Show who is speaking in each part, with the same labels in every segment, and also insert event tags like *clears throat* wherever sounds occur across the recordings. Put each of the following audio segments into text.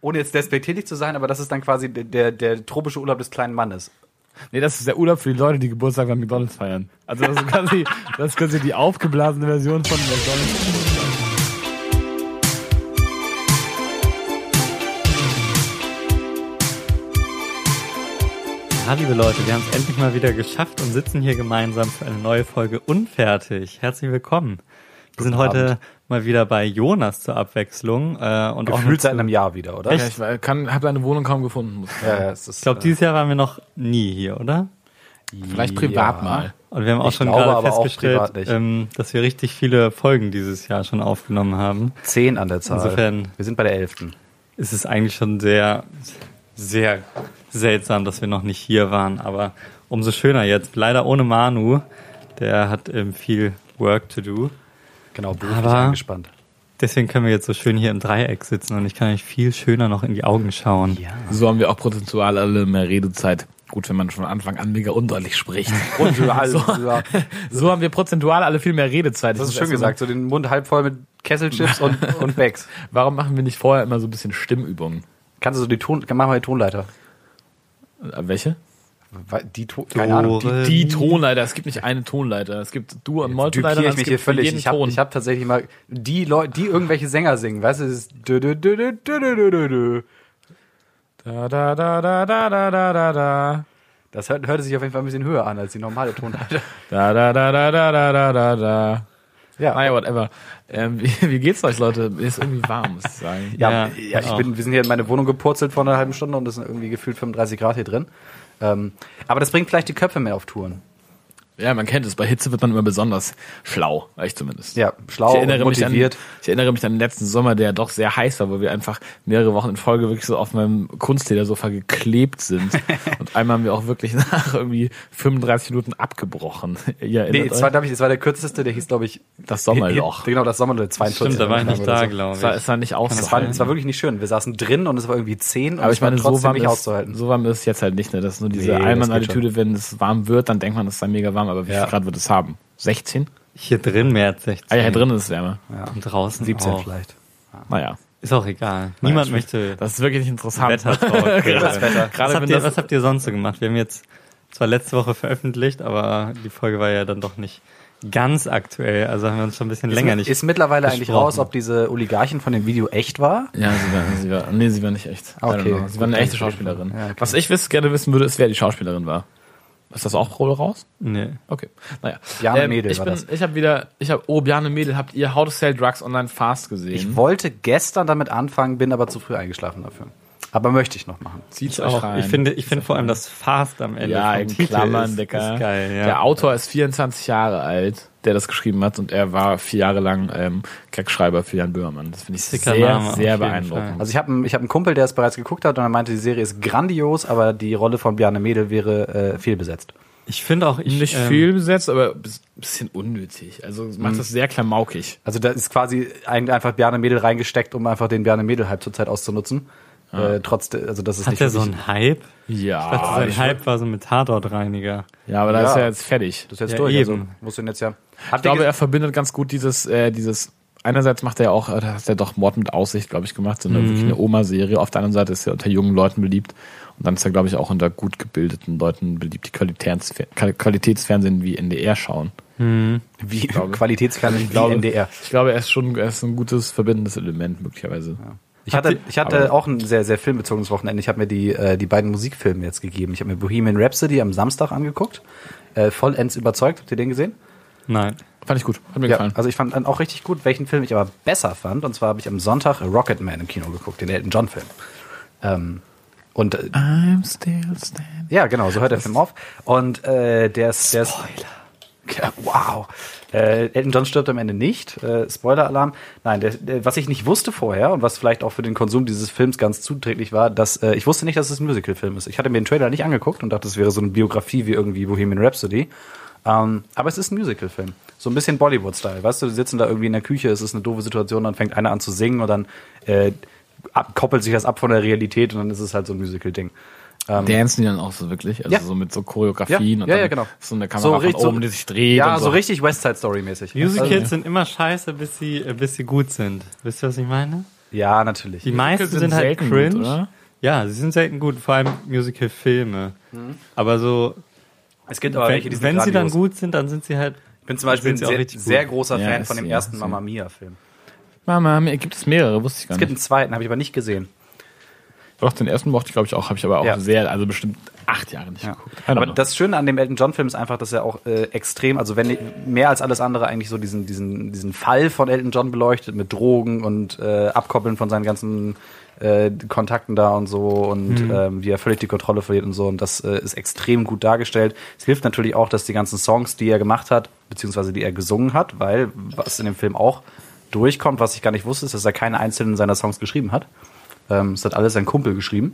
Speaker 1: ohne jetzt despektierlich zu sein, aber das ist dann quasi der, der, der tropische Urlaub des kleinen Mannes.
Speaker 2: Nee, das ist der Urlaub für die Leute, die Geburtstag bei McDonalds feiern. Also das ist *laughs* quasi, das ist quasi die aufgeblasene Version von McDonalds.
Speaker 3: Ja, Ah, liebe Leute, wir haben es endlich mal wieder geschafft und sitzen hier gemeinsam für eine neue Folge Unfertig. Herzlich willkommen. Wir sind heute
Speaker 1: Abend.
Speaker 3: mal wieder bei Jonas zur Abwechslung. Äh, und auch nur
Speaker 1: Gefühlt
Speaker 3: zu,
Speaker 1: seit einem Jahr wieder, oder?
Speaker 2: Ja, ich habe deine Wohnung kaum gefunden. Muss ich
Speaker 1: Ja,
Speaker 2: sagen.
Speaker 1: ja, es ist, äh,
Speaker 3: ich glaube, dieses Jahr waren wir noch nie hier, oder?
Speaker 2: Vielleicht privat
Speaker 1: ja.
Speaker 2: mal.
Speaker 3: Und wir haben auch
Speaker 1: Ich
Speaker 3: schon
Speaker 1: glaube
Speaker 3: gerade
Speaker 1: aber auch
Speaker 3: festgestellt,
Speaker 1: privat nicht.
Speaker 3: ähm, dass wir richtig viele Folgen dieses Jahr schon aufgenommen haben.
Speaker 1: Zehn an der Zahl.
Speaker 3: Insofern-
Speaker 1: Wir sind bei der elften.
Speaker 3: Es ist eigentlich schon sehr, sehr seltsam, dass wir noch nicht hier waren. Aber umso schöner jetzt. Leider ohne Manu. Der hat ähm, viel Work to do.
Speaker 1: Genau, beruflich
Speaker 3: Aber-
Speaker 1: angespannt.
Speaker 3: Deswegen können wir jetzt so schön hier im Dreieck sitzen und ich kann euch viel schöner noch in die Augen schauen.
Speaker 2: So haben wir auch prozentual alle mehr Redezeit. Gut, wenn man von Anfang an mega undeutlich spricht.
Speaker 1: Und *laughs* überall.
Speaker 2: So.
Speaker 1: über-
Speaker 2: So haben wir prozentual alle viel mehr Redezeit.
Speaker 1: Das ist
Speaker 2: erst
Speaker 1: schön gesagt, so den Mund halb voll mit Kesselchips und, und Bags.
Speaker 2: so- Warum machen wir nicht vorher immer so ein bisschen Stimmübungen?
Speaker 1: Kannst du so die Ton, mach mal die Tonleiter.
Speaker 2: Äh, Welche?
Speaker 1: Weil Die To- keine Ahnung.
Speaker 3: Dore.
Speaker 1: Die
Speaker 2: Die Tonleiter. Es gibt nicht eine Tonleiter. Es gibt Du und Moll
Speaker 1: Typiere
Speaker 2: Tonleiter. dann
Speaker 1: ich
Speaker 2: es
Speaker 1: mich
Speaker 2: gibt
Speaker 1: hier
Speaker 2: für
Speaker 1: völlig.
Speaker 2: jeden
Speaker 1: Ich habe
Speaker 2: Ton.
Speaker 1: ich hab tatsächlich mal die Leute, die irgendwelche Sänger singen, weißt du, es ist dö, dö, dö, dö, dö, dö, dö, dö.
Speaker 2: Da, da, da, da, da, da, da, da, da.
Speaker 1: Das hört, hörte sich auf jeden Fall ein bisschen höher an als die normale Tonleiter.
Speaker 2: Da, da, da, da, da, da, da, da, da.
Speaker 1: Ja.
Speaker 2: Naja, Ah whatever. Ähm, wie, wie geht's euch, Leute? Mir ist irgendwie warm, muss ich sagen.
Speaker 1: Ja,
Speaker 3: Ja, genau.
Speaker 1: ja ich
Speaker 3: auch.
Speaker 1: bin, wir sind hier in meine Wohnung gepurzelt vor einer halben Stunde und es sind irgendwie gefühlt 35 Grad hier drin. Ähm, aber das bringt vielleicht die Köpfe mehr auf Touren.
Speaker 2: Ja, man kennt es. Bei Hitze wird man immer besonders schlau. Ich zumindest.
Speaker 1: Ja, schlau
Speaker 2: Ich erinnere,
Speaker 1: und
Speaker 2: mich an,
Speaker 1: motiviert.
Speaker 2: ich erinnere mich an den letzten Sommer, der doch sehr heiß war, wo wir einfach mehrere Wochen in Folge wirklich so auf meinem Kunstledersofa
Speaker 1: *laughs*
Speaker 2: geklebt sind. Und einmal haben wir auch wirklich nach irgendwie 35 Minuten abgebrochen. *laughs* Ihr
Speaker 1: Nee,
Speaker 2: erinnert
Speaker 1: es
Speaker 2: euch?
Speaker 1: war, glaub ich, es war der kürzeste, der hieß, glaube ich,
Speaker 2: das
Speaker 1: *laughs*
Speaker 2: Sommerloch.
Speaker 1: Genau, das Sommerloch 42.
Speaker 3: Stimmt, da war ich nicht
Speaker 1: oder
Speaker 3: da,
Speaker 1: so.
Speaker 3: glaube
Speaker 2: Es war,
Speaker 3: ich.
Speaker 2: es war nicht
Speaker 1: Es war,
Speaker 2: auszuhalten.
Speaker 1: es war wirklich nicht schön. Wir saßen drin und es war irgendwie 10 und
Speaker 2: Aber
Speaker 1: es
Speaker 2: ich
Speaker 1: war
Speaker 2: meine,
Speaker 1: trotzdem
Speaker 2: so warm,
Speaker 1: nicht
Speaker 2: ist,
Speaker 1: auszuhalten.
Speaker 2: so warm ist es jetzt halt nicht. Ne? Das ist nur diese
Speaker 1: Nee, das
Speaker 2: Allmann-Attitüde, wenn es warm wird, dann denkt man, es sei mega warm. Aber wie
Speaker 1: Ja.
Speaker 2: viel Grad wird es haben? 16?
Speaker 3: Hier drin mehr als 16.
Speaker 2: Ah ja, hier drin ist es wärmer.
Speaker 3: Und draußen
Speaker 1: 17
Speaker 3: auch.
Speaker 1: vielleicht.
Speaker 2: Naja,
Speaker 3: Ist auch egal. Niemand möchte
Speaker 2: das ist wirklich nicht interessant. *laughs*
Speaker 3: *laughs* Wetter
Speaker 1: Das Wetter.
Speaker 3: was,
Speaker 2: wenn
Speaker 3: habt ihr,
Speaker 2: das-
Speaker 3: was habt ihr sonst so gemacht? Wir haben jetzt zwar letzte Woche veröffentlicht, aber die Folge war ja dann doch nicht ganz aktuell. Also haben wir uns schon ein bisschen länger
Speaker 1: ist,
Speaker 3: nicht
Speaker 1: Ist mittlerweile eigentlich
Speaker 3: gesprochen.
Speaker 1: raus, ob diese Oligarchen von dem Video echt war?
Speaker 2: Ja, sie war, sie war, nee, sie war nicht echt. I
Speaker 1: Okay,
Speaker 2: don't know. Sie war
Speaker 1: gut,
Speaker 2: eine
Speaker 1: dann-
Speaker 2: echte Schauspielerin.
Speaker 1: ja, okay.
Speaker 2: Was ich wiss, gerne wissen würde, ist, wer die Schauspielerin war. Ist das auch Rolle raus?
Speaker 3: Nee.
Speaker 2: Okay, naja. Ähm,
Speaker 1: Bjarne Mädel
Speaker 2: ich
Speaker 1: war
Speaker 2: bin,
Speaker 1: das.
Speaker 2: Ich habe wieder, ich habe, oh, Bjarne Mädel, habt ihr How to Sell Drugs Online Fast gesehen?
Speaker 1: Ich wollte gestern damit anfangen, bin aber zu früh eingeschlafen dafür. Aber möchte ich noch machen.
Speaker 2: Zieht's
Speaker 3: Ich, auch, ich finde, ich finde vor allem das Fast am Ende
Speaker 2: ja,
Speaker 3: vom
Speaker 2: in
Speaker 3: Titel
Speaker 2: Klammern,
Speaker 3: ist,
Speaker 2: Dicker.
Speaker 3: ist geil. Ja.
Speaker 2: Der Autor ist 24 Jahre alt, der das geschrieben hat, und er war vier Jahre lang ähm, Gagschreiber für Jan Böhmermann. Das finde ich
Speaker 3: Dicker
Speaker 2: sehr,
Speaker 3: Name auf
Speaker 2: sehr
Speaker 3: jeden
Speaker 2: beeindruckend.
Speaker 3: Fall.
Speaker 1: Also ich habe einen, ich hab einen Kumpel, der es bereits geguckt hat und er meinte, die Serie ist grandios, aber die Rolle von Bjarne Mädel wäre äh, fehlbesetzt.
Speaker 3: ich finde auch, ich,
Speaker 2: Nicht
Speaker 3: ähm,
Speaker 2: viel besetzt, aber ein bisschen unnötig. Also es macht das sehr klamaukig.
Speaker 1: Also da ist quasi ein- einfach Bjarne Mädel reingesteckt, um einfach den Bjarne Mädel Hype zurzeit auszunutzen. Äh, trotz, de- also das ist
Speaker 3: hat
Speaker 1: nicht
Speaker 3: der so
Speaker 1: wirklich-
Speaker 3: einen Hype?
Speaker 2: Ja,
Speaker 3: Dachte, sein
Speaker 2: ich-
Speaker 3: Hype war so mit Tatortreiniger.
Speaker 2: ja aber da
Speaker 1: Ja.
Speaker 2: ist er jetzt fertig.
Speaker 1: Das ist jetzt
Speaker 3: Ja,
Speaker 1: durch. Also
Speaker 3: eben.
Speaker 1: musst du ihn jetzt ja.
Speaker 2: Ich glaube, er verbindet ganz gut dieses, äh, dieses. Einerseits macht er ja auch, äh, da hat er doch Mord mit Aussicht, glaube ich, gemacht, so eine, wirklich eine Oma-Serie. Auf der anderen Seite ist er unter jungen Leuten beliebt. Und dann ist er, glaube ich, auch unter gut gebildeten Leuten beliebt, die Qualitäts Qual- Qualitätsfernsehen wie NDR schauen.
Speaker 1: wie Qualitätsfernsehen wie NDR.
Speaker 2: Ich glaube, er ist schon er ist ein gutes verbindendes Element, möglicherweise.
Speaker 1: Ich hatte, ich hatte
Speaker 2: aber-
Speaker 1: auch ein sehr, sehr filmbezogenes Wochenende. Ich habe mir die, äh, die beiden Musikfilme jetzt gegeben. Ich habe mir Bohemian Rhapsody am Samstag angeguckt. Äh, vollends überzeugt. Habt ihr den gesehen?
Speaker 3: Nein.
Speaker 2: Fand ich gut, hat mir
Speaker 1: Ja,
Speaker 2: gefallen.
Speaker 1: also ich fand dann auch richtig gut, welchen Film ich aber besser fand. Und zwar habe ich am Sonntag Rocket Man im Kino geguckt, den Elton John Film. Ähm, und äh,
Speaker 2: I'm still standing.
Speaker 1: ja, genau, so hört der Film auf. Und äh, der ist, der ist ja, wow. Äh, Elton John stirbt am Ende nicht. Äh, Spoiler-Alarm. Nein, der, der, was ich nicht wusste vorher und was vielleicht auch für den Konsum dieses Films ganz zuträglich war, dass äh, ich wusste nicht, dass es ein Musical-Film ist. Ich hatte mir den Trailer nicht angeguckt und dachte, es wäre so eine Biografie wie irgendwie Bohemian Rhapsody. Ähm, aber es ist ein Musical-Film. So ein bisschen Bollywood-Style. Weißt du, die sitzen da irgendwie in der Küche, es ist eine doofe Situation, dann fängt einer an zu singen und dann äh, ab, koppelt sich das ab von der Realität und dann ist es halt so ein Musical-Ding.
Speaker 2: Dancen die dann auch so wirklich, also
Speaker 1: Ja.
Speaker 2: so mit so Choreografien und dann so eine Kamera von
Speaker 1: genau. richtig-
Speaker 2: oben, die sich dreht.
Speaker 1: Ja,
Speaker 2: und
Speaker 1: so richtig West Side Story mäßig. ne? Also,
Speaker 3: Musicals sind immer scheiße, bis sie, äh, bis sie gut sind. Wisst ihr, was ich meine?
Speaker 1: Ja, natürlich.
Speaker 3: Die meisten sind, halt
Speaker 2: selten
Speaker 3: cringe.
Speaker 2: gut, oder?
Speaker 3: ja, sie sind selten gut, vor allem Musical-Filme. Aber so,
Speaker 1: es gibt Mhm. aber
Speaker 3: wenn,
Speaker 1: welche, die sind
Speaker 3: wenn sie dann
Speaker 1: grandios.
Speaker 3: gut sind, dann sind sie halt.
Speaker 1: Ich bin zum Beispiel ein
Speaker 3: sind sie auch
Speaker 1: sehr,
Speaker 3: richtig gut.
Speaker 1: sehr großer
Speaker 2: Ja,
Speaker 1: Fan
Speaker 2: ist
Speaker 1: von dem
Speaker 2: sie,
Speaker 1: ersten
Speaker 2: ist sie.
Speaker 1: Mamma Mia-Film.
Speaker 2: Mama, mir gibt es mehrere, wusste ich gar
Speaker 1: Es gibt
Speaker 2: nicht.
Speaker 1: einen zweiten, habe ich aber nicht gesehen.
Speaker 2: Doch, den ersten mochte ich, glaube ich, auch. Habe ich aber auch
Speaker 1: Ja.
Speaker 2: sehr, also bestimmt acht Jahre nicht
Speaker 1: Ja.
Speaker 2: geguckt. I don't
Speaker 1: Aber
Speaker 2: know.
Speaker 1: das Schöne an dem Elton John Film ist einfach, dass er auch äh, extrem, also wenn mehr als alles andere eigentlich so diesen diesen diesen Fall von Elton John beleuchtet mit Drogen und äh, Abkoppeln von seinen ganzen äh, Kontakten da und so und ähm, wie er völlig die Kontrolle verliert und so und das äh, ist extrem gut dargestellt. Es hilft natürlich auch, dass die ganzen Songs, die er gemacht hat, beziehungsweise die er gesungen hat, weil was in dem Film auch durchkommt, was ich gar nicht wusste, ist, dass er keine einzelnen seiner Songs geschrieben hat. Ähm, es hat alles sein Kumpel geschrieben.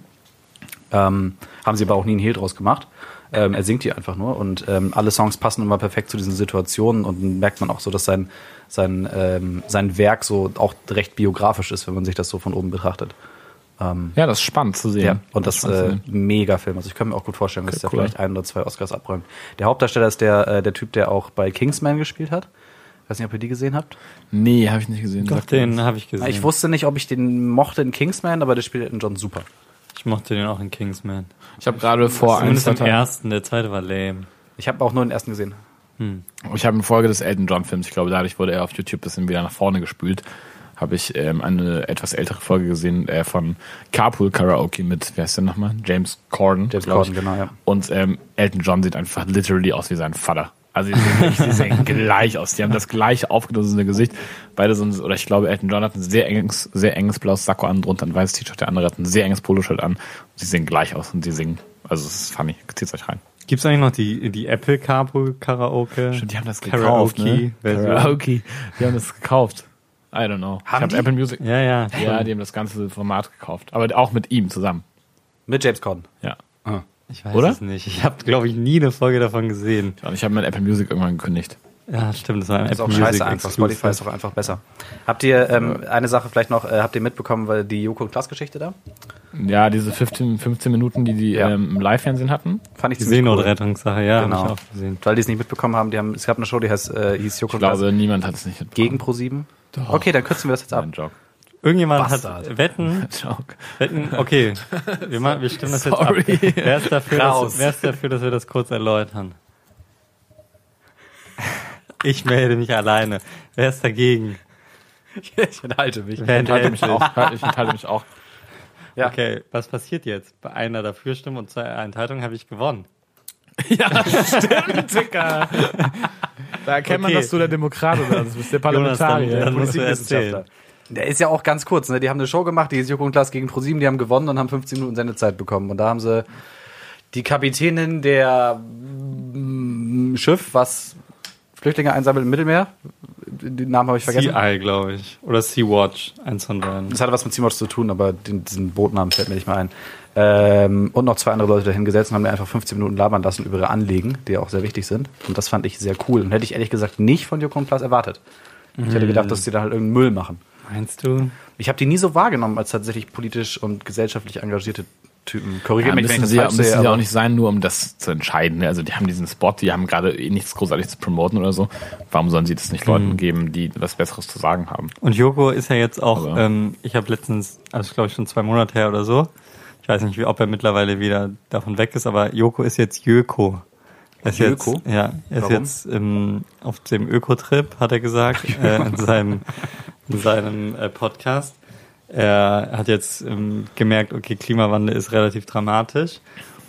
Speaker 1: Ähm, haben sie aber auch nie einen Hehl draus gemacht. Ähm, er singt die einfach nur und ähm, alle Songs passen immer perfekt zu diesen Situationen und dann merkt man auch so, dass sein, sein, ähm, sein Werk so auch recht biografisch ist, wenn man sich das so von oben betrachtet.
Speaker 2: ja, das ist spannend zu sehen.
Speaker 1: Ja, und das ist
Speaker 2: spannend zu
Speaker 1: äh,
Speaker 2: sehen.
Speaker 1: mega Film. Also ich kann mir auch gut vorstellen, dass
Speaker 2: Okay,
Speaker 1: der
Speaker 2: cool.
Speaker 1: vielleicht ein oder zwei Oscars abräumt. Der Hauptdarsteller ist der, äh, der Typ, der auch bei Kingsman gespielt hat. Ich weiß nicht, ob ihr die gesehen habt.
Speaker 2: Nee, habe ich nicht gesehen.
Speaker 3: Doch,
Speaker 2: Sagt mir
Speaker 3: den
Speaker 2: was.
Speaker 3: habe ich gesehen.
Speaker 1: Ich wusste nicht, ob ich den mochte in Kingsman, aber der spielt Elton John super.
Speaker 3: ich mochte den auch in Kingsman.
Speaker 2: ich habe gerade vor ein,
Speaker 3: Zumindest
Speaker 2: zwei
Speaker 3: im
Speaker 1: halt
Speaker 2: Tagen,
Speaker 3: ersten, der zweite war lame.
Speaker 1: Ich habe auch nur den ersten gesehen.
Speaker 2: ich habe eine Folge des Elton John Films, ich glaube, dadurch wurde er auf YouTube ein bisschen wieder nach vorne gespült, habe ich ähm, eine etwas ältere Folge gesehen äh, von Carpool Karaoke mit, wer ist denn nochmal? James Corden.
Speaker 1: James
Speaker 2: glaub ich.
Speaker 1: Corden, genau, ja.
Speaker 2: Und ähm, Elton John sieht einfach literally aus wie sein Vater. Also sie sehen, wirklich- sie sehen gleich aus. Die haben das gleiche aufgedunselte Gesicht. Beide sind, oder ich glaube, Elton John hat ein sehr enges, sehr enges blaues Sakko an, drunter ein weißes T-Shirt, der andere hat ein sehr enges Poloshirt an. Sie sehen gleich aus und sie singen. Also es ist funny. Zieht's euch rein.
Speaker 3: Gibt es eigentlich noch die, die Apple Carpool Karaoke?
Speaker 2: Stimmt, die haben das gekauft,
Speaker 3: Karaoke.
Speaker 2: ne? Karaoke. Die haben das gekauft. I don't know.
Speaker 1: Haben
Speaker 2: ich
Speaker 1: die?
Speaker 2: habe Apple Music.
Speaker 3: Ja, ja.
Speaker 2: Ja, die haben das ganze Format gekauft. Aber auch mit ihm zusammen.
Speaker 1: Mit James Corden.
Speaker 2: Ja.
Speaker 3: Ich weiß
Speaker 2: Oder?
Speaker 3: es nicht. Ich habe, glaube ich, nie eine Folge davon gesehen.
Speaker 2: Und ich habe mit Apple Music irgendwann gekündigt.
Speaker 3: Ja, stimmt, das war ein
Speaker 1: Ist auch
Speaker 3: Apple Music
Speaker 1: scheiße einfach.
Speaker 3: Exclusive.
Speaker 1: Spotify ist auch einfach besser. Habt ihr ähm, eine Sache vielleicht noch, äh, habt ihr mitbekommen, weil die Joko und Klaas Geschichte da?
Speaker 2: Ja, diese 15, 15 Minuten, die die
Speaker 1: Ja.
Speaker 2: ähm, im Live-Fernsehen hatten.
Speaker 1: Fand ich
Speaker 3: Die
Speaker 1: ziemlich cool.
Speaker 3: Seenotrettungssache, ja, genau.
Speaker 1: Genau.
Speaker 3: habe ich auch gesehen.
Speaker 1: Weil die es nicht mitbekommen haben, die haben, es gab eine Show, die heißt, äh, hieß Joko
Speaker 2: Ich
Speaker 1: und Klaas
Speaker 2: glaube, niemand hat es nicht mitbekommen.
Speaker 1: gegen Pro7. Okay, dann kürzen wir das jetzt ab.
Speaker 2: Ein Joke. *laughs*
Speaker 3: Irgendjemand
Speaker 1: Bastard.
Speaker 3: hat Wetten,
Speaker 2: Joke.
Speaker 3: Wetten, okay.
Speaker 1: *laughs*
Speaker 3: Wir, machen, wir stimmen das
Speaker 2: Sorry.
Speaker 3: jetzt ab. Wer ist, dafür,
Speaker 1: Raus.
Speaker 3: dass, wer ist dafür, dass wir das kurz erläutern? Ich melde mich alleine. Wer ist dagegen?
Speaker 1: Ich enthalte *laughs* mich.
Speaker 3: Wer
Speaker 2: Ich enthalte mich
Speaker 3: enthält sich?
Speaker 2: auch. Ich enthalte mich auch.
Speaker 1: Ja.
Speaker 3: Okay, was passiert jetzt? Bei einer dafür Stimme und zwei Enthaltungen habe ich gewonnen.
Speaker 2: Dicker. Da erkennt man,
Speaker 3: Okay.
Speaker 2: dass du der Demokrat bist. Du bist der
Speaker 3: Jonas, dann-
Speaker 2: Parlamentarier.
Speaker 3: dann musst du
Speaker 1: Politikwissenschaftler.
Speaker 3: erzählen.
Speaker 1: Der ist ja auch ganz kurz, ne? Die haben eine Show gemacht, die hieß Joko und Klaas gegen Pro7, die haben gewonnen und haben 15 Minuten Sendezeit bekommen. Und da haben sie die Kapitänin der mm, Schiff, was Flüchtlinge einsammelt im Mittelmeer. Den Namen habe ich vergessen.
Speaker 3: Sea-Eye, glaube ich. Oder Sea-Watch. Eins von beiden.
Speaker 1: Das hatte was mit Sea-Watch zu tun, aber den, diesen Bootnamen fällt mir nicht mehr ein. Ähm, und noch zwei andere Leute dahingesetzt und haben mir einfach 15 Minuten labern lassen über ihre Anliegen, die ja auch sehr wichtig sind. Und das fand ich sehr cool. Und hätte ich ehrlich gesagt nicht von Joko und Klaas erwartet. Ich hätte gedacht, dass die da halt irgendeinen Müll machen.
Speaker 3: Meinst du?
Speaker 1: Ich habe die nie so wahrgenommen als tatsächlich politisch und gesellschaftlich engagierte Typen. Korrigiert
Speaker 2: Ja,
Speaker 1: mich, wenn ich
Speaker 2: müssen
Speaker 1: das
Speaker 2: sie,
Speaker 1: falsch
Speaker 2: müssen
Speaker 1: sehe.
Speaker 2: sie auch
Speaker 1: aber-
Speaker 2: nicht sein, nur um das zu entscheiden. Also die haben diesen Spot, die haben gerade eh nichts großartig zu promoten oder so. Warum sollen sie das nicht Leuten geben, die was Besseres zu sagen haben?
Speaker 3: Und Joko ist ja jetzt auch,
Speaker 2: Aber-
Speaker 3: ähm, ich habe letztens, also glaube ich schon zwei Monate her oder so, ich weiß nicht, wie, ob er mittlerweile wieder davon weg ist, aber Joko ist jetzt Jöko. Er Ist
Speaker 1: Jöko?
Speaker 3: Jetzt, ja, er ist
Speaker 1: Warum?
Speaker 3: jetzt ähm, auf dem Öko-Trip, hat
Speaker 2: *laughs*
Speaker 3: er gesagt, äh, in seinem, in seinem äh, Podcast. Er hat jetzt ähm, gemerkt, okay, Klimawandel ist relativ dramatisch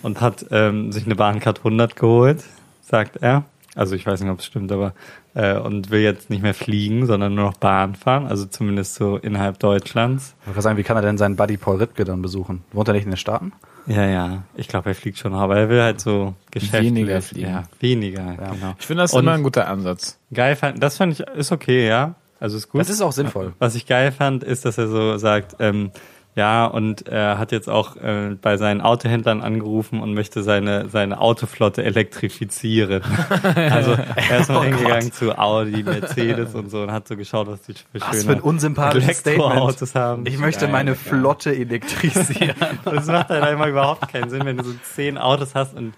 Speaker 3: und hat ähm, sich eine Bahncard 100 geholt, sagt er. Also ich weiß nicht, ob es stimmt, aber äh, und will jetzt nicht mehr fliegen, sondern nur noch Bahn fahren, also zumindest so innerhalb Deutschlands.
Speaker 1: Ich wollte gerade sagen, wie kann er denn seinen Buddy Paul Rittke dann besuchen? Wohnt er nicht in den Staaten?
Speaker 3: Ja, ja. Ich glaube, er fliegt schon, noch, aber er will halt so geschäftlich.
Speaker 2: Weniger fliegen.
Speaker 3: Ja, weniger, genau.
Speaker 2: Ich finde das
Speaker 3: Und-
Speaker 2: immer ein guter Ansatz.
Speaker 3: Geil fand, das fand ich, ist okay, ja. Also ist gut.
Speaker 1: Das ist auch sinnvoll.
Speaker 3: Was ich geil fand, ist, dass er so sagt, ähm, ja, und er hat jetzt auch äh, bei seinen Autohändlern angerufen und möchte seine, seine Autoflotte
Speaker 1: *laughs*
Speaker 3: elektrifizieren. also er
Speaker 1: Oh
Speaker 3: ist mal hingegangen zu Audi, Mercedes und so und hat so geschaut, was die für
Speaker 1: Was für ein
Speaker 3: schöne
Speaker 1: unsympathisches Statement.
Speaker 3: Elektroautos haben.
Speaker 1: Ich möchte meine Flotte elektrisieren.
Speaker 3: Das macht halt immer überhaupt keinen Sinn, wenn du so zehn Autos hast und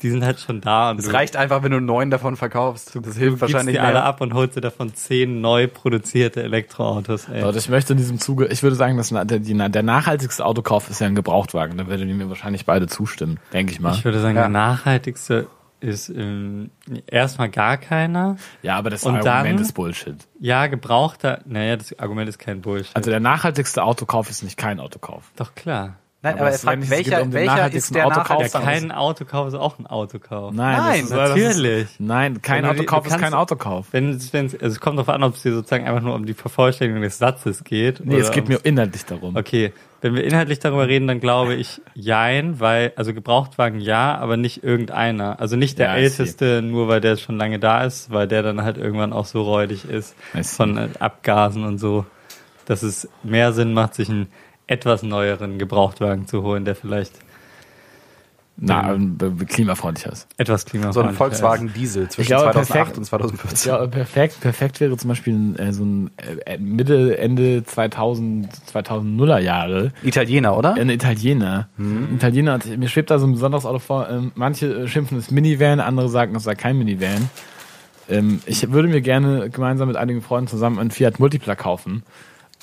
Speaker 3: die sind halt schon da. Und
Speaker 1: Es
Speaker 3: du
Speaker 1: reicht einfach, wenn du neun davon verkaufst. Das hilft
Speaker 3: gibst
Speaker 1: wahrscheinlich
Speaker 3: die alle
Speaker 1: mehr.
Speaker 3: ab und holst dir davon zehn neu produzierte Elektroautos. Ey.
Speaker 2: Leute, ich möchte in diesem Zuge, ich würde sagen, dass na- der, die, na- der nachhaltigste Autokauf ist ja ein Gebrauchtwagen. Da würden mir wahrscheinlich beide zustimmen, denke ich mal.
Speaker 3: Ich würde sagen,
Speaker 1: Ja.
Speaker 3: der nachhaltigste ist ähm, erstmal gar keiner.
Speaker 2: ja, aber das
Speaker 3: Und
Speaker 2: Argument
Speaker 3: dann-
Speaker 2: ist Bullshit.
Speaker 3: Ja, gebrauchter. Naja, das Argument ist kein Bullshit.
Speaker 2: Also der nachhaltigste Autokauf ist nicht kein Autokauf.
Speaker 3: Doch klar.
Speaker 1: Nein,
Speaker 2: aber
Speaker 1: aber, er
Speaker 2: es-
Speaker 1: fragt,
Speaker 2: wenn es geht
Speaker 1: welcher,
Speaker 2: um den
Speaker 1: welcher ist
Speaker 2: nachhaltigsten
Speaker 1: der
Speaker 2: Autokauf,
Speaker 3: Ja,
Speaker 1: Nachhaltigste?
Speaker 2: dann-
Speaker 3: kein Autokauf ist auch ein Autokauf.
Speaker 1: Nein,
Speaker 2: das ist-
Speaker 3: natürlich.
Speaker 2: Nein, kein
Speaker 3: Wenn du die-
Speaker 2: Autokauf
Speaker 3: du
Speaker 2: ist kein
Speaker 3: kannst-
Speaker 2: Autokauf.
Speaker 3: Wenn es, wenn es, also es kommt darauf an, ob es dir sozusagen einfach nur um die Vervollständigung des Satzes geht.
Speaker 2: Nee, es
Speaker 3: oder um
Speaker 2: geht
Speaker 3: ob's-
Speaker 2: mir inhaltlich darum.
Speaker 3: Okay, wenn wir inhaltlich darüber reden, dann glaube ich jein, weil, also Gebrauchtwagen ja, aber nicht irgendeiner. Also nicht der
Speaker 2: Ja, I see.
Speaker 3: älteste, nur weil der schon lange da ist, weil der dann halt irgendwann auch so räudig ist
Speaker 2: I see.
Speaker 3: von äh, Abgasen und so, dass es mehr Sinn macht, sich einen etwas neueren Gebrauchtwagen zu holen, der vielleicht
Speaker 2: Na, ähm, klimafreundlicher ist.
Speaker 3: etwas
Speaker 1: So ein
Speaker 3: klimafreundlicher
Speaker 1: Volkswagen Diesel zwischen
Speaker 2: glaube,
Speaker 1: 2008
Speaker 2: perfekt-
Speaker 1: und
Speaker 2: Ich
Speaker 1: 2014.
Speaker 2: glaube, perfekt, perfekt wäre zum Beispiel ein, äh, so ein äh, Mitte, Ende 2000, 2000er Jahre.
Speaker 1: Italiener, oder?
Speaker 2: Ein Italiener. Ein Italiener, hat- mir schwebt da so ein besonderes Auto vor. Ähm, manche äh, schimpfen es Minivan, andere sagen, es sei kein Minivan. Ähm, ich würde mir gerne gemeinsam mit einigen Freunden zusammen einen Fiat Multipla kaufen.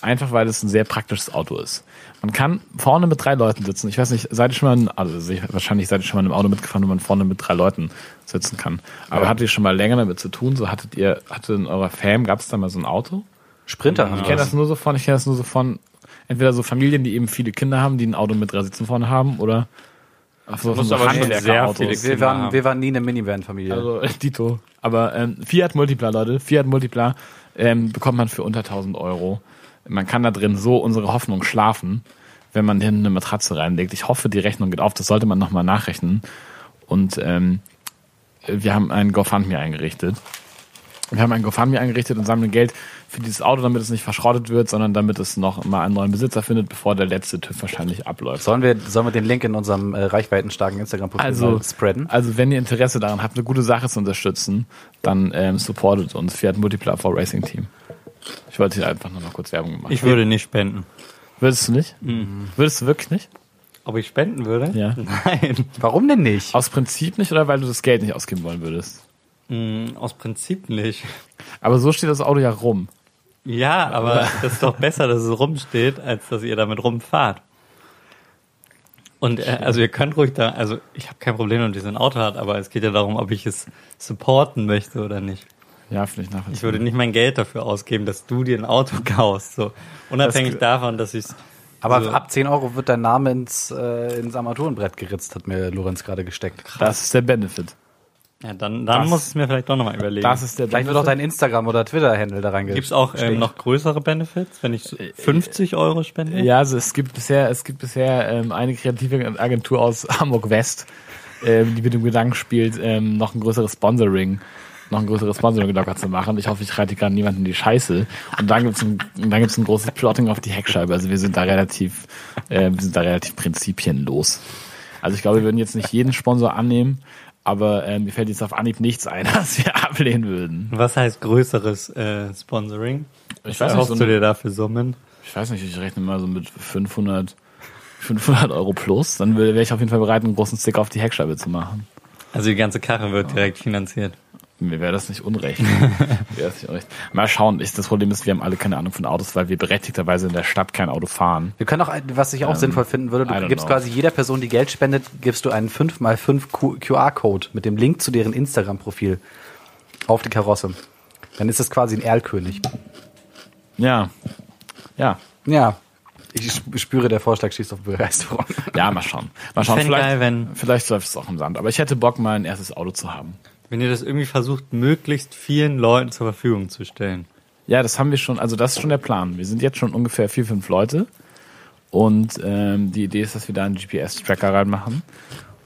Speaker 2: Einfach weil es ein sehr praktisches Auto ist. Man kann vorne mit drei Leuten sitzen. Ich weiß nicht, seid ihr schon mal, in, also sicher- wahrscheinlich seid ihr schon mal in einem Auto mitgefahren, wo man vorne mit drei Leuten sitzen kann. Aber hattet ihr schon mal länger damit zu tun? So hattet ihr, hatte in eurer Fam, gab es da mal so ein Auto?
Speaker 1: Sprinter haben
Speaker 2: Ich
Speaker 1: die.
Speaker 2: kenne das nur so von, ich kenne das nur so von entweder so Familien, die eben viele Kinder haben, die ein Auto mit drei Sitzen vorne haben, oder auf so,
Speaker 3: muss aber schon sehr viele
Speaker 2: Handwerkerautos.
Speaker 1: Wir waren, wir waren nie eine Minivan-Familie.
Speaker 2: Also *laughs* äh, Dito. Aber ähm, Fiat Multipla, Leute, Fiat Multipla ähm, bekommt man für unter 1000 Euro. Man kann da drin so unsere Hoffnung schlafen, wenn man hinten eine Matratze reinlegt. Ich hoffe, die Rechnung geht auf. Das sollte man nochmal nachrechnen. Und ähm, wir haben ein GoFundMe eingerichtet. Wir haben ein GoFundMe eingerichtet und sammeln Geld für dieses Auto, damit es nicht verschrottet wird, sondern damit es noch mal einen neuen Besitzer findet, bevor der letzte TÜV wahrscheinlich abläuft.
Speaker 1: sollen, wir, sollen wir den Link in unserem äh, reichweitenstarken Instagram-Profil
Speaker 2: Also,
Speaker 1: mal spreaden?
Speaker 2: also wenn ihr Interesse daran habt, eine gute Sache zu unterstützen, dann ähm, supportet uns Fiat Multipla for Racing Team. Ich wollte hier einfach nur noch kurz Werbung machen.
Speaker 3: Ich würde nicht spenden.
Speaker 2: Würdest du nicht?
Speaker 1: Mhm.
Speaker 2: Würdest du wirklich nicht?
Speaker 3: Ob ich spenden würde?
Speaker 2: Ja.
Speaker 3: *laughs* Nein.
Speaker 1: Warum denn nicht?
Speaker 2: Aus Prinzip nicht oder weil du das Geld nicht ausgeben wollen würdest?
Speaker 3: Mm, Aus Prinzip nicht.
Speaker 2: Aber so steht das Auto ja rum.
Speaker 3: Ja, aber das ist doch besser, dass es rumsteht, als dass ihr damit rumfahrt. Und äh, also ihr könnt ruhig da, also ich habe kein Problem, wenn ihr so ein Auto hat, aber es geht ja darum, ob ich es supporten möchte oder nicht.
Speaker 2: Ja, finde ich
Speaker 3: Ich
Speaker 2: nachvollziehbar.
Speaker 3: würde nicht mein Geld dafür ausgeben, dass du dir ein Auto *laughs* kaufst. So unabhängig davon, dass ich
Speaker 1: Aber
Speaker 3: so-
Speaker 1: ab 10 Euro wird dein Name ins, äh, ins Armaturenbrett geritzt, hat mir Lorenz gerade gesteckt.
Speaker 2: Das ist der Benefit.
Speaker 3: ja, dann dann
Speaker 2: Das-
Speaker 3: muss ich es mir vielleicht doch nochmal überlegen.
Speaker 2: Das ist der
Speaker 1: Vielleicht wird auch dein Instagram- oder Twitter-Handle da
Speaker 3: Gibt's
Speaker 1: reingesteckt.
Speaker 3: auch ähm, noch größere Benefits, wenn ich so 50 Euro spende?
Speaker 2: Äh, Ja, also es gibt bisher, es gibt bisher ähm, eine kreative Agentur aus *laughs* Hamburg West, ähm, die mit dem Gedanken spielt, ähm, noch ein größeres Sponsoring, noch ein größeres Sponsoring locker zu machen. Ich hoffe, ich reite gerade niemanden in die Scheiße. Und dann gibt's ein, und dann gibt's ein großes Plotting auf die Heckscheibe. Also wir sind da relativ, äh, wir sind da relativ prinzipienlos. Also ich glaube, wir würden jetzt nicht jeden Sponsor annehmen, aber äh, mir fällt jetzt auf Anhieb nichts ein, *laughs* was wir ablehnen würden.
Speaker 3: Was heißt größeres äh, Sponsoring?
Speaker 2: Ich weiß
Speaker 3: Was
Speaker 2: nicht, so
Speaker 3: erhoffst du
Speaker 2: ein,
Speaker 3: dir dafür Summen?
Speaker 2: ich weiß nicht, ich rechne mal so mit 500, 500 Euro plus, dann wär- wäre ich auf jeden Fall bereit, einen großen Stick auf die Heckscheibe zu machen.
Speaker 3: Also die ganze Karre wird direkt finanziert.
Speaker 2: Mir wäre das nicht
Speaker 3: *laughs*
Speaker 2: unrecht. Mir wäre das nicht unrecht. Mal schauen, ich, das Problem ist, wir haben alle keine Ahnung von Autos, weil wir berechtigterweise in der Stadt kein Auto fahren.
Speaker 1: Wir können auch, ein- was ich auch sinnvoll finden würde,
Speaker 2: Ähm, I
Speaker 1: du
Speaker 2: don't
Speaker 1: gibst
Speaker 2: know.
Speaker 1: quasi jeder Person, die Geld spendet, gibst du einen 5x5 Q- QR-Code mit dem Link zu deren Instagram-Profil auf die Karosse. Dann ist das quasi ein Erlkönig.
Speaker 2: Ja. Ja.
Speaker 1: Ja. Ich sp- spüre, der Vorschlag schießt auf Begeisterung.
Speaker 2: Ja, mal schauen. Mal schauen.
Speaker 3: fänd
Speaker 2: Vielleicht,
Speaker 3: geil, wenn-
Speaker 2: vielleicht läuft es auch im Sand. Aber ich hätte Bock, mal ein erstes Auto zu haben.
Speaker 3: Wenn ihr das irgendwie versucht, möglichst vielen Leuten zur Verfügung zu stellen.
Speaker 2: Ja, das haben wir schon, also das ist schon der Plan. Wir sind jetzt schon ungefähr vier, fünf Leute. Und ähm, die Idee ist, dass wir da einen GPS-Tracker reinmachen.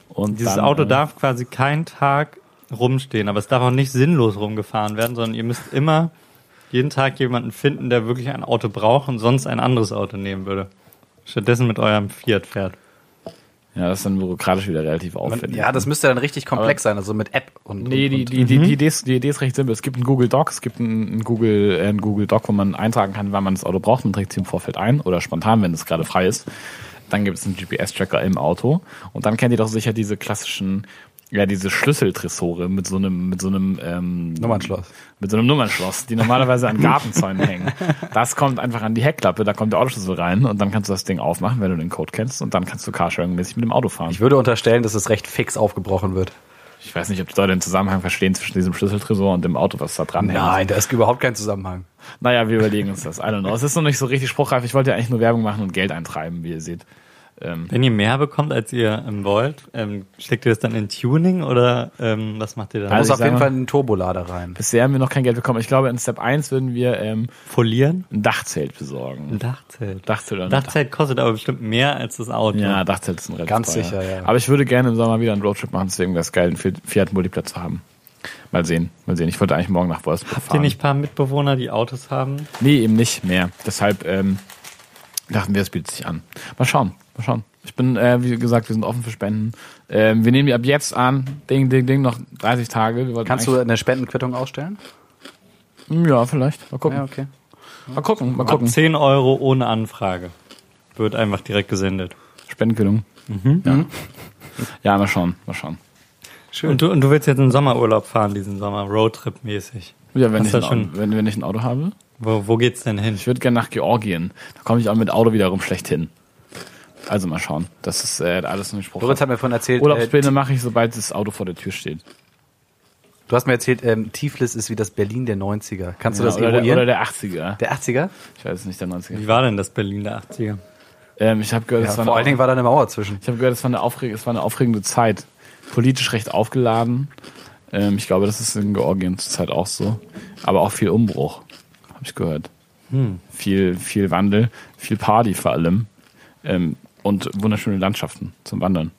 Speaker 2: Und
Speaker 3: Dieses
Speaker 2: dann,
Speaker 3: Auto
Speaker 2: äh,
Speaker 3: darf quasi keinen Tag rumstehen, aber es darf auch nicht sinnlos rumgefahren werden, sondern ihr müsst immer jeden Tag jemanden finden, der wirklich ein Auto braucht und sonst ein anderes Auto nehmen würde. Stattdessen mit eurem Fiat fährt.
Speaker 2: Ja, das ist dann bürokratisch wieder relativ aufwendig.
Speaker 1: Ja, das müsste dann richtig komplex sein, also mit App und.
Speaker 2: Nee,
Speaker 1: und,
Speaker 2: die,
Speaker 1: und.
Speaker 2: die, die, die, Idee ist, die Idee ist recht simpel. Es gibt einen Google Doc, es gibt einen, einen Google, äh, einen Google Doc, wo man eintragen kann, wann man das Auto braucht. Man trägt sie im Vorfeld ein oder spontan, wenn es gerade frei ist. Dann gibt es einen GPS-Tracker im Auto. Und dann kennt ihr doch sicher diese klassischen Ja, diese Schlüsseltresore mit so einem, mit so einem ähm,
Speaker 1: Nummernschloss.
Speaker 2: Mit so einem Nummernschloss, die normalerweise
Speaker 1: *laughs*
Speaker 2: an Gartenzäunen hängen. Das kommt einfach an die Heckklappe, da kommt der Autoschlüssel rein und dann kannst du das Ding aufmachen, wenn du den Code kennst und dann kannst du Carsharing-mäßig mit dem Auto fahren.
Speaker 1: Ich würde unterstellen, dass es recht fix aufgebrochen wird.
Speaker 2: Ich weiß nicht, ob die Leute den Zusammenhang verstehen zwischen diesem Schlüsseltresor und dem Auto, was da dran hängt.
Speaker 1: Nein, da ist überhaupt kein Zusammenhang.
Speaker 2: Naja, wir überlegen uns das. I don't know. Es ist noch nicht so richtig spruchreif. Ich wollte ja eigentlich nur Werbung machen und Geld eintreiben, wie ihr seht.
Speaker 3: Wenn ihr mehr bekommt, als ihr ähm, wollt, ähm, steckt ihr das dann in Tuning oder ähm, was macht ihr
Speaker 1: Da
Speaker 3: dann?
Speaker 2: Also
Speaker 1: muss
Speaker 2: ich
Speaker 1: auf jeden
Speaker 2: sag mal-
Speaker 1: Fall ein Turbolader rein.
Speaker 2: Bisher haben wir noch kein Geld bekommen. Ich glaube, in Step 1 würden wir ähm,
Speaker 3: Folieren?
Speaker 2: ein Dachzelt besorgen.
Speaker 3: Ein Dachzelt.
Speaker 2: Dachzelt oder ein
Speaker 3: Dachzelt kostet aber bestimmt mehr als das Auto.
Speaker 2: Dach- Ja, Dachzelt ist ein relativ
Speaker 1: Ganz
Speaker 2: teuer.
Speaker 1: sicher, ja.
Speaker 2: Aber ich würde gerne im Sommer wieder einen Roadtrip machen, deswegen wäre es geil, einen Fi- Fiat Multipla zu haben. Mal sehen, mal sehen. Ich wollte eigentlich morgen nach Wolfsburg
Speaker 3: Habt ihr
Speaker 2: fahren.
Speaker 3: nicht ein paar Mitbewohner, die Autos haben?
Speaker 2: Nee, eben nicht mehr. Deshalb ähm, dachten wir, es bietet sich an. Mal schauen, mal schauen. Ich bin, äh, wie gesagt, wir sind offen für Spenden. Ähm, wir nehmen die ab jetzt an. Ding, ding, ding, noch 30 Tage. Wir wollten
Speaker 1: Kannst du eine Spendenquittung ausstellen?
Speaker 2: eigentlich- Hm, Ja, vielleicht. Mal gucken.
Speaker 1: Ja, okay.
Speaker 2: Mal gucken, mal
Speaker 3: Ab
Speaker 2: gucken.
Speaker 3: 10 Euro ohne Anfrage. Wird einfach direkt gesendet.
Speaker 2: Spendenkühlung. Ja. ja, mal schauen, mal schauen.
Speaker 1: Schön.
Speaker 3: Und du, und du willst jetzt einen Sommerurlaub fahren, diesen Sommer, Roadtrip-mäßig.
Speaker 2: Ja, wenn
Speaker 3: Hast
Speaker 2: ich,
Speaker 3: du
Speaker 2: ein
Speaker 3: schon-
Speaker 2: Auto, wenn, wenn ich ein Auto habe.
Speaker 3: Wo, wo geht's denn hin?
Speaker 2: Ich würde gerne nach Georgien. Da komme ich auch mit Auto wiederum schlecht hin. Also mal schauen. Das ist äh, alles ein Spruch.
Speaker 1: Lorenz hat mir vorhin erzählt, äh,
Speaker 2: Urlaubspläne mache ich, sobald das Auto vor der Tür steht.
Speaker 1: du hast mir erzählt, ähm, Tiflis ist wie das Berlin der 90er. Kannst du das
Speaker 2: oder, der,
Speaker 1: eruieren?
Speaker 2: oder der 80er.
Speaker 1: der 80er?
Speaker 2: Ich weiß es nicht, der 90er.
Speaker 3: Wie war denn das Berlin der 80er?
Speaker 2: Ähm, ich habe gehört,
Speaker 1: Ja,
Speaker 2: es war
Speaker 1: vor allen
Speaker 2: eine,
Speaker 1: Dingen war da eine Mauer zwischen.
Speaker 2: ich hab gehört, es war, eine aufreg- es war eine aufregende Zeit. Politisch recht aufgeladen. Ähm, ich glaube, das ist in Georgien zurzeit auch so. Aber auch viel Umbruch, habe ich gehört.
Speaker 1: Hm.
Speaker 2: Viel, viel Wandel, viel Party vor allem. Ähm, und wunderschöne Landschaften zum Wandern.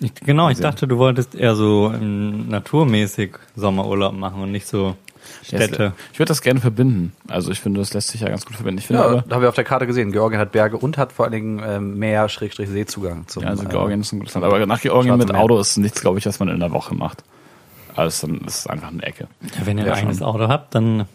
Speaker 3: Ich, genau, ich dachte, du wolltest eher so ähm, naturmäßig Sommerurlaub machen und nicht so Städte.
Speaker 2: Ich würde das gerne verbinden. Also ich finde, das lässt sich ja ganz gut verbinden. Ich finde aber,
Speaker 1: da haben wir auf der Karte gesehen. Georgien hat Berge und hat vor allen Dingen ähm, Meer, Schrägstrich, Seezugang. Zum,
Speaker 2: ja, also
Speaker 1: äh,
Speaker 2: Georgien ist ein gutes Land. Aber nach Georgien
Speaker 1: Schwarze
Speaker 2: mit
Speaker 1: Meer.
Speaker 2: Auto ist nichts, glaube ich, was man in der Woche macht. Also dann ist es einfach eine Ecke.
Speaker 3: Ja, wenn ihr
Speaker 2: Ja,
Speaker 3: ein eigenes
Speaker 2: schon.
Speaker 3: Auto habt, dann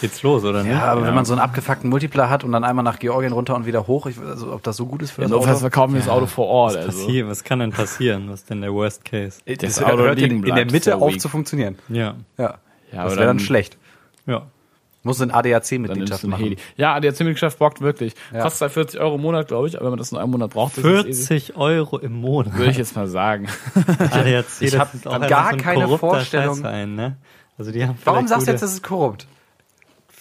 Speaker 3: geht's los, oder
Speaker 1: Ja,
Speaker 3: nicht?
Speaker 1: aber wenn man so einen abgefuckten Multipler hat und dann einmal nach Georgien runter und wieder hoch, ich, also, ob das so gut ist für das
Speaker 2: Also,
Speaker 1: Auto?
Speaker 2: verkaufen wir das Auto vor Ort. Also.
Speaker 3: Passier, was kann denn passieren? Was ist denn der Worst Case?
Speaker 1: Das,
Speaker 2: Auto
Speaker 1: hört
Speaker 2: liegen
Speaker 1: in, in
Speaker 2: bleibt,
Speaker 1: der
Speaker 2: ist ja
Speaker 1: Mitte auf
Speaker 2: weak.
Speaker 1: zu funktionieren.
Speaker 3: Ja,
Speaker 1: Ja,
Speaker 2: Ja,
Speaker 1: das
Speaker 2: aber
Speaker 1: wäre dann,
Speaker 2: dann-
Speaker 1: schlecht.
Speaker 3: ja.
Speaker 1: Muss ein ADAC-Mitgliedschaft
Speaker 2: Dann nimmst du einen
Speaker 1: machen.
Speaker 2: Heli. Ja, die hat ziemlich geschafft, bockt wirklich.
Speaker 1: Ja.
Speaker 2: Kostet halt 40 Euro im Monat, glaube ich, aber wenn man das in einem Monat braucht, das ist easy.
Speaker 3: 40 Euro im
Speaker 2: Würde ich
Speaker 3: Monat.
Speaker 2: jetzt mal sagen. *laughs*
Speaker 3: ADAC,
Speaker 1: ich hab
Speaker 3: ist
Speaker 1: gar
Speaker 3: einfach so ein
Speaker 1: keine
Speaker 3: korrupter
Speaker 1: Vorstellung.
Speaker 3: Scheißverein, ne? Also die haben
Speaker 1: Warum
Speaker 3: vielleicht
Speaker 1: sagst du
Speaker 3: gute-
Speaker 1: jetzt, das ist korrupt?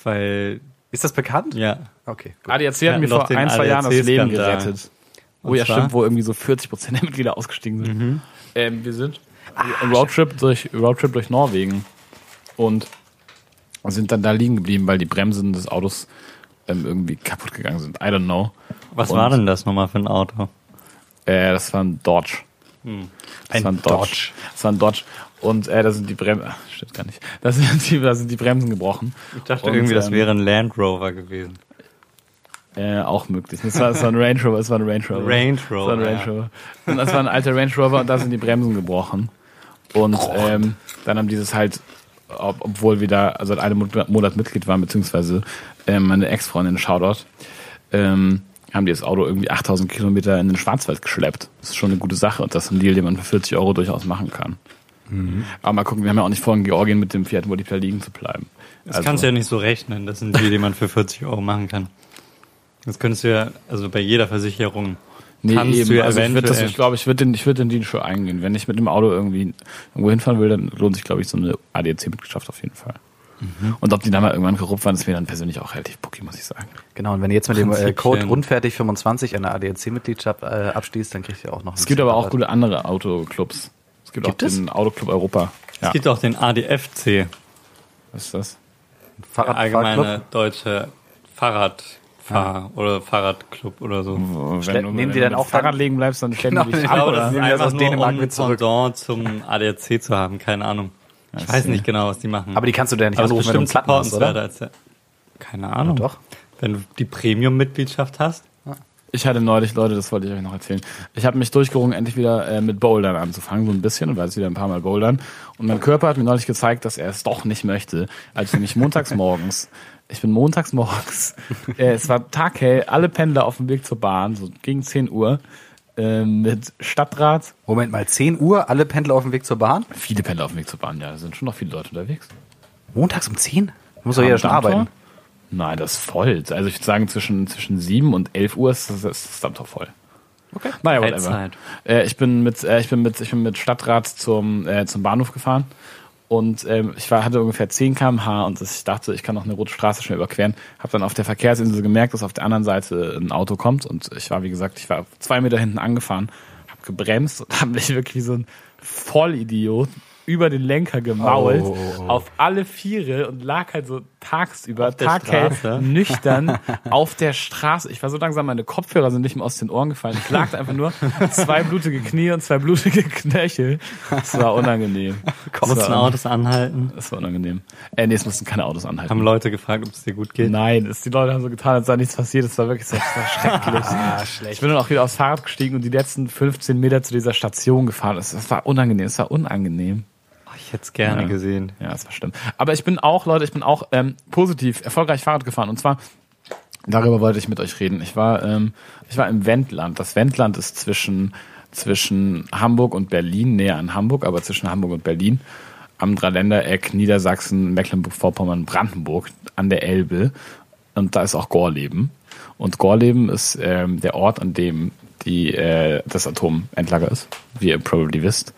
Speaker 3: Weil,
Speaker 1: Ist das bekannt?
Speaker 3: ja,
Speaker 1: Okay. gut.
Speaker 2: ADAC
Speaker 3: Wir
Speaker 2: hat mir
Speaker 3: hatten doch
Speaker 2: vor
Speaker 3: den
Speaker 2: ein, zwei Jahren das Leben
Speaker 3: ADAC-Skandal.
Speaker 2: gerettet.
Speaker 3: Und
Speaker 2: Oh ja,
Speaker 3: zwar? Mhm.
Speaker 2: stimmt, wo irgendwie so 40 Prozent der Mitglieder ausgestiegen sind. Ähm, wir sind
Speaker 3: Ah,
Speaker 2: ein Roadtrip durch, Roadtrip durch Norwegen und sind dann da liegen geblieben, weil die Bremsen des Autos ähm, irgendwie kaputt gegangen sind. I don't know.
Speaker 3: was
Speaker 2: Und-
Speaker 3: war denn das nochmal für ein Auto?
Speaker 2: Äh, das war ein Dodge.
Speaker 3: Hm.
Speaker 2: Das
Speaker 1: Ein
Speaker 2: war ein Dodge.
Speaker 1: Dodge.
Speaker 2: Das war ein Dodge. Und äh, da sind die Bremsen. Stimmt gar nicht. Da *laughs* sind die, da sind die Bremsen gebrochen.
Speaker 3: Ich dachte
Speaker 2: Und,
Speaker 3: irgendwie, das
Speaker 2: ähm,
Speaker 3: wäre ein Land Rover gewesen.
Speaker 2: Äh, auch möglich. Das war, das war ein Range Rover, es war ein Range Rover.
Speaker 3: Range
Speaker 2: Das war ein
Speaker 3: Rover,
Speaker 2: Range
Speaker 3: ja.
Speaker 2: Rover. Und das war ein alter Range Rover und da sind die Bremsen gebrochen. Und ähm, dann haben dieses halt, ob, obwohl wir da also seit einem Mon- Monat Mitglied waren, beziehungsweise ähm, meine Ex-Freundin, Shoutout, ähm, haben die das Auto irgendwie 8000 Kilometer in den Schwarzwald geschleppt. Das ist schon eine gute Sache und das ist ein Deal, den man für 40 Euro durchaus machen kann.
Speaker 3: Mhm.
Speaker 2: Aber mal gucken, wir haben ja auch nicht vor, in Georgien mit dem Fiat Multipla liegen zu bleiben.
Speaker 3: Das
Speaker 1: Also.
Speaker 3: kannst du ja nicht so rechnen. Das sind die, die man für 40 Euro machen kann. Das könntest du ja, also bei jeder Versicherung.
Speaker 2: Nee,
Speaker 3: kannst
Speaker 2: eben.
Speaker 3: du ja
Speaker 2: also ich würde das,
Speaker 3: eventuell-
Speaker 2: ich glaube, ich würde den, ich würde den Deal schon eingehen. Wenn ich mit dem Auto irgendwie irgendwo hinfahren will, dann lohnt sich, glaube ich, so eine ADAC-Mitgliedschaft auf jeden Fall.
Speaker 1: Mhm.
Speaker 2: Und ob die dann mal irgendwann korrupt waren, ist mir dann persönlich auch relativ pucki, muss ich sagen.
Speaker 1: Genau, und wenn ihr jetzt mit dem äh,
Speaker 3: Prinzipien.
Speaker 1: Code unfertig25 eine ADAC-Mitgliedschaft äh, abschließt, dann kriegt ihr auch noch
Speaker 2: Es gibt aber auch gute andere Autoclubs. Es gibt,
Speaker 1: Gibt
Speaker 2: auch
Speaker 1: es?
Speaker 2: den Autoclub Europa. Ja,
Speaker 3: Es gibt auch den ADFC,
Speaker 2: was ist das?
Speaker 3: der
Speaker 1: Fahrradfahrclub.
Speaker 3: allgemeine deutsche Fahrradfahr- oder Fahrradclub oder
Speaker 1: Hm.
Speaker 3: so.
Speaker 2: Wenn
Speaker 1: nehmen die dann
Speaker 2: mit
Speaker 1: auch
Speaker 2: Fahrrad
Speaker 1: dann-
Speaker 2: liegen bleibst, dann stellen
Speaker 1: Genau,
Speaker 2: die dich
Speaker 1: ich
Speaker 2: ab,
Speaker 1: glaube,
Speaker 3: Aber
Speaker 2: oder?
Speaker 3: das ist
Speaker 1: Nehmen wir das
Speaker 3: einfach
Speaker 1: aus
Speaker 3: nur,
Speaker 1: Dänemark
Speaker 3: um ein
Speaker 1: mit zurück.
Speaker 3: Pendant zum ADAC zu haben. Keine Ahnung. Ich weiß nicht genau, was die machen.
Speaker 1: Aber die kannst du dir ja nicht
Speaker 3: Aber es
Speaker 1: anrufen,
Speaker 3: ist
Speaker 1: wenn du einen
Speaker 3: bestimmt
Speaker 1: Platten hast,
Speaker 3: supportenswerter
Speaker 1: oder?
Speaker 3: als der. Keine Ahnung.
Speaker 1: doch.
Speaker 3: Wenn du die Premium-Mitgliedschaft hast,
Speaker 2: Ich hatte neulich, Leute, das wollte ich euch noch erzählen. Ich habe mich durchgerungen, endlich wieder äh, mit Bouldern anzufangen, so ein bisschen, und war jetzt wieder ein paar Mal Bouldern. Und mein Körper hat mir neulich gezeigt, dass er es doch nicht möchte, als ich mich montags morgens, ich bin montags *laughs* morgens, äh, es war taghell, alle Pendler auf dem Weg zur Bahn, so gegen 10 Uhr, äh, mit Stadtrat.
Speaker 1: Moment mal, 10 Uhr, alle Pendler auf dem Weg zur Bahn?
Speaker 2: Viele Pendler auf dem Weg zur Bahn, ja. Da sind schon noch viele Leute unterwegs.
Speaker 1: Montags um 10? Muss doch jeder schon
Speaker 2: Dammtor?
Speaker 1: arbeiten.
Speaker 2: Nein, das ist voll. Also ich würde sagen, zwischen, zwischen 7 und 11 Uhr ist das, ist das Dammtor voll. Okay. Naja, whatever.
Speaker 3: Zeit.
Speaker 2: Äh, ich, bin mit, äh, ich, bin mit, ich bin mit Stadtrat zum, äh, zum Bahnhof gefahren und ähm, ich war, hatte ungefähr 10 km/h und das, ich dachte, ich kann noch eine rote Straße schnell überqueren. Habe dann auf der Verkehrsinsel gemerkt, dass auf der anderen Seite ein Auto kommt und ich war, wie gesagt, ich war zwei Meter hinten angefahren, habe gebremst und *laughs* habe mich wirklich wie so ein Vollidiot über den Lenker gemault
Speaker 1: Oh, oh, oh.
Speaker 2: auf alle Viere und lag halt so tagsüber
Speaker 3: der
Speaker 2: taghell
Speaker 3: Straße.
Speaker 2: nüchtern auf der Straße. Ich war so langsam, meine Kopfhörer sind nicht mehr aus den Ohren gefallen. Ich lag da einfach nur zwei blutige Knie und zwei blutige Knöchel. Das war unangenehm. Das
Speaker 3: Mussten
Speaker 2: war,
Speaker 3: Autos anhalten.
Speaker 2: das war unangenehm. Äh, nee, es mussten keine Autos anhalten.
Speaker 3: Haben Leute gefragt, ob es dir gut geht.
Speaker 2: Nein, es, die Leute haben so getan, als sei nichts passiert. Es war wirklich so, es war schrecklich. Ich bin dann auch wieder aufs Fahrrad gestiegen und die letzten 15 Meter zu dieser Station gefahren. Das, das war unangenehm, es war unangenehm.
Speaker 3: Ach, ich hätte es gerne
Speaker 2: Ja.
Speaker 3: gesehen.
Speaker 2: Ja, das war schlimm. Aber ich bin auch, Leute, ich bin auch ähm, positiv erfolgreich Fahrrad gefahren. Und zwar, darüber wollte ich mit euch reden. Ich war, ähm, ich war im Wendland. Das Wendland ist zwischen, zwischen Hamburg und Berlin, näher an Hamburg, aber zwischen Hamburg und Berlin. Am Dreiländereck, Niedersachsen, Mecklenburg-Vorpommern, Brandenburg, an der Elbe. Und da ist auch Gorleben. Und Gorleben ist ähm, der Ort, an dem die, äh, das Atomendlager ist, wie ihr probably wisst.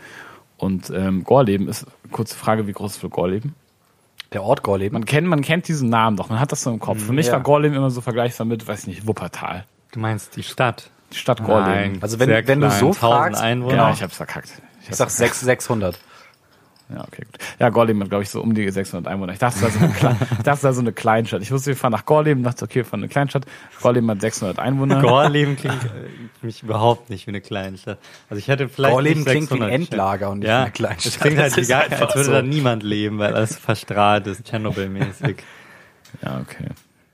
Speaker 2: Und ähm, Gorleben ist, kurze Frage, wie groß ist wohl Gorleben?
Speaker 1: Der Ort Gorleben.
Speaker 2: Man kennt, man kennt diesen Namen doch, man hat das so im Kopf. Für mich
Speaker 1: ja.
Speaker 2: war Gorleben immer so vergleichbar mit, weiß nicht, Wuppertal.
Speaker 3: Du meinst die Stadt?
Speaker 2: Die Stadt Gorleben.
Speaker 3: Nein.
Speaker 1: Also wenn,
Speaker 3: Sehr
Speaker 1: wenn du
Speaker 3: klein,
Speaker 1: so
Speaker 3: 1000
Speaker 1: fragst,
Speaker 3: Einwohner.
Speaker 2: Genau,
Speaker 1: genau.
Speaker 2: ich hab's verkackt. Ich
Speaker 1: Ich
Speaker 2: hab's
Speaker 1: sag 6, 600.
Speaker 2: Ja, okay, gut. Ja, Gorleben hat, glaube ich, so um die 600 Einwohner. Ich dachte, das war so eine, Kle
Speaker 3: *laughs*
Speaker 2: ich dachte, das war so eine Kleinstadt. Ich wusste, wir fahren nach Gorleben, dachte, okay, wir fahren in eine Kleinstadt. Gorleben hat 600 Einwohner.
Speaker 1: Genau.
Speaker 3: *laughs* Gorleben klingt äh, für mich überhaupt nicht wie eine Kleinstadt. Also ich hätte vielleicht
Speaker 1: Gorleben
Speaker 3: nicht
Speaker 1: klingt wie ein
Speaker 3: 600
Speaker 1: Endlager und nicht wie
Speaker 3: ja,
Speaker 1: eine Kleinstadt.
Speaker 3: Es klingt halt
Speaker 1: Das ist
Speaker 3: egal,
Speaker 1: einfach
Speaker 3: als würde
Speaker 1: so.
Speaker 3: da niemand leben, weil alles verstrahlt
Speaker 1: *laughs*
Speaker 3: ist, Tschernobyl-mäßig.
Speaker 2: Ja, okay.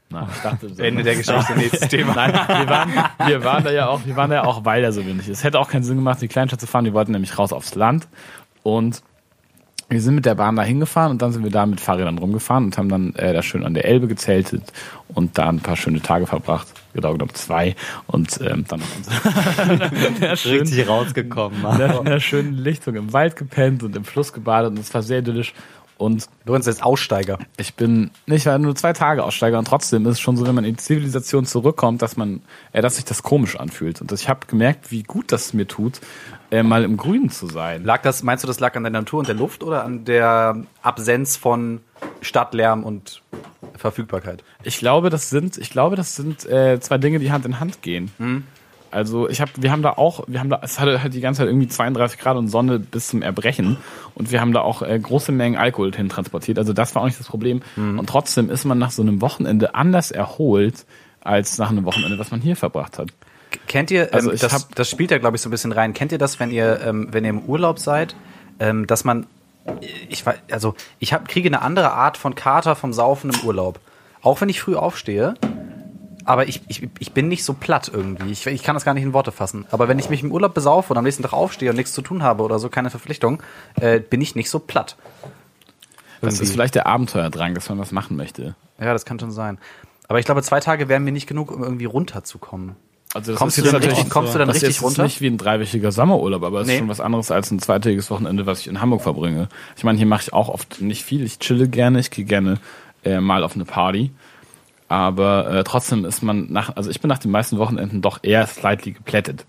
Speaker 2: Na, ich dachte, so
Speaker 1: Oh. der Geschichte,
Speaker 2: *laughs*
Speaker 1: nächstes Thema.
Speaker 2: Nein, wir waren, wir waren da ja auch, wir waren da ja auch, weil da so wenig ist. Es hätte auch keinen Sinn gemacht, in die Kleinstadt zu fahren. Wir wollten nämlich raus aufs Land. Und wir sind mit der Bahn da hingefahren und dann sind wir da mit Fahrrädern rumgefahren und haben dann äh, da schön an der Elbe gezeltet und da ein paar schöne Tage verbracht. Genau, glaube zwei. Und ähm, dann *laughs* ja, schön,
Speaker 3: Richtig rausgekommen.
Speaker 2: in *laughs*
Speaker 3: Mann.
Speaker 2: der- in der schönen Lichtung im Wald gepennt und im Fluss gebadet und es war sehr idyllisch. Und
Speaker 1: Übrigens ist Aussteiger.
Speaker 2: ich bin, nee, ich war nur zwei Tage Aussteiger und trotzdem ist es schon so, wenn man in die Zivilisation zurückkommt, dass man, äh, dass sich das komisch anfühlt. Und das, ich habe gemerkt, wie gut das mir tut, äh, mal im Grünen zu sein.
Speaker 1: Lag das, meinst du, das lag an der Natur und der Luft oder an der Absenz von Stadtlärm und Verfügbarkeit?
Speaker 2: Ich glaube, das sind, ich glaube, das sind äh, zwei Dinge, die Hand in Hand gehen. Also ich habe, wir haben da auch, wir haben da, es hatte halt die ganze Zeit irgendwie 32 Grad und Sonne bis zum Erbrechen und wir haben da auch äh, große Mengen Alkohol hin transportiert. Also das war auch nicht das Problem. Und trotzdem ist man nach so einem Wochenende anders erholt als nach einem Wochenende, was man hier verbracht hat.
Speaker 1: Kennt ihr, ähm,
Speaker 2: Also ich
Speaker 1: das,
Speaker 2: hab-
Speaker 1: das spielt ja, glaube ich, so ein bisschen rein. Kennt ihr das, wenn ihr, ähm, wenn ihr im Urlaub seid, ähm, dass man, ich weiß, also ich hab, kriege eine andere Art von Kater vom Saufen im Urlaub. Auch wenn ich früh aufstehe, aber ich, ich, ich bin nicht so platt irgendwie. Ich, ich kann das gar nicht in Worte fassen. Aber wenn ich mich im Urlaub besaufe und am nächsten Tag aufstehe und nichts zu tun habe oder so, keine Verpflichtung, äh, bin ich nicht so platt.
Speaker 2: Das ist vielleicht der Abenteuerdrang, dass man was machen möchte.
Speaker 1: Ja, das kann schon sein. Aber ich glaube, zwei Tage wären mir nicht genug, um irgendwie runterzukommen.
Speaker 2: Also das
Speaker 1: Kommst du
Speaker 2: ist
Speaker 1: dann
Speaker 2: jetzt natürlich-
Speaker 1: richtig- kommst du dann
Speaker 2: das ist
Speaker 1: richtig
Speaker 2: jetzt
Speaker 1: runter?
Speaker 2: nicht wie ein dreiwöchiger Sommerurlaub, aber es
Speaker 1: Nee.
Speaker 2: ist schon was anderes als ein zweitägiges Wochenende, was ich in Hamburg verbringe. Ich meine, hier mache ich auch oft nicht viel. Ich chille gerne, ich gehe gerne äh, mal auf eine Party. Aber äh, trotzdem ist man nach, also ich bin nach den meisten Wochenenden doch eher slightly geplättet.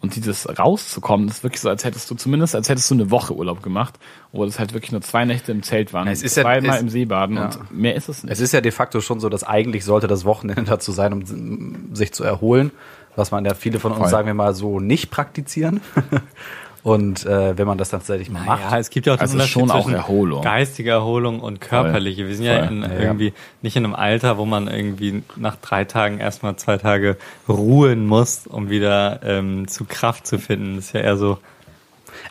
Speaker 2: Und dieses rauszukommen, ist wirklich so, als hättest du zumindest, als hättest du eine Woche Urlaub gemacht, wo das halt wirklich nur zwei Nächte im Zelt waren,
Speaker 1: Es ist ja-
Speaker 2: zweimal
Speaker 1: es-
Speaker 2: im Seebaden
Speaker 1: ja.
Speaker 2: und mehr ist es nicht.
Speaker 1: Es ist ja de facto schon so, dass eigentlich sollte das Wochenende *laughs* dazu sein, um sich zu erholen, was man ja viele von uns,
Speaker 2: Voll.
Speaker 1: sagen wir mal, so nicht praktizieren. *laughs* Und äh, wenn man das dann tatsächlich mal macht.
Speaker 3: Ja, es gibt ja auch den
Speaker 2: Also
Speaker 3: Unterschied
Speaker 2: schon auch
Speaker 3: zwischen
Speaker 2: Erholung.
Speaker 3: geistige Erholung und körperliche. Wir sind ja,
Speaker 2: Voll.
Speaker 3: in,
Speaker 2: Ja,
Speaker 1: ja.
Speaker 3: irgendwie nicht in einem Alter, wo man irgendwie nach drei Tagen erstmal zwei Tage ruhen muss, um wieder ähm, zu Kraft zu finden. Das ist ja eher so,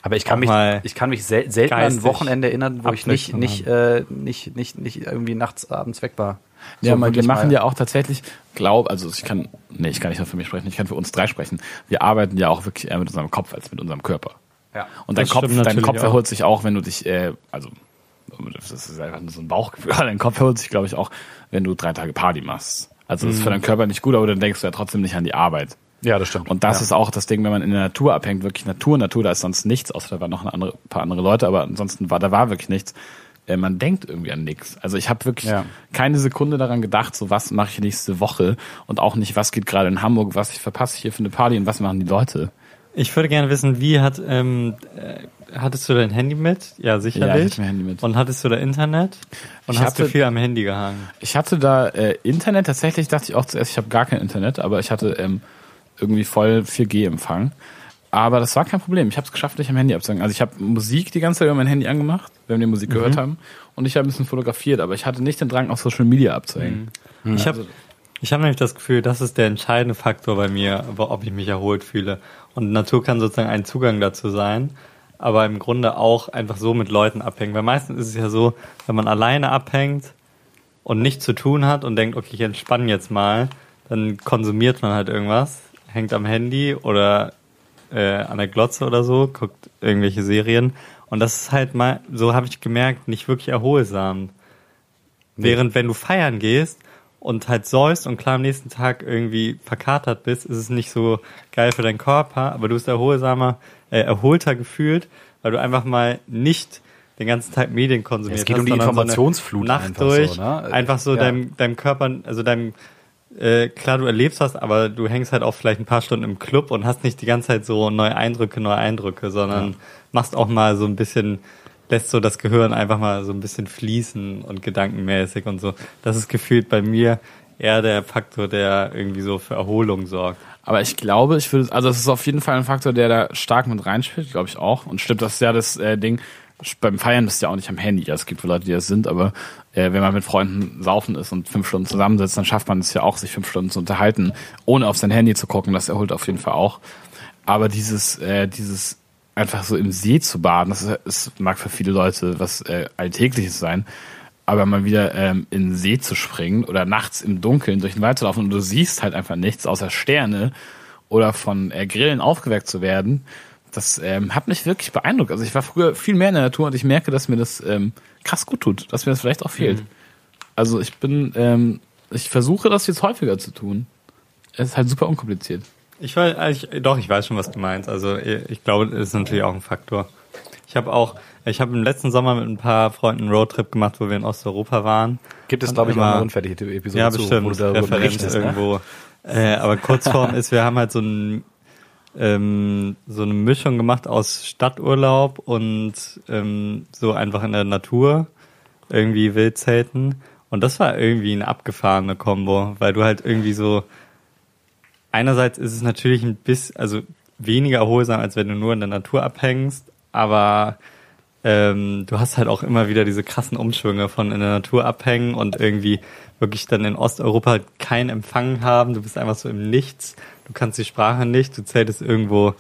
Speaker 1: aber ich kann
Speaker 3: auch
Speaker 1: mich,
Speaker 3: mal
Speaker 1: ich kann mich sel selten an ein
Speaker 3: geistig
Speaker 1: Wochenende erinnern, wo ich nicht,
Speaker 3: Abwechslung
Speaker 1: nicht, äh, nicht, nicht, nicht irgendwie nachts abends weg war.
Speaker 2: Ja, man, wir
Speaker 1: wirklich
Speaker 2: machen
Speaker 1: mal-
Speaker 2: ja auch tatsächlich, glaub, also ich kann, nee, ich kann nicht nur für mich sprechen, ich kann für uns drei sprechen. Wir arbeiten ja auch wirklich eher mit unserem Kopf als mit unserem Körper.
Speaker 1: Ja.
Speaker 2: Und dein
Speaker 3: Das
Speaker 2: Kopf,
Speaker 3: stimmt
Speaker 2: dein
Speaker 3: natürlich
Speaker 2: Kopf
Speaker 3: auch.
Speaker 2: erholt sich auch, wenn du dich, äh, also das ist einfach nur so ein Bauchgefühl, *laughs* aber dein Kopf erholt sich, glaube
Speaker 3: Mhm.
Speaker 2: ich, auch, wenn du drei Tage Party machst. Also das ist für deinen Körper nicht gut, aber dann denkst du ja trotzdem nicht an die Arbeit.
Speaker 1: Ja, das stimmt.
Speaker 2: Und das
Speaker 1: ja.
Speaker 2: ist auch das Ding, wenn man in der Natur abhängt, wirklich Natur, Natur, da ist sonst nichts, außer da waren noch ein andere, paar andere Leute, aber ansonsten war, da war wirklich nichts. Äh, man denkt irgendwie an nichts. Also ich habe wirklich
Speaker 1: Ja.
Speaker 2: keine Sekunde daran gedacht, so was mache ich nächste Woche und auch nicht, was geht gerade in Hamburg, was ich verpasse ich hier für eine Party und was machen die Leute.
Speaker 3: Ich würde gerne wissen, wie hat, ähm, äh, hattest du dein Handy mit? Ja, sicherlich.
Speaker 2: Ja, ich hatte mein Handy mit.
Speaker 3: Und hattest du da Internet? Und
Speaker 2: Ich
Speaker 3: hast du
Speaker 2: hatte-
Speaker 3: viel am Handy gehangen?
Speaker 2: Ich hatte da äh, Internet, tatsächlich dachte ich auch zuerst, ich habe gar kein Internet, aber ich hatte ähm, irgendwie voll 4G-Empfang. Aber das war kein Problem. Ich habe es geschafft, nicht am Handy abzuhängen. Also ich habe Musik die ganze Zeit über mein Handy angemacht, wenn wir die Musik gehört haben. Und ich habe ein bisschen fotografiert, aber ich hatte nicht den Drang, auf Social Media abzuhängen.
Speaker 3: Ich habe ich hab nämlich das Gefühl, das ist der entscheidende Faktor bei mir, ob ich mich erholt fühle. Und Natur kann sozusagen ein Zugang dazu sein, aber im Grunde auch einfach so mit Leuten abhängen. Weil meistens ist es ja so, wenn man alleine abhängt und nichts zu tun hat und denkt, okay, ich entspanne jetzt mal, dann konsumiert man halt irgendwas, hängt am Handy oder äh, an der Glotze oder so, guckt irgendwelche Serien. Und das ist halt mal, so habe ich gemerkt, nicht wirklich erholsam. Während wenn du feiern gehst und halt säust und klar am nächsten Tag irgendwie verkatert bist, ist es nicht so geil für deinen Körper, aber du bist erholsamer, äh, erholter gefühlt, weil du einfach mal nicht den ganzen Tag Medien konsumiert
Speaker 1: Es geht um
Speaker 3: hast,
Speaker 1: die
Speaker 3: sondern so eine
Speaker 1: Informationsflut
Speaker 3: Nacht
Speaker 1: einfach so,
Speaker 3: durch,
Speaker 1: ne?
Speaker 3: einfach so
Speaker 1: Ja.
Speaker 3: deinem, deinem Körper, also deinem äh, klar, du erlebst was, aber du hängst halt auch vielleicht ein paar Stunden im Club und hast nicht die ganze Zeit so neue Eindrücke, neue Eindrücke, sondern machst auch mal so ein bisschen, lässt so das Gehirn einfach mal so ein bisschen fließen und gedankenmäßig und so. Das ist gefühlt bei mir eher der Faktor, der irgendwie so für Erholung sorgt.
Speaker 2: Aber ich glaube, ich würde, also es ist auf jeden Fall ein Faktor, der da stark mit reinspielt, glaube ich auch. Und stimmt, das ist ja das äh, Ding. Beim Feiern bist du ja auch nicht am Handy. Ja, es gibt Leute, die das sind, aber äh, wenn man mit Freunden saufen ist und fünf Stunden zusammensitzt, dann schafft man es ja auch, sich fünf Stunden zu unterhalten, ohne auf sein Handy zu gucken. Das erholt auf jeden Fall auch. Aber dieses, äh, dieses einfach so im See zu baden, das, ist, das mag für viele Leute was äh, Alltägliches sein. Aber mal wieder ähm, in den See zu springen oder nachts im Dunkeln durch den Wald zu laufen und du siehst halt einfach nichts außer Sterne oder von äh, Grillen aufgeweckt zu werden, das ähm, hat mich wirklich beeindruckt. Also ich war früher viel mehr in der Natur und ich merke, dass mir das ähm, krass gut tut, dass mir das vielleicht auch fehlt. Also ich bin, ähm, ich versuche das jetzt häufiger zu tun. Es ist halt super unkompliziert.
Speaker 3: Ich weiß, also ich, doch, ich weiß schon, was du meinst. Also ich glaube, das ist natürlich auch ein Faktor. Ich habe auch, ich habe im letzten Sommer mit ein paar Freunden einen Roadtrip gemacht, wo wir in Osteuropa waren.
Speaker 1: Gibt es,
Speaker 3: Und
Speaker 1: glaube ich, auch
Speaker 3: immer-
Speaker 1: eine unfertige Episode
Speaker 3: ja,
Speaker 1: zu,
Speaker 3: bestimmt.
Speaker 1: wo du darüber
Speaker 3: Referenz
Speaker 1: berichtest. Ne?
Speaker 3: irgendwo. Äh,
Speaker 1: *laughs*
Speaker 3: aber Kurzform ist, wir haben halt so, ein, ähm, so eine Mischung gemacht aus Stadturlaub und ähm, so einfach in der Natur irgendwie wild zelten. Und das war irgendwie eine abgefahrene Kombo, weil du halt irgendwie so einerseits ist es natürlich ein bisschen, also weniger erholsam, als wenn du nur in der Natur abhängst, aber ähm, du hast halt auch immer wieder diese krassen Umschwünge von in der Natur abhängen und irgendwie wirklich dann in Osteuropa halt keinen Empfang haben. Du bist einfach so im Nichts. Du kannst die Sprache nicht. Du zähltest irgendwo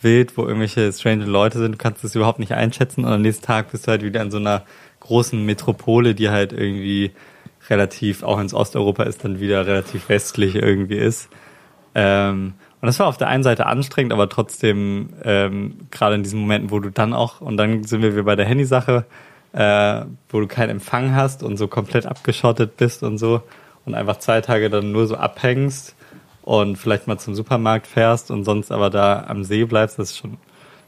Speaker 3: wild, wo irgendwelche strange Leute sind. Du kannst es überhaupt nicht einschätzen. Und am nächsten Tag bist du halt wieder in so einer großen Metropole, die halt irgendwie relativ, auch ins Osteuropa ist, dann wieder relativ westlich irgendwie ist. Ähm, und das war auf der einen Seite anstrengend, aber trotzdem, ähm, gerade in diesen Momenten, wo du dann auch, und dann sind wir wieder bei der Handysache, äh, wo du keinen Empfang hast und so komplett abgeschottet bist und so und einfach zwei Tage dann nur so abhängst und vielleicht mal zum Supermarkt fährst und sonst aber da am See bleibst, das ist schon,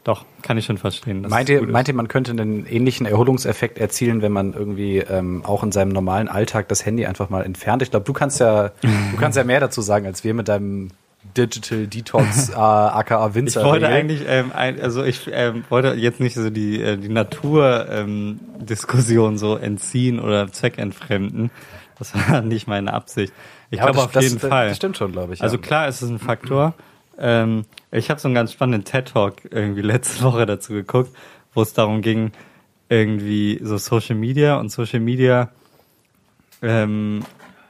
Speaker 3: doch, kann ich schon verstehen. dass
Speaker 1: Meint
Speaker 3: es
Speaker 1: ihr,
Speaker 3: gut ist.
Speaker 1: meint ihr, man könnte einen ähnlichen Erholungseffekt erzielen, wenn man irgendwie ähm, auch in seinem normalen Alltag das Handy einfach mal entfernt? Ich glaube, du kannst ja, du kannst ja mehr dazu sagen, als wir mit deinem Digital Detox
Speaker 3: *laughs*
Speaker 1: äh, aka
Speaker 3: Ich
Speaker 1: Winzer.
Speaker 3: wollte eigentlich, ähm, ein, also ich ähm, wollte jetzt nicht so die, äh, die Natur-Diskussion so entziehen oder zweckentfremden. Das war *laughs* nicht meine Absicht. Ich
Speaker 1: ja, aber das,
Speaker 3: glaube auf
Speaker 1: das,
Speaker 3: jeden
Speaker 1: das,
Speaker 3: Fall.
Speaker 1: Das stimmt schon, glaube ich.
Speaker 3: Also
Speaker 1: ja.
Speaker 3: klar ist es ein Faktor. Ähm, ich habe so einen ganz spannenden TED-Talk irgendwie *laughs* letzte Woche dazu geguckt, wo es darum ging, irgendwie so Social Media und Social Media ähm,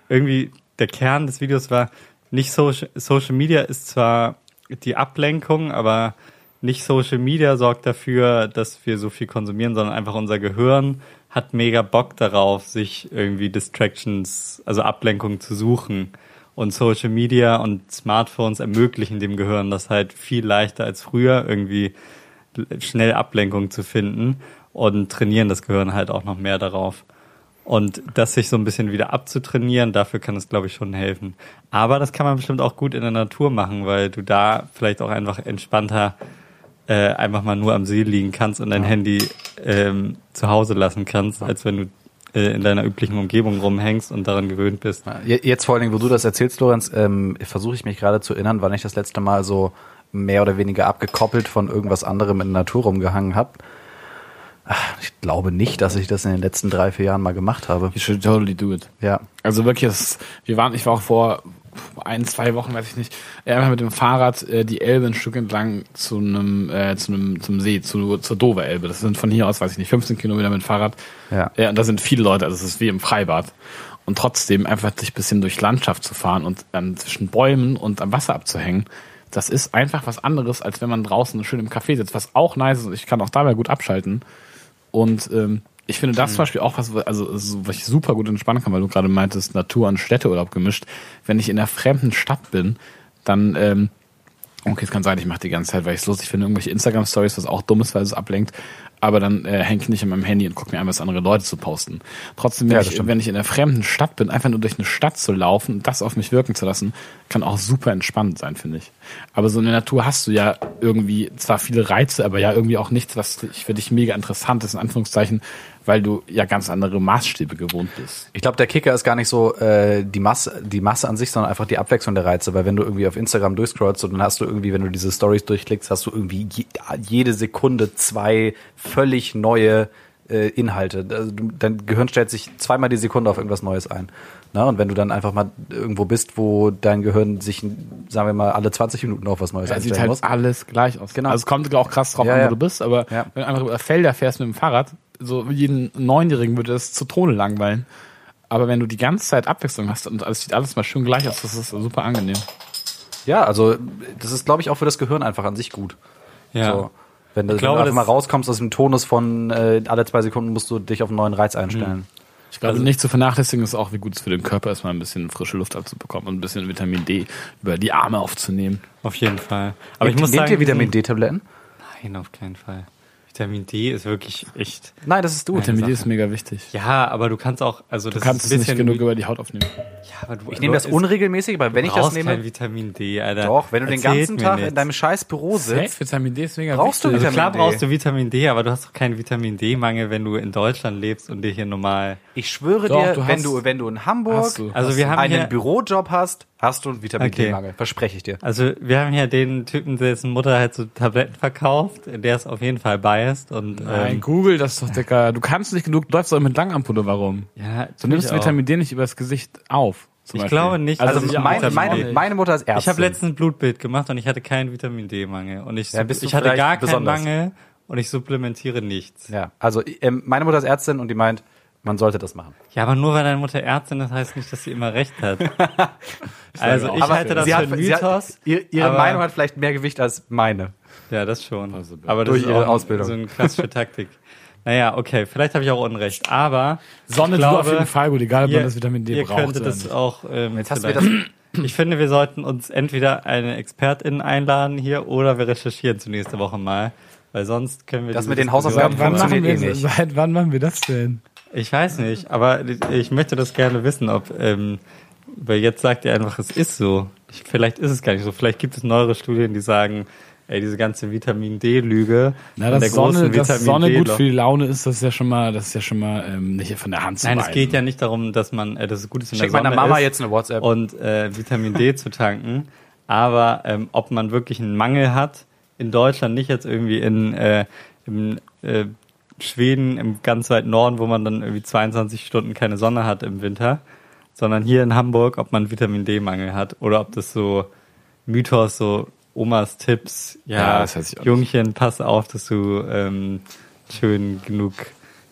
Speaker 3: irgendwie der Kern des Videos war, nicht Social, Social Media ist zwar die Ablenkung, aber nicht Social Media sorgt dafür, dass wir so viel konsumieren, sondern einfach unser Gehirn hat mega Bock darauf, sich irgendwie Distractions, also Ablenkungen zu suchen. Und Social Media und Smartphones ermöglichen dem Gehirn das halt viel leichter als früher, irgendwie schnell Ablenkung zu finden und trainieren das Gehirn halt auch noch mehr darauf. Und das sich so ein bisschen wieder abzutrainieren, dafür kann es, glaube ich, schon helfen. Aber das kann man bestimmt auch gut in der Natur machen, weil du da vielleicht auch einfach entspannter äh, einfach mal nur am See liegen kannst und dein Handy ähm, zu Hause lassen kannst, als wenn du äh, in deiner üblichen Umgebung rumhängst und daran gewöhnt bist.
Speaker 1: Je- Jetzt vor allen Dingen, wo du das erzählst, Lorenz, ähm, versuche ich mich gerade zu erinnern, wann ich das letzte Mal so mehr oder weniger abgekoppelt von irgendwas anderem in der Natur rumgehangen habe. Ich glaube nicht, dass ich das in den letzten drei, vier Jahren mal gemacht habe.
Speaker 2: You should totally do it.
Speaker 1: Ja.
Speaker 2: Also wirklich, das, wir waren, ich war auch vor ein, zwei Wochen, weiß ich nicht, einfach mit dem Fahrrad äh, die Elbe ein Stück entlang zu einem, äh, zu einem, zum See, zu, zur Dover Elbe. Das sind von hier aus, weiß ich nicht, 15 Kilometer mit Fahrrad.
Speaker 1: Ja.
Speaker 2: ja und da sind viele Leute, also es ist wie im Freibad. Und trotzdem einfach sich ein bisschen durch Landschaft zu fahren und dann zwischen Bäumen und am Wasser abzuhängen, das ist einfach was anderes, als wenn man draußen schön im Café sitzt, was auch nice ist und ich kann auch dabei gut abschalten. Und ähm, ich finde das zum Beispiel auch was, also so, was ich super gut entspannen kann, weil du gerade meintest, Natur und Städteurlaub gemischt. Wenn ich in einer fremden Stadt bin, dann, ähm, okay, es kann sein, ich mache die ganze Zeit, weil ich es lustig finde, irgendwelche Instagram-Stories, was auch dumm ist, weil es ablenkt. Aber dann äh, hänge ich nicht an meinem Handy und gucke mir an, was andere Leute zu posten. Trotzdem, wenn,
Speaker 1: Ja, das
Speaker 2: ich,
Speaker 1: stimmt.
Speaker 2: wenn ich in einer fremden Stadt bin, einfach nur durch eine Stadt zu laufen und das auf mich wirken zu lassen, kann auch super entspannend sein, finde ich. Aber so in der Natur hast du ja irgendwie zwar viele Reize, aber ja irgendwie auch nichts, was dich- für dich mega interessant ist, in Anführungszeichen, weil du ja ganz andere Maßstäbe gewohnt bist.
Speaker 1: Ich glaube, der Kicker ist gar nicht so äh, die, Masse, die Masse an sich, sondern einfach die Abwechslung der Reize. Weil wenn du irgendwie auf Instagram durchscrollst, so, dann hast du irgendwie, wenn du diese Stories durchklickst, hast du irgendwie je, jede Sekunde zwei völlig neue äh, Inhalte. Also du, dein Gehirn stellt sich zweimal die Sekunde auf irgendwas Neues ein. Na, und wenn du dann einfach mal irgendwo bist, wo dein Gehirn sich, sagen wir mal, alle 20 Minuten auf was Neues
Speaker 2: Da sieht
Speaker 1: einstellen
Speaker 2: halt
Speaker 1: muss.
Speaker 2: alles gleich aus.
Speaker 1: Genau.
Speaker 2: Also es kommt auch krass drauf
Speaker 1: Ja,
Speaker 2: an, wo
Speaker 1: ja.
Speaker 2: du bist, aber
Speaker 1: Ja.
Speaker 2: wenn du einfach über Felder fährst mit dem Fahrrad, so jeden Neunjährigen würde das zu Tode langweilen. Aber wenn du die ganze Zeit Abwechslung hast und alles sieht alles mal schön gleich aus, das ist super angenehm.
Speaker 1: Ja, also das ist, glaube ich, auch für das Gehirn einfach an sich gut.
Speaker 3: Ja.
Speaker 1: So, wenn du wenn
Speaker 3: glaube,
Speaker 1: du einfach
Speaker 3: das-
Speaker 1: mal rauskommst aus dem Tonus von äh, alle zwei Sekunden musst du dich auf einen neuen Reiz einstellen.
Speaker 2: Ich glaube,
Speaker 3: Also-
Speaker 2: nicht zu vernachlässigen ist auch, wie gut es für den Körper ist, mal ein bisschen frische Luft abzubekommen und ein bisschen Vitamin D über die Arme aufzunehmen.
Speaker 3: Auf jeden Fall. Aber ich
Speaker 1: Nehmt-
Speaker 3: muss
Speaker 1: Nehmt
Speaker 3: sagen,
Speaker 1: ihr Vitamin D-Tabletten?
Speaker 3: Nein, auf keinen Fall. Vitamin D ist wirklich echt.
Speaker 1: Nein, das ist du.
Speaker 2: Vitamin D ist mega wichtig.
Speaker 3: Ja, aber du kannst auch, also das
Speaker 2: Du kannst es
Speaker 3: ist ein
Speaker 2: nicht
Speaker 3: bisschen
Speaker 2: genug über die Haut aufnehmen.
Speaker 3: Ja, aber du, also
Speaker 1: Ich nehme das unregelmäßig, aber wenn ich das
Speaker 3: kein
Speaker 1: nehme,
Speaker 3: Vitamin D, Alter.
Speaker 1: doch, wenn du den
Speaker 3: Erzählt
Speaker 1: ganzen
Speaker 3: mir
Speaker 1: Tag
Speaker 3: nichts.
Speaker 1: in deinem scheiß Büro sitzt,
Speaker 2: Vitamin D ist mega
Speaker 1: Brauchst du
Speaker 2: wichtig.
Speaker 3: Also
Speaker 1: Vitamin
Speaker 3: klar
Speaker 1: D.
Speaker 3: brauchst du Vitamin D, aber du hast doch keinen Vitamin D-Mangel, wenn du in Deutschland lebst und dir hier normal.
Speaker 1: ich schwöre
Speaker 2: Doch,
Speaker 1: dir,
Speaker 2: du
Speaker 1: wenn
Speaker 2: hast-
Speaker 1: du wenn du in Hamburg
Speaker 2: hast du.
Speaker 3: Also wir haben hier,
Speaker 1: einen Bürojob hast, hast du einen Vitamin
Speaker 3: Okay.
Speaker 1: D-Mangel, verspreche ich dir.
Speaker 3: also wir haben hier den Typen, dessen Mutter halt so Tabletten verkauft. Der ist auf jeden Fall biased und
Speaker 2: Nein,
Speaker 3: ähm,
Speaker 2: google das doch, Dicker. Du kannst nicht genug, du läufst doch mit Langampulle, warum?
Speaker 3: ja,
Speaker 2: Du nimmst
Speaker 3: ich auch.
Speaker 2: Vitamin D nicht übers Gesicht auf. zum
Speaker 3: Ich
Speaker 2: Beispiel.
Speaker 3: glaube nicht.
Speaker 1: Also,
Speaker 3: Also ich
Speaker 1: meine,
Speaker 3: auch
Speaker 1: meine,
Speaker 3: nicht.
Speaker 1: meine Mutter ist Ärztin.
Speaker 3: Ich habe letztens ein Blutbild gemacht und ich hatte keinen Vitamin D-Mangel und ich,
Speaker 1: Ja, bist du
Speaker 3: ich hatte
Speaker 1: vielleicht
Speaker 3: gar keinen
Speaker 1: besonders.
Speaker 3: Mangel und ich supplementiere nichts.
Speaker 1: ja, also ähm, meine Mutter ist Ärztin und die meint, man sollte das machen.
Speaker 3: Ja, aber nur weil deine Mutter Ärztin ist, heißt nicht, dass sie immer recht
Speaker 1: *laughs*
Speaker 3: hat. also ich
Speaker 2: auch.
Speaker 3: halte das
Speaker 1: Sie
Speaker 3: für
Speaker 1: hat-
Speaker 3: einen
Speaker 1: sie hat-
Speaker 3: Mythos.
Speaker 1: ihr- Ihre
Speaker 3: aber-
Speaker 1: Meinung hat vielleicht mehr Gewicht als meine.
Speaker 3: Ja, das schon. Aber das
Speaker 1: Durch
Speaker 3: ist
Speaker 1: ihre
Speaker 3: auch
Speaker 1: Ausbildung.
Speaker 3: so eine
Speaker 1: *laughs*
Speaker 3: klassische Taktik. Naja, okay, vielleicht habe ich auch Unrecht, aber
Speaker 2: Sonne
Speaker 3: ich
Speaker 2: tut
Speaker 3: glaube,
Speaker 2: auf jeden Fall gut, egal ob
Speaker 3: ihr,
Speaker 2: man das Vitamin D
Speaker 3: ihr
Speaker 2: braucht.
Speaker 3: könntet
Speaker 2: oder
Speaker 3: das
Speaker 2: nicht.
Speaker 3: auch. Ähm,
Speaker 1: Jetzt hast du mir
Speaker 3: vielleicht- ich finde, wir sollten uns entweder eine Expertin einladen hier oder wir recherchieren zunächst Woche mal, weil sonst können wir
Speaker 1: Das
Speaker 3: diese
Speaker 1: mit den
Speaker 3: Diskussion-
Speaker 1: Hausaufgaben
Speaker 2: wann machen
Speaker 1: funktioniert
Speaker 2: wir,
Speaker 1: eh nicht.
Speaker 2: Seit wann machen wir das denn?
Speaker 3: Ich weiß nicht, aber ich möchte das gerne wissen, ob, ähm, weil jetzt sagt ihr einfach, es ist so. Ich, vielleicht ist es gar nicht so. Vielleicht gibt es neuere Studien, die sagen, ey, diese ganze Vitamin D-Lüge.
Speaker 2: Na, dass Sonne, dass Sonne gut für
Speaker 3: Nein,
Speaker 2: die Laune ist, das ist ja schon mal, das ist ja schon mal ähm, nicht von der Hand zu
Speaker 3: es
Speaker 2: weisen.
Speaker 3: geht ja nicht darum, dass man, äh, dass es gut ist, in
Speaker 1: Schick
Speaker 3: der Sonne
Speaker 1: meiner Mama
Speaker 3: ist
Speaker 1: jetzt eine WhatsApp.
Speaker 3: und äh, Vitamin D zu tanken. Aber ähm, ob man wirklich einen Mangel hat, in Deutschland nicht jetzt irgendwie in äh, im, äh, Schweden im ganz weit Norden, wo man dann irgendwie 22 Stunden keine Sonne hat im Winter, sondern hier in Hamburg, ob man Vitamin D-Mangel hat oder ob das so Mythos, so Omas Tipps,
Speaker 2: Ja,
Speaker 3: ja,
Speaker 2: das weiß ich auch nicht.
Speaker 3: Jungchen, pass auf, dass du ähm, schön genug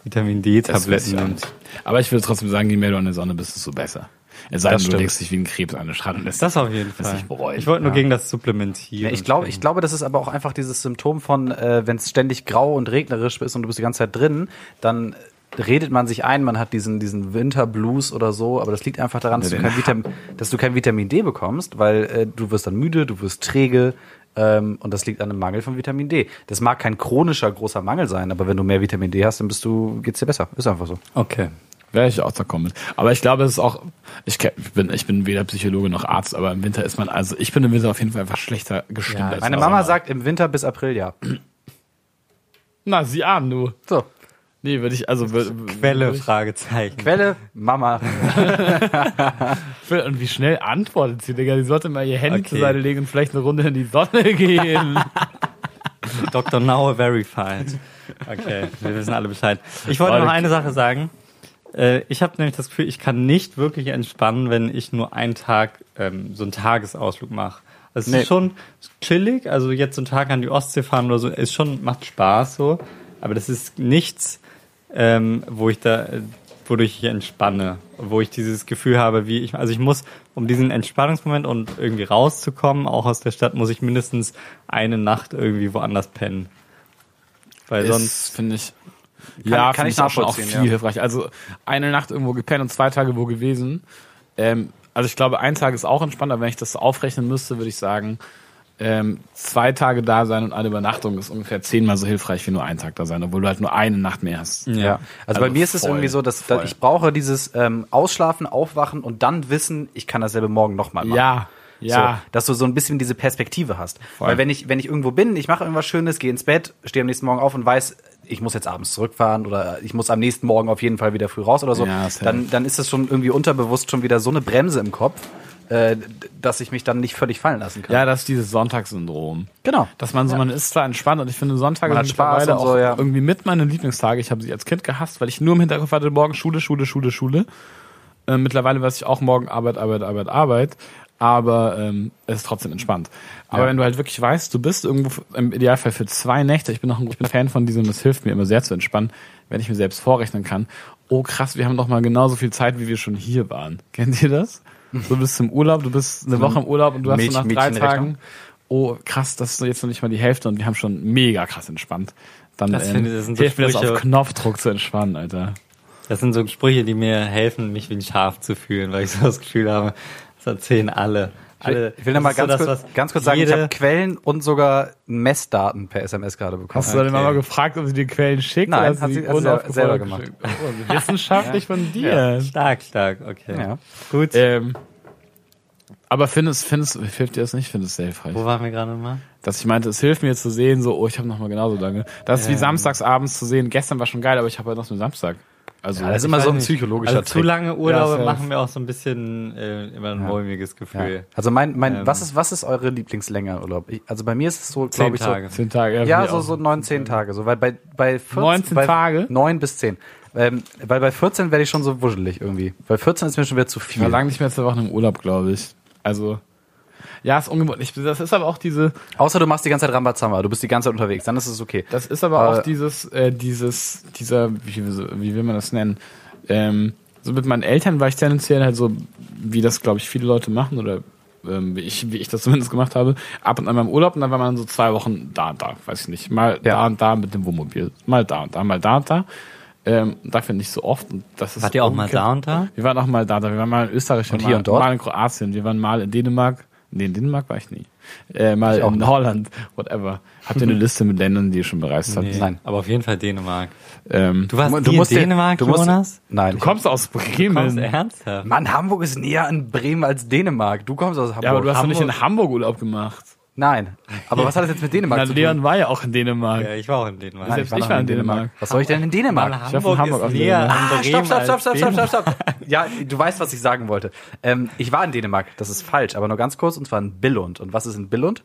Speaker 3: Vitamin
Speaker 2: Das weiß
Speaker 3: D-Tabletten
Speaker 2: ich auch
Speaker 3: nimmst.
Speaker 2: nicht. Aber ich würde trotzdem sagen, je mehr du an der Sonne bist, desto besser. Es sei
Speaker 3: Das
Speaker 2: denn, du
Speaker 3: stimmt.
Speaker 2: legst dich wie ein Krebs an den Schrank und lässt
Speaker 3: Das auf jeden
Speaker 2: Das
Speaker 3: Fall.
Speaker 2: ich bereue.
Speaker 3: Ich wollte nur
Speaker 2: Ja.
Speaker 3: gegen das Supplementieren.
Speaker 1: Ja, ich, glaube, ich glaube, das ist aber auch einfach dieses Symptom von, äh, wenn es ständig grau und regnerisch ist und du bist die ganze Zeit drin, dann redet man sich ein, man hat diesen, diesen Winterblues oder so, aber das liegt einfach daran, dass, du
Speaker 2: den
Speaker 1: kein,
Speaker 2: hab-
Speaker 1: Vitam dass du kein Vitamin D bekommst, weil äh, du wirst dann müde, du wirst träge ähm, und das liegt an einem Mangel von Vitamin D. Das mag kein chronischer großer Mangel sein, aber wenn du mehr Vitamin D hast, dann bist du, geht's dir besser. Ist einfach so.
Speaker 3: Okay,
Speaker 2: Wäre ich auch d'accord mit. Aber ich glaube, es ist auch, ich, ke- ich bin, ich bin weder Psychologe noch Arzt, aber im Winter ist man, also ich bin im Winter auf jeden Fall einfach schlechter gestimmt.
Speaker 1: Ja,
Speaker 2: als
Speaker 1: meine
Speaker 2: im
Speaker 1: Mama
Speaker 2: Sommer.
Speaker 1: sagt im Winter bis April ja.
Speaker 2: na, sie arm, du.
Speaker 1: So,
Speaker 2: Nee, würde ich, also, wür-
Speaker 3: Quelle,
Speaker 2: würd ich-
Speaker 3: Fragezeichen.
Speaker 1: Quelle, Mama.
Speaker 2: Und wie schnell antwortet sie, Digga? Die sollte mal ihr Handy
Speaker 3: Okay.
Speaker 2: zur Seite legen und vielleicht eine Runde in die Sonne *laughs* gehen.
Speaker 3: Dr. Now verified. Okay, wir wissen alle Bescheid. Ich wollte noch eine Sache sagen. Äh, Ich habe nämlich das Gefühl, ich kann nicht wirklich entspannen, wenn ich nur einen Tag ähm, so einen Tagesausflug mache. Also es
Speaker 1: Nee.
Speaker 3: ist schon chillig, also jetzt so einen Tag an die Ostsee fahren oder so, ist schon, macht Spaß so, aber das ist nichts, ähm, wo ich da, äh, wodurch ich entspanne, wo ich dieses Gefühl habe, wie ich, also ich muss, um diesen Entspannungsmoment und irgendwie rauszukommen, auch aus der Stadt, muss ich mindestens eine Nacht irgendwie woanders pennen. Weil sonst,
Speaker 2: Sonst finde ich, ja,
Speaker 1: kann
Speaker 2: finde
Speaker 1: ich
Speaker 2: ich auch schon auch viel
Speaker 1: nachvollziehen, ja.
Speaker 2: hilfreich. Also eine Nacht irgendwo gepennt und zwei Tage wo gewesen. Ähm, also ich glaube, ein Tag ist auch entspannt, aber wenn ich das so aufrechnen müsste, würde ich sagen, ähm, zwei Tage da sein und eine Übernachtung ist ungefähr zehnmal so hilfreich wie nur ein Tag da sein, obwohl du halt nur eine Nacht mehr hast.
Speaker 1: Ja. Also, bei
Speaker 2: Also
Speaker 1: mir ist es
Speaker 2: voll,
Speaker 1: irgendwie so, dass,
Speaker 2: voll.
Speaker 1: dass ich brauche dieses ähm, Ausschlafen, Aufwachen und dann wissen, ich kann dasselbe morgen nochmal machen.
Speaker 2: Ja, ja.
Speaker 1: So, dass du so ein bisschen diese Perspektive hast.
Speaker 2: Voll.
Speaker 1: Weil wenn ich, wenn ich irgendwo bin, ich mache irgendwas Schönes, gehe ins Bett, stehe am nächsten Morgen auf und weiß, ich muss jetzt abends zurückfahren oder ich muss am nächsten Morgen auf jeden Fall wieder früh raus oder so,
Speaker 2: Ja, safe.
Speaker 1: dann, dann ist das schon irgendwie unterbewusst schon wieder so eine Bremse im Kopf, äh, d- dass ich mich dann nicht völlig fallen lassen kann.
Speaker 2: Ja, das ist dieses Sonntagssyndrom.
Speaker 1: Genau.
Speaker 2: Dass man so, man ist zwar entspannt und ich finde Sonntage
Speaker 1: Man hat
Speaker 2: sind
Speaker 1: Spaß
Speaker 2: mittlerweile
Speaker 1: und so,
Speaker 2: auch
Speaker 1: ja.
Speaker 2: irgendwie mit meine Lieblingstage. Ich habe sie als Kind gehasst, weil ich nur im Hinterkopf hatte, morgen Schule, Schule, Schule, Schule. Äh, mittlerweile weiß ich auch morgen Arbeit, Arbeit, Arbeit, Arbeit. Aber ähm, es ist trotzdem entspannt. Aber wenn du halt wirklich weißt, du bist irgendwo f- im Idealfall für zwei Nächte, ich bin noch ein, ich bin Fan von diesem, das hilft mir immer sehr zu entspannen, wenn ich mir selbst vorrechnen kann, oh krass, wir haben noch mal genauso viel Zeit, wie wir schon hier waren. *laughs* Kennt ihr das? Du bist im Urlaub, du bist eine Woche im Urlaub und du hast so
Speaker 1: Milch-
Speaker 2: nach drei
Speaker 1: Mädchenrechnung.
Speaker 2: Tagen oh krass, das ist jetzt noch nicht mal die Hälfte und wir haben schon mega krass entspannt. Dann
Speaker 3: Das
Speaker 2: ähm,
Speaker 3: finde ich, das sind so
Speaker 2: hilft mir das
Speaker 3: Sprüche.
Speaker 2: auf Knopfdruck zu entspannen, Alter.
Speaker 3: Das sind so Sprüche, die mir helfen, mich wie ein Schaf zu fühlen, weil ich so das Gefühl habe, das erzählen alle. alle
Speaker 1: Äh, Ich will noch mal
Speaker 3: das ist
Speaker 1: ganz,
Speaker 3: so das,
Speaker 1: kurz,
Speaker 3: was
Speaker 1: ganz kurz sagen, ich
Speaker 3: jede-
Speaker 1: habe Quellen und sogar Messdaten per SMS gerade bekommen.
Speaker 2: Hast du deine
Speaker 3: Okay.
Speaker 2: Mama gefragt, ob sie dir Quellen schickt?
Speaker 1: Nein,
Speaker 2: oder hast
Speaker 1: hat
Speaker 2: du
Speaker 1: sie- hat sie
Speaker 2: unaufgefordert
Speaker 1: selber gemacht.
Speaker 2: geschickt? Oh, *laughs* wissenschaftlich von dir.
Speaker 3: Äh, Stark, stark, okay.
Speaker 1: Ja. Äh,
Speaker 3: Gut.
Speaker 2: Ähm, aber findest, findest, hilft dir das nicht? Findest du es sehr hilfreich?
Speaker 3: Wo waren wir gerade mal?
Speaker 2: Dass ich meinte, es hilft mir zu sehen, so, oh, ich habe noch mal genauso lange. Das ist wie samstags abends zu sehen. Gestern war schon geil, aber ich habe halt noch so einen Samstag. Also,
Speaker 1: Ja, das ist immer so ein
Speaker 3: nicht.
Speaker 1: psychologischer
Speaker 3: Also
Speaker 1: Trick.
Speaker 3: zu lange Urlaube
Speaker 2: Ja,
Speaker 3: machen wir auch so ein bisschen äh, immer ein mulmiges Gefühl.
Speaker 1: Also mein, mein, was ist, was ist eure Lieblingslänge Urlaub? Ich, also bei mir ist es so,
Speaker 3: Zehn
Speaker 1: glaube ich, so,
Speaker 3: Tage.
Speaker 2: Ähm. zehn Tage.
Speaker 1: ja,
Speaker 2: bin ich
Speaker 1: so,
Speaker 2: auch.
Speaker 1: so neun, zehn Tage, so, weil bei, bei 14,
Speaker 2: Neun, zehn
Speaker 1: bei
Speaker 2: Tage?
Speaker 1: neun bis zehn. Ähm, weil bei 14 werde ich schon so wuschelig irgendwie. Bei 14 ist mir schon wieder zu
Speaker 2: Ich
Speaker 1: viel.
Speaker 2: war lange nicht mehr zwei Wochen im Urlaub, glaube ich. Also, ja, ist ungewohnt. Ich- Das ist aber auch diese,
Speaker 1: Außer du machst die ganze Zeit Rambazamba, du bist die ganze Zeit unterwegs, dann ist es okay.
Speaker 2: das ist aber auch
Speaker 1: Äh,
Speaker 2: dieses, äh, dieses, dieser, wie, wie will man das nennen? Ähm, so mit meinen Eltern war ich tendenziell halt so, wie das, glaube ich, viele Leute machen oder ähm, wie, ich, wie ich das *laughs* zumindest gemacht habe, ab und an mal im Urlaub und dann war man so zwei Wochen da und da, weiß ich nicht. Mal da und da mit dem Wohnmobil, mal da und da, mal da und da. Ähm, dafür nicht so oft. Und das ist
Speaker 3: Wart ihr auch mal
Speaker 2: umgekehrt-
Speaker 3: da und da?
Speaker 2: Wir waren auch mal da, da. wir waren mal in Österreich und
Speaker 1: hier
Speaker 2: mal,
Speaker 1: und dort?
Speaker 2: mal in Kroatien, wir waren mal in Dänemark. Nee, in Dänemark war ich nie. Äh, mal
Speaker 1: auch
Speaker 2: in
Speaker 1: nicht.
Speaker 2: Holland, whatever. Habt
Speaker 1: *laughs*
Speaker 2: ihr eine Liste mit Ländern, die ihr schon bereist habt?
Speaker 3: Nee,
Speaker 1: Nein.
Speaker 3: Aber auf jeden Fall Dänemark.
Speaker 2: Ähm, du,
Speaker 3: Du warst nie in
Speaker 1: dir-
Speaker 3: Dänemark,
Speaker 1: du musst,
Speaker 3: Jonas?
Speaker 1: Nein. ich-
Speaker 2: kommst aus Bremen.
Speaker 3: Kommst du ernsthaft?
Speaker 1: Mann, Hamburg ist näher an Bremen als Dänemark. Du kommst aus Hamburg.
Speaker 2: ja, aber du hast doch nicht
Speaker 3: Hamburg.
Speaker 2: in Hamburg Urlaub gemacht.
Speaker 1: Nein. Aber was hat das jetzt mit Dänemark
Speaker 2: Na,
Speaker 1: zu tun?
Speaker 2: Leon war ja auch in Dänemark.
Speaker 3: Ja, ich war auch in Dänemark.
Speaker 2: Selbst ich war in Dänemark.
Speaker 1: Was soll ich denn in Dänemark?
Speaker 3: Aber
Speaker 2: hoffe, in Hamburg auch Dänemark.
Speaker 3: an
Speaker 1: Ah, stopp,
Speaker 3: Bremen
Speaker 1: stopp, stopp,
Speaker 3: als
Speaker 1: stopp, stopp,
Speaker 3: Dänemark.
Speaker 1: stopp, stopp. *laughs* Ja, du weißt, was ich sagen wollte. Ähm, ich war in Dänemark, das ist falsch, aber nur ganz kurz, und zwar in Billund. Und was ist in Billund?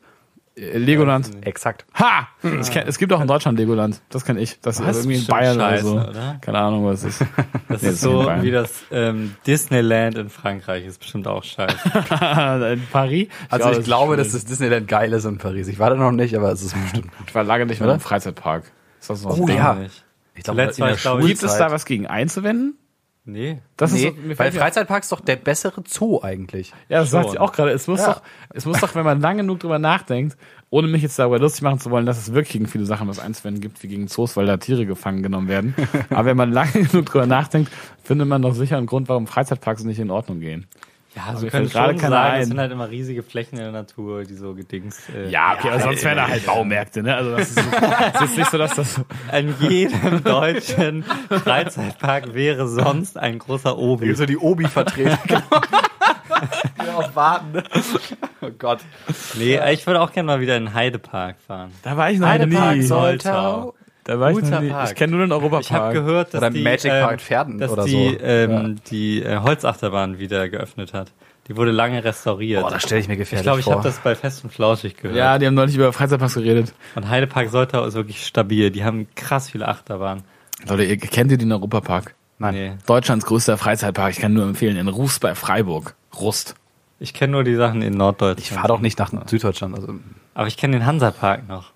Speaker 2: Äh, Legoland.
Speaker 1: Exakt.
Speaker 2: Ha! Ich kenn, es gibt auch in Deutschland Legoland. Das kann ich. Das
Speaker 3: Was?
Speaker 2: ist irgendwie in
Speaker 3: Bestimmt
Speaker 2: Bayern
Speaker 3: scheiße,
Speaker 2: oder so.
Speaker 3: oder?
Speaker 2: Keine Ahnung,
Speaker 1: *laughs*
Speaker 2: was es ist.
Speaker 3: Das
Speaker 2: Nee,
Speaker 3: ist
Speaker 2: das ist in
Speaker 3: so
Speaker 2: Bayern.
Speaker 3: wie das ähm, Disneyland in Frankreich. Ist bestimmt auch scheiße.
Speaker 2: *laughs* in Paris.
Speaker 1: Also ich glaube, dass
Speaker 2: ist
Speaker 1: das Disneyland geil ist in Paris. Ich war da noch nicht, aber es ist bestimmt gut.
Speaker 2: schön. Ich war lange nicht mehr
Speaker 1: Oder?
Speaker 2: im Freizeitpark. Ist das noch
Speaker 1: Oh,
Speaker 2: da?
Speaker 1: ja.
Speaker 3: Nicht.
Speaker 1: Ich
Speaker 3: Zuletzt
Speaker 1: in
Speaker 3: war
Speaker 1: der
Speaker 3: ich, glaube ich,
Speaker 1: Schulzeit-
Speaker 2: Gibt es da was gegen einzuwenden?
Speaker 3: Nee.
Speaker 2: Das
Speaker 1: Nee,
Speaker 2: so- mir
Speaker 1: weil
Speaker 2: fällt mir-
Speaker 1: Freizeitpark ist doch der bessere Zoo eigentlich.
Speaker 2: Ja, das sagt
Speaker 3: Schon.
Speaker 2: sie auch gerade. Es muss
Speaker 1: Ja.
Speaker 2: doch, es muss doch, wenn man lang genug drüber nachdenkt, ohne mich jetzt darüber lustig machen zu wollen, dass es wirklich gegen viele Sachen was einzuwenden gibt, wie gegen Zoos, weil da Tiere gefangen genommen *laughs* werden. Aber wenn man lange genug drüber nachdenkt, findet man doch sicher einen Grund, warum Freizeitparks nicht in Ordnung gehen.
Speaker 3: Ja, also
Speaker 2: mir
Speaker 3: können
Speaker 2: fällt gerade
Speaker 3: schon
Speaker 2: keiner
Speaker 3: sagen,
Speaker 2: ein.
Speaker 3: es sind halt immer riesige Flächen in der Natur, die so gedings. Äh,
Speaker 2: Ja, okay, aber sonst wären da halt Baumärkte, ne? Also das *laughs* ist, das ist nicht so, dass das.
Speaker 3: An jedem *laughs* deutschen Freizeitpark wäre sonst ein großer Obi.
Speaker 1: so die *laughs* Obi-Vertreter. Auf warten. Genau. *laughs* Oh Gott.
Speaker 3: Nee, ich würde auch gerne mal wieder in den Heidepark fahren.
Speaker 2: Da war ich noch
Speaker 3: Heidepark,
Speaker 2: nie.
Speaker 3: Sol-
Speaker 1: Soltau.
Speaker 2: Da war ich
Speaker 1: Guter
Speaker 2: noch nie.
Speaker 1: Park.
Speaker 2: Ich kenne nur den Europapark.
Speaker 3: Ich habe gehört, dass
Speaker 1: Oder
Speaker 3: die,
Speaker 1: Magic
Speaker 3: ähm,
Speaker 1: Park Pferden
Speaker 3: dass
Speaker 1: oder
Speaker 3: die,
Speaker 1: so.
Speaker 3: ähm, die äh, Holzachterbahn wieder geöffnet hat. Die wurde lange restauriert.
Speaker 1: Boah, das stelle ich mir gefährlich
Speaker 3: ich glaube, ich
Speaker 1: vor.
Speaker 3: habe das bei Fest und Flauschig gehört.
Speaker 2: ja, die haben neulich über Freizeitparks geredet.
Speaker 3: Und Heidepark Soltau ist wirklich stabil. Die haben krass viele Achterbahnen.
Speaker 2: Leute, ihr kennt ihr den Europapark?
Speaker 1: Nein.
Speaker 3: Nee.
Speaker 2: Deutschlands größter Freizeitpark. Ich kann nur empfehlen, in Rust bei Freiburg. Rust.
Speaker 3: Ich kenne nur die Sachen in Norddeutschland.
Speaker 1: Ich fahre doch nicht nach Süddeutschland. Also,
Speaker 3: Aber ich kenne den Hansapark noch.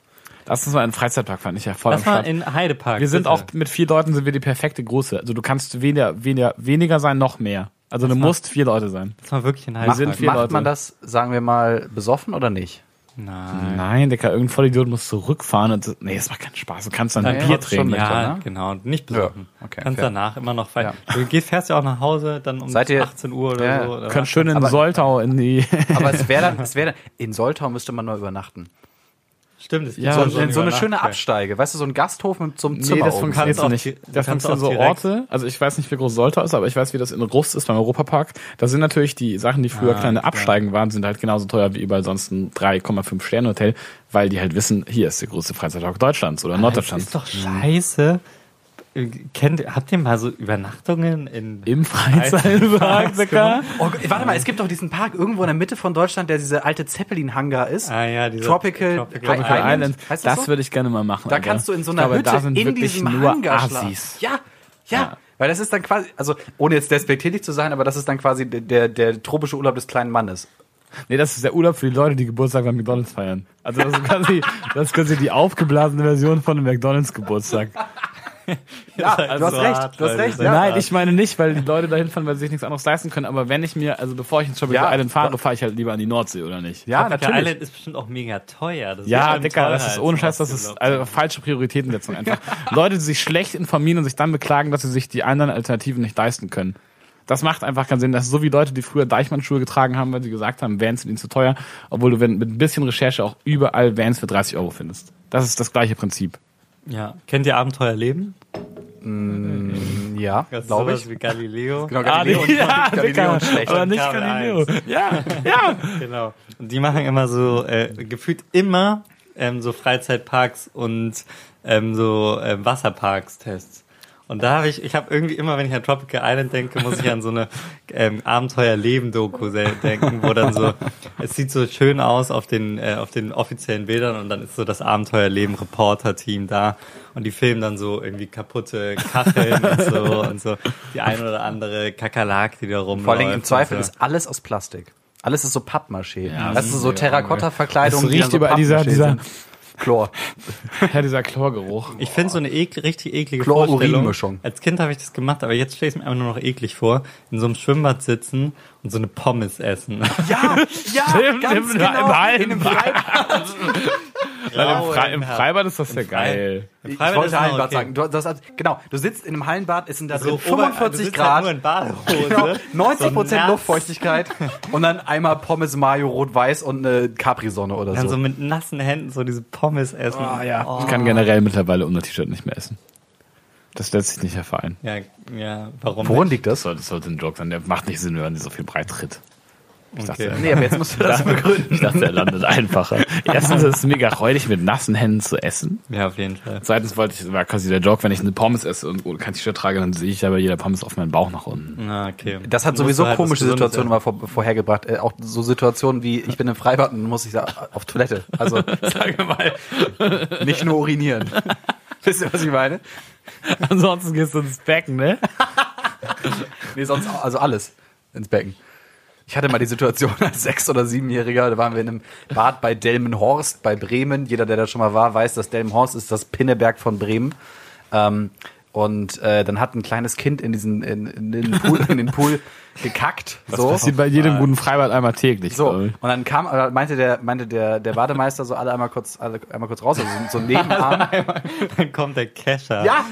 Speaker 2: Lass uns mal in den Freizeitpark fahren. Ich ja voll
Speaker 3: Lass
Speaker 2: am
Speaker 3: mal
Speaker 2: Start.
Speaker 3: in Heidepark.
Speaker 2: Wir sind
Speaker 3: bitte.
Speaker 2: auch mit vier Leuten sind wir die perfekte Größe. Also du kannst weniger, weniger, weniger sein, noch mehr. Also du musst vier Leute sein.
Speaker 3: Lass mal wirklich in
Speaker 1: Ma-
Speaker 3: Heidepark.
Speaker 2: sind
Speaker 1: macht
Speaker 2: vier Leute.
Speaker 1: man das, sagen wir mal, besoffen oder nicht?
Speaker 3: Nein.
Speaker 2: Nein, Dicker, irgendein Vollidiot muss zurückfahren und so- nee, das macht keinen Spaß. Du kannst dann
Speaker 1: Nein,
Speaker 2: Bier
Speaker 1: trotzdem,
Speaker 2: trinken.
Speaker 1: ja.
Speaker 3: Ja,
Speaker 1: ne?
Speaker 3: genau. Und nicht besuchen.
Speaker 1: Ja, okay,
Speaker 3: Kannst
Speaker 1: fair.
Speaker 3: danach immer noch feiern. Du gehst, fährst ja auch nach Hause, dann um
Speaker 1: Seid ihr-
Speaker 3: 18 Uhr oder
Speaker 1: Ja.
Speaker 3: so. Oder
Speaker 2: Du kannst schön in
Speaker 1: Aber-
Speaker 2: Soltau in die
Speaker 1: Aber es wäre
Speaker 3: *laughs*
Speaker 1: dann, es wäre dann, in Soltau müsste man nur übernachten.
Speaker 3: Stimmt, es gibt
Speaker 2: Ja,
Speaker 1: So,
Speaker 2: und
Speaker 1: so, so eine schöne
Speaker 3: Übernacht-
Speaker 1: Absteige, weißt du, so ein Gasthof mit so einem Zimmer.
Speaker 2: Nee, das
Speaker 1: oben.
Speaker 2: funktioniert
Speaker 3: Kannst
Speaker 2: so
Speaker 3: auch
Speaker 2: nicht.
Speaker 3: di-
Speaker 2: Da
Speaker 3: kannst
Speaker 2: funktionieren so
Speaker 3: auch direkt-
Speaker 2: Orte. Also ich weiß nicht, wie groß Soltau ist, aber ich weiß, wie das in Rust ist beim Europapark. Da sind natürlich die Sachen, die früher
Speaker 3: Ah,
Speaker 2: kleine
Speaker 3: klar.
Speaker 2: Absteigen waren, sind halt genauso teuer wie überall sonst ein 3,5 Sterne Hotel, weil die halt wissen, hier ist der größte Freizeitpark Deutschlands
Speaker 1: Ah,
Speaker 2: oder
Speaker 3: Das
Speaker 2: Norddeutschlands.
Speaker 3: ist doch scheiße. Äh, Kennt, habt ihr mal so Übernachtungen in.
Speaker 2: Im Freizeitpark, Dicker.
Speaker 1: Oh, Gott, warte mal, es gibt doch diesen Park irgendwo in der Mitte von Deutschland, der diese alte Zeppelin-Hangar ist.
Speaker 3: Ah ja, dieser
Speaker 1: Tropical,
Speaker 3: Tropical
Speaker 1: Hi- Island.
Speaker 2: Island.
Speaker 1: Heißt das
Speaker 2: Das
Speaker 1: so?
Speaker 2: würde ich gerne mal machen.
Speaker 1: Da
Speaker 2: Alter.
Speaker 1: kannst du in so
Speaker 2: Ich
Speaker 1: einer
Speaker 2: glaube,
Speaker 1: Hütte
Speaker 2: da sind
Speaker 1: in
Speaker 2: wirklich
Speaker 1: diesem
Speaker 2: nur
Speaker 1: Hangar
Speaker 2: Assis.
Speaker 1: schlafen. Ja, ja,
Speaker 2: Ja.
Speaker 1: Weil das ist dann quasi, also ohne jetzt despektierlich zu sein, aber das ist dann quasi der, der, der tropische Urlaub des kleinen Mannes.
Speaker 2: Nee, das ist der Urlaub für die Leute, die Geburtstag bei McDonalds feiern. Also das ist quasi, das ist quasi die aufgeblasene Version von einem McDonalds Geburtstag.
Speaker 3: *laughs*
Speaker 1: Ja,
Speaker 3: seid
Speaker 1: du hast
Speaker 3: so
Speaker 1: recht,
Speaker 3: hart,
Speaker 1: du hast
Speaker 3: Leute,
Speaker 1: recht.
Speaker 3: ihr
Speaker 1: Ja.
Speaker 2: Nein, ich meine nicht, weil die Leute dahin fahren, weil sie sich nichts anderes leisten können. Aber wenn ich mir, also bevor ich ins Tropical
Speaker 1: Ja.
Speaker 2: Island fahre, fahre ich halt lieber an die Nordsee, oder nicht?
Speaker 1: ja,
Speaker 3: Tropical
Speaker 1: natürlich.
Speaker 3: Island ist bestimmt auch mega teuer. Das ist
Speaker 2: Ja,
Speaker 3: bestimmt
Speaker 2: Dicker,
Speaker 3: teurer
Speaker 2: das ist
Speaker 3: als
Speaker 2: ohne Scheiß, das ist
Speaker 3: Urlaub.
Speaker 2: also falsche
Speaker 1: *laughs*
Speaker 2: Prioritätensetzung einfach. Leute, die sich schlecht informieren und sich dann beklagen, dass sie sich die anderen Alternativen nicht leisten können. Das macht einfach keinen Sinn. Das ist so wie Leute, die früher Deichmann-Schuhe getragen haben, weil sie gesagt haben, Vans sind ihnen zu teuer, obwohl du wenn- mit ein bisschen Recherche auch überall Vans für 30 Euro findest. Das ist das gleiche Prinzip.
Speaker 3: Ja. Kennt ihr Abenteuerleben?
Speaker 1: Ja,
Speaker 3: Das ist
Speaker 1: glaube
Speaker 3: sowas
Speaker 1: ich.
Speaker 3: wie Galileo.
Speaker 1: Genau, Galileo
Speaker 2: *laughs*
Speaker 1: und, Galileo und schlecht.
Speaker 2: aber nicht
Speaker 3: Kabel
Speaker 2: Galileo. Ja, ja.
Speaker 1: *laughs*
Speaker 3: Genau. Und die machen immer so, äh, gefühlt immer ähm, so Freizeitparks und ähm, so ähm, Wasserparks-Tests. Und da habe ich, ich habe irgendwie immer, wenn ich an Tropical Island denke, muss ich an so eine *laughs* ähm, Abenteuer-Leben-Doku sel- denken, wo dann so, *laughs* es sieht so schön aus auf den, äh, auf den offiziellen Bildern und dann ist so das Abenteuer-Leben-Reporter-Team da und die filmen dann so irgendwie kaputte Kacheln und
Speaker 1: *laughs*
Speaker 3: so und so die ein oder andere Kakerlak, die da rumläuft.
Speaker 1: Vor allem im
Speaker 3: und
Speaker 1: Zweifel
Speaker 3: so.
Speaker 1: ist alles aus Plastik. Alles ist so Pappmaché.
Speaker 2: Ja,
Speaker 1: das ist so Terrakotta-Verkleidung.
Speaker 2: Es
Speaker 1: die
Speaker 2: riecht
Speaker 1: dann so
Speaker 2: überall dieser-
Speaker 1: Pappmaché
Speaker 2: dieser-
Speaker 1: sind. Chlor.
Speaker 2: Ja, dieser Chlorgeruch.
Speaker 3: Ich finde so eine ekel, richtig eklige
Speaker 1: Chlor-Urin-Mischung.
Speaker 3: Vorstellung. Als Kind habe ich das gemacht, aber jetzt stelle ich es mir einfach nur noch eklig vor. In so einem Schwimmbad sitzen und so eine Pommes essen. *laughs*
Speaker 1: *laughs* Ja, ja,
Speaker 2: Stimmt, im- im Hallen.
Speaker 1: In einem Freibad.
Speaker 2: Weil im, Fre
Speaker 3: im
Speaker 2: Im
Speaker 3: Herbst.
Speaker 2: Freibad ist das ja geil.
Speaker 3: Im
Speaker 1: Ich
Speaker 3: Freibad ist
Speaker 1: wollte
Speaker 3: es
Speaker 1: Hallenbad
Speaker 3: noch okay.
Speaker 1: sagen. Du, das, hat- genau, du sitzt in einem Hallenbad, es sind da
Speaker 3: So
Speaker 1: drin
Speaker 3: ober-
Speaker 1: 45
Speaker 3: du sitzt
Speaker 1: Grad,
Speaker 3: Halt nur in Badehose.
Speaker 1: *laughs* genau, 90 Prozent
Speaker 3: nass. *laughs*
Speaker 1: Luftfeuchtigkeit und dann einmal Pommes Mayo rot-weiß und eine Capri-Sonne oder
Speaker 3: Dann
Speaker 1: so.
Speaker 3: so mit nassen Händen so diese Pommes essen.
Speaker 1: Ah, ja.
Speaker 2: Ich kann generell mittlerweile ohne T-Shirt nicht mehr essen. Das lässt sich nicht erfahren.
Speaker 3: Ja, ja, warum?
Speaker 1: Worin liegt
Speaker 2: Das
Speaker 1: das?
Speaker 2: sollte, das sollte ein Joke sein. Der macht nicht Sinn, wenn man so viel breit tritt. Ich dachte,
Speaker 3: Okay.
Speaker 1: Nee, aber jetzt musst du das begründen.
Speaker 2: ich dachte, er
Speaker 1: *laughs*
Speaker 2: landet einfacher. Erstens ist es mega räudig, mit nassen Händen zu essen.
Speaker 3: Ja, auf jeden Fall.
Speaker 2: Zweitens wollte ich, war quasi der Joke, wenn ich eine Pommes esse und ohne kein T-Shirt trage, dann sehe ich ja bei jeder Pommes auf meinen Bauch nach
Speaker 1: Mhm.
Speaker 2: unten.
Speaker 3: Na, okay.
Speaker 1: Das hat
Speaker 3: Musst du
Speaker 1: sowieso
Speaker 3: halt was
Speaker 1: komische
Speaker 3: Gesundes
Speaker 1: Situationen
Speaker 3: essen.
Speaker 1: immer vor, vorhergebracht. Äh, auch so Situationen wie, ich bin im Freibad und muss ich da auf Toilette. *laughs* Also, sage mal, *laughs* nicht nur urinieren. Wisst ihr, was ich meine?
Speaker 2: Ansonsten gehst du ins Becken, ne?
Speaker 1: Nee, sonst, auch- also alles ins Becken. Ich hatte mal die Situation *laughs* als Sechs- oder Siebenjähriger, da waren wir in einem Bad bei Delmenhorst bei Bremen. Jeder, der da schon mal war, weiß, dass Delmenhorst ist das Pinneberg von Bremen. Ähm, und äh, dann hat ein kleines Kind in diesen in, in den Pool, in den Pool gekackt. so.
Speaker 2: Das sieht bei jedem guten Freibad einmal täglich.
Speaker 1: So,
Speaker 2: glaub ich.
Speaker 1: und dann kam, äh, meinte der, meinte der, der Bademeister so alle einmal kurz, alle einmal kurz raus, also so, so ein Nebenarm.
Speaker 3: Dann *laughs* kommt der Kescher.
Speaker 1: ja,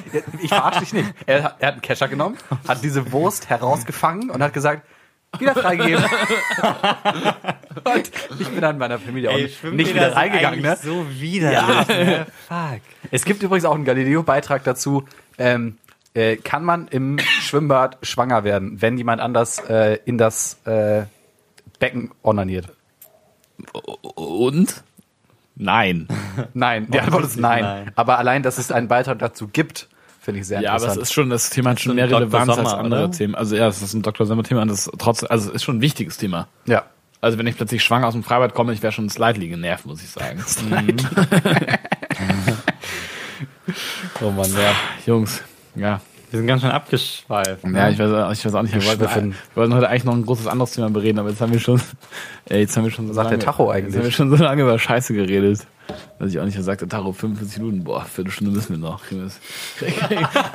Speaker 1: ich verarsche dich nicht. Er, hat- er hat einen Kescher genommen, hat diese Wurst herausgefangen und hat gesagt, Wieder freigegeben. Und ich bin an meiner Familie auch nicht, nicht wieder reingegangen. Ne?
Speaker 3: So widerlich. Ne? Fuck.
Speaker 1: Es gibt übrigens auch einen Galileo-Beitrag dazu. Ähm, äh, kann man im Schwimmbad schwanger werden, wenn jemand anders äh, in das äh, Becken onaniert?
Speaker 2: Und? Nein.
Speaker 1: Nein, die Antwort ist nein.
Speaker 3: Nein.
Speaker 1: Aber allein, dass es einen Beitrag dazu gibt, finde ich sehr
Speaker 2: Ja, aber es
Speaker 1: interessant.
Speaker 2: ist schon, das Thema hat schon
Speaker 3: ein
Speaker 2: mehr
Speaker 3: Dr.
Speaker 2: Relevanz als
Speaker 3: Sommer,
Speaker 2: andere
Speaker 3: oder?
Speaker 2: Themen. Also ja, es ist ein Dr. Sommer-Thema und das ist trotzdem, also es ist schon ein wichtiges Thema.
Speaker 1: ja.
Speaker 2: Also wenn ich plötzlich schwanger aus dem Freibad komme, ich wäre schon ins Leidliegen genervt, muss ich sagen.
Speaker 3: Oh Mann, ja.
Speaker 2: Jungs, ja.
Speaker 3: Wir sind ganz schön abgeschweift.
Speaker 2: Ja, ich weiß, auch- ich weiß auch nicht, wir wollten,
Speaker 1: Geschwiffen.
Speaker 2: wir wollten heute eigentlich noch ein großes anderes Thema bereden, aber jetzt haben wir schon, *laughs* ey, jetzt haben wir schon so
Speaker 1: Sagt der
Speaker 2: lange,
Speaker 1: Tacho
Speaker 2: Jetzt haben wir
Speaker 1: eigentlich?
Speaker 2: schon so lange über Scheiße geredet, dass ich auch nicht gesagt der Tacho, 45 Minuten, boah, Viertelstunde müssen wir noch. Kriegen wir das,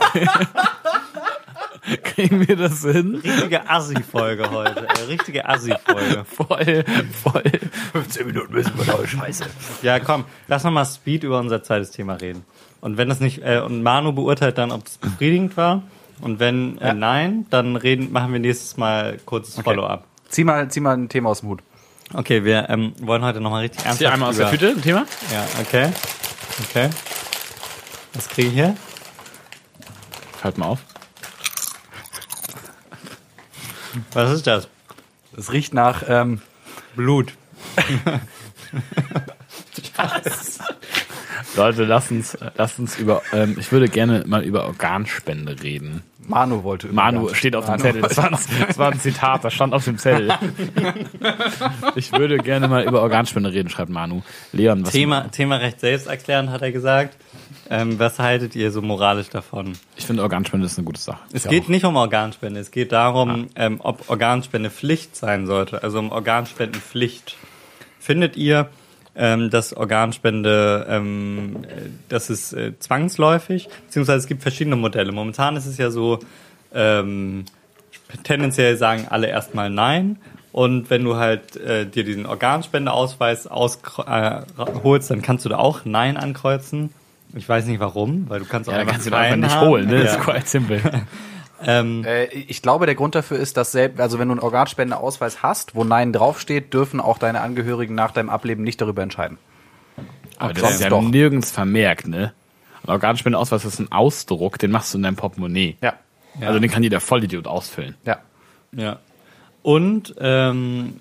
Speaker 2: *laughs* kriegen wir das hin?
Speaker 3: Richtige Assi-Folge heute. Ey. Richtige Assi-Folge.
Speaker 2: Voll, voll.
Speaker 1: 15 Minuten müssen wir noch Scheiße.
Speaker 3: Ja, komm, lass nochmal Speed über unser zweites Thema reden. Und wenn das nicht, äh, und Manu beurteilt dann, ob es befriedigend war. Und wenn äh, nein, dann reden, machen wir nächstes Mal kurzes Follow-up.
Speaker 1: Zieh mal, zieh mal ein Thema aus dem Hut.
Speaker 3: Okay, wir ähm, wollen heute nochmal richtig ernsthaft.
Speaker 2: Hier einmal aus der
Speaker 3: über-
Speaker 2: Tüte, ein Thema?
Speaker 3: Ja, okay. Okay. Was kriege ich hier?
Speaker 2: Halt mal auf.
Speaker 3: Was ist das?
Speaker 1: Es riecht nach ähm,
Speaker 3: Blut.
Speaker 2: Leute, lasst uns, lasst uns über, ähm, ich würde gerne mal über Organspende reden.
Speaker 1: Manu wollte. immer
Speaker 2: Manu
Speaker 1: ganz-
Speaker 2: steht auf dem
Speaker 1: Manu
Speaker 2: Zettel. Das war, ein, das war ein Zitat, das stand auf dem Zettel. *laughs* Ich würde gerne mal über Organspende reden, schreibt Manu. Leon, was
Speaker 3: Thema, Thema recht selbsterklärend, hat er gesagt. Ähm, was haltet ihr so moralisch davon?
Speaker 2: ich finde Organspende ist eine gute Sache.
Speaker 3: Es
Speaker 2: Ich
Speaker 3: geht
Speaker 2: auch.
Speaker 3: nicht um Organspende, es geht
Speaker 2: Ah.
Speaker 3: darum, ähm, ob Organspende Pflicht sein sollte, also um Organspendenpflicht. Findet ihr, ähm, dass Organspende, ähm, äh, das ist äh, zwangsläufig, beziehungsweise es gibt verschiedene Modelle. Momentan ist es ja so, ähm, tendenziell sagen alle erstmal nein. Und wenn du halt äh, dir diesen Organspendeausweis auskr- äh, ra- holst, dann kannst du da auch Nein ankreuzen. Ich weiß nicht warum, weil du kannst auch
Speaker 2: ja, da
Speaker 3: einfach
Speaker 2: kannst du dir
Speaker 3: Nein
Speaker 2: einfach nicht
Speaker 3: haben.
Speaker 2: holen, ne? Das
Speaker 3: Ja.
Speaker 2: ist quite simple.
Speaker 1: Äh, ich glaube, der Grund dafür ist, dass selbst, also wenn du einen Organspendeausweis hast, wo Nein draufsteht, dürfen auch deine Angehörigen nach deinem Ableben nicht darüber entscheiden.
Speaker 2: Aber das
Speaker 1: sonst
Speaker 2: ist ja
Speaker 1: doch.
Speaker 2: nirgends vermerkt, ne? Ein Organspendeausweis ist ein Ausdruck, den machst du in deinem Portemonnaie.
Speaker 1: Ja,
Speaker 2: Also den kann jeder Vollidiot ausfüllen.
Speaker 1: ja.
Speaker 3: Ja. Und ähm,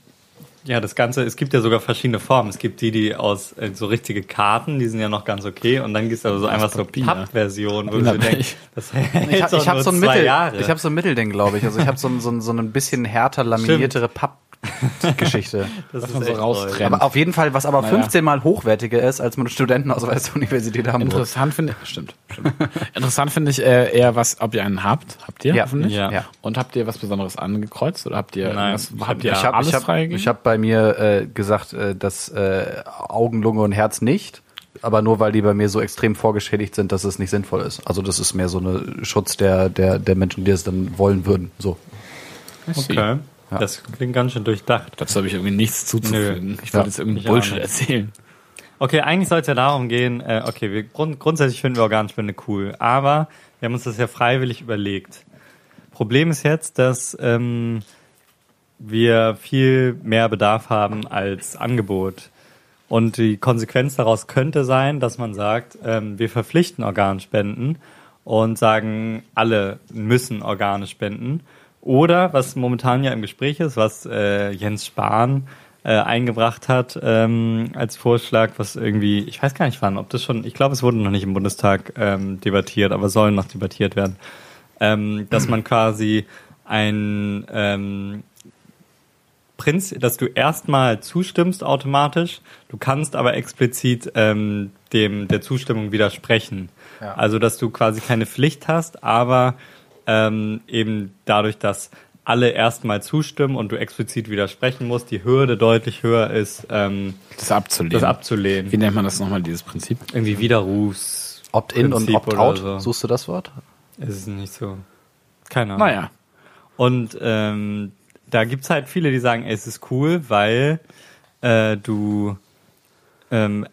Speaker 3: ja, das Ganze, es gibt ja sogar verschiedene Formen. Es gibt die, die aus äh, so richtige Karten, die sind ja noch ganz okay. Und dann gibt's aber so einfach so
Speaker 2: Papier.
Speaker 3: Pappversion, wo
Speaker 2: Papier
Speaker 3: du denkst,
Speaker 2: ich.
Speaker 3: das hält
Speaker 1: Ich, hab-
Speaker 3: doch
Speaker 1: ich habe
Speaker 3: nur
Speaker 1: so ein
Speaker 3: zwei
Speaker 1: Mittel,
Speaker 3: Jahre.
Speaker 1: ich habe so ein Mittelding, glaube ich. Also ich habe so, ein- so, ein- so ein bisschen härter laminiertere Pappgeschichte.
Speaker 3: *laughs* das ist
Speaker 2: man so
Speaker 3: echt
Speaker 2: raustrennt.
Speaker 3: toll.
Speaker 1: Aber auf jeden Fall, was aber
Speaker 2: Naja.
Speaker 1: 15 mal hochwertiger ist, als mit einem Studentenausweis der Universität Hamburg.
Speaker 2: Interessant finde ich, stimmt,
Speaker 3: *laughs*
Speaker 2: stimmt. Interessant finde ich äh, eher, was, ob ihr einen habt. Habt ihr?
Speaker 1: Ja.
Speaker 2: hoffentlich?
Speaker 3: Ja.
Speaker 1: Ja.
Speaker 2: Und habt ihr was Besonderes angekreuzt oder habt ihr,
Speaker 3: Nein.
Speaker 2: irgendwas- habt ihr
Speaker 1: ich habe
Speaker 2: alles
Speaker 1: ich hab,
Speaker 2: freigegeben?
Speaker 1: ich hab bei mir äh, gesagt, äh, dass äh, Augen, Lunge und Herz nicht, aber nur weil die bei mir so extrem vorgeschädigt sind, dass es nicht sinnvoll ist. Also das ist mehr so ein Schutz der, der, der Menschen, die es dann wollen würden. So.
Speaker 3: Okay. Das klingt ganz schön durchdacht.
Speaker 2: Dazu habe ich irgendwie nichts zuzufügen.
Speaker 3: Nö.
Speaker 2: Ich wollte
Speaker 1: Ja.
Speaker 2: jetzt irgendeinen
Speaker 3: Ich auch
Speaker 2: Bullshit
Speaker 3: nicht.
Speaker 2: erzählen.
Speaker 3: Okay, eigentlich soll es ja darum gehen, äh, okay, wir grund grundsätzlich finden wir Organspende cool, aber wir haben uns das ja freiwillig überlegt. Problem ist jetzt, dass ähm, wir viel mehr Bedarf haben als Angebot. Und die Konsequenz daraus könnte sein, dass man sagt, ähm, wir verpflichten Organspenden und sagen, alle müssen Organe spenden. Oder, was momentan ja im Gespräch ist, was äh, Jens Spahn äh, eingebracht hat ähm, als Vorschlag, was irgendwie, ich weiß gar nicht wann, ob das schon, ich glaube, es wurde noch nicht im Bundestag ähm, debattiert, aber soll noch debattiert werden, ähm, dass man quasi ein ähm, Prinz, dass du erstmal zustimmst automatisch, du kannst aber explizit ähm, dem der Zustimmung widersprechen. Also dass du quasi keine Pflicht hast, aber ähm, eben dadurch, dass alle erstmal zustimmen und du explizit widersprechen musst, die Hürde deutlich höher ist, ähm,
Speaker 2: Das abzulehnen.
Speaker 3: das abzulehnen.
Speaker 2: Wie nennt man das nochmal, dieses Prinzip?
Speaker 3: Irgendwie Widerrufs.
Speaker 1: Opt-in und
Speaker 3: Prinzip
Speaker 1: Opt-out,
Speaker 3: oder So.
Speaker 1: suchst du das Wort?
Speaker 3: Es ist nicht so. Keine Ahnung.
Speaker 2: Naja.
Speaker 3: Und ähm, da gibt's halt viele, die sagen, ey, es ist cool, weil äh, du ähm,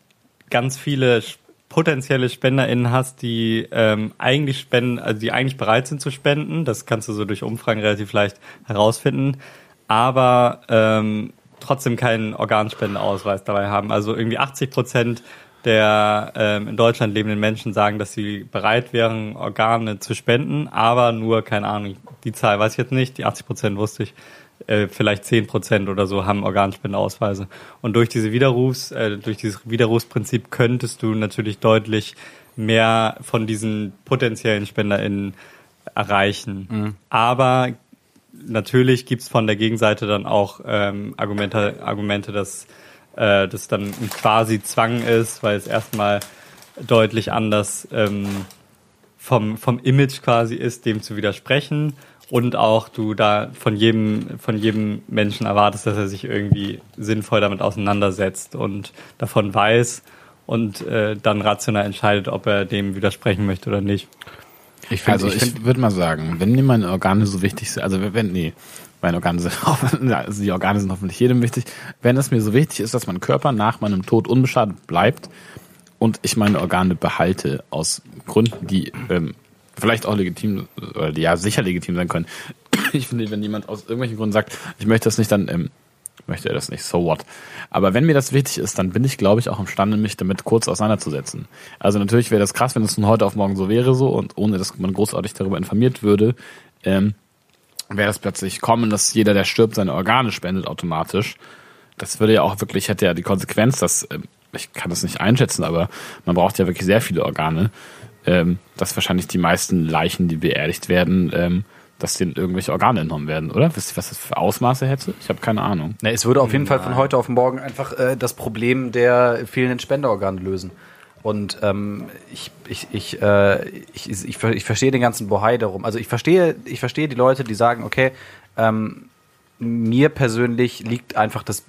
Speaker 3: ganz viele sch- potenzielle SpenderInnen hast, die ähm, eigentlich spenden, also die eigentlich bereit sind zu spenden. Das kannst du so durch Umfragen relativ leicht herausfinden. aber ähm, trotzdem keinen Organspendenausweis dabei haben. Also irgendwie 80 Prozent der ähm, in Deutschland lebenden Menschen sagen, dass sie bereit wären, Organe zu spenden, aber nur, keine Ahnung, die Zahl weiß ich jetzt nicht, die 80 Prozent wusste ich, äh, vielleicht 10 Prozent oder so haben Organspendeausweise. Und durch diese Widerrufs, äh, durch dieses Widerrufsprinzip könntest du natürlich deutlich mehr von diesen potenziellen SpenderInnen erreichen. Aber natürlich gibt's von der Gegenseite dann auch ähm, Argumente, Argumente, dass äh, das dann quasi Zwang ist, weil es erstmal deutlich anders ähm, vom, vom Image quasi ist, dem zu widersprechen. Und auch du da von jedem, von jedem Menschen erwartest, dass er sich irgendwie sinnvoll damit auseinandersetzt und davon weiß und äh, dann rational entscheidet, ob er dem widersprechen möchte oder nicht.
Speaker 2: Ich find,
Speaker 4: Also
Speaker 2: also ich,
Speaker 4: ich-
Speaker 2: würde mal sagen, wenn mir meine Organe so wichtig sind, also wenn, nee, meine Organe sind, *laughs* also die Organe sind hoffentlich jedem wichtig, wenn es mir so wichtig ist, dass mein Körper nach meinem Tod unbeschadet bleibt und ich meine Organe behalte, aus Gründen, die ähm, vielleicht auch legitim, oder die ja sicher legitim sein können. *clears throat* Ich finde, wenn jemand aus irgendwelchen Gründen sagt, ich möchte das nicht, dann ähm, möchte er das nicht, so what. Aber wenn mir das wichtig ist, dann bin ich, glaube ich, auch imstande, mich damit kurz auseinanderzusetzen. Also natürlich wäre das krass, wenn es von heute auf morgen so wäre so und ohne, dass man großartig darüber informiert würde, ähm, wäre das plötzlich kommen, dass jeder, der stirbt, seine Organe spendet automatisch. Das würde ja auch wirklich, hätte ja die Konsequenz, dass, ähm, ich kann das nicht einschätzen, aber man braucht ja wirklich sehr viele Organe, ähm, dass wahrscheinlich die meisten Leichen, die beerdigt werden, ähm, dass denen irgendwelche Organe entnommen werden, oder? Wisst ihr, was das für Ausmaße hätte? Ich habe keine Ahnung.
Speaker 1: Na, es würde auf jeden Fall von heute auf morgen einfach äh, das Problem der fehlenden Spenderorgane lösen. Und ähm, ich, ich, ich, äh, ich, ich, ich, ver- ich verstehe den ganzen Bohai darum. Also ich verstehe, ich verstehe die Leute, die sagen, okay, ähm, mir persönlich liegt einfach das,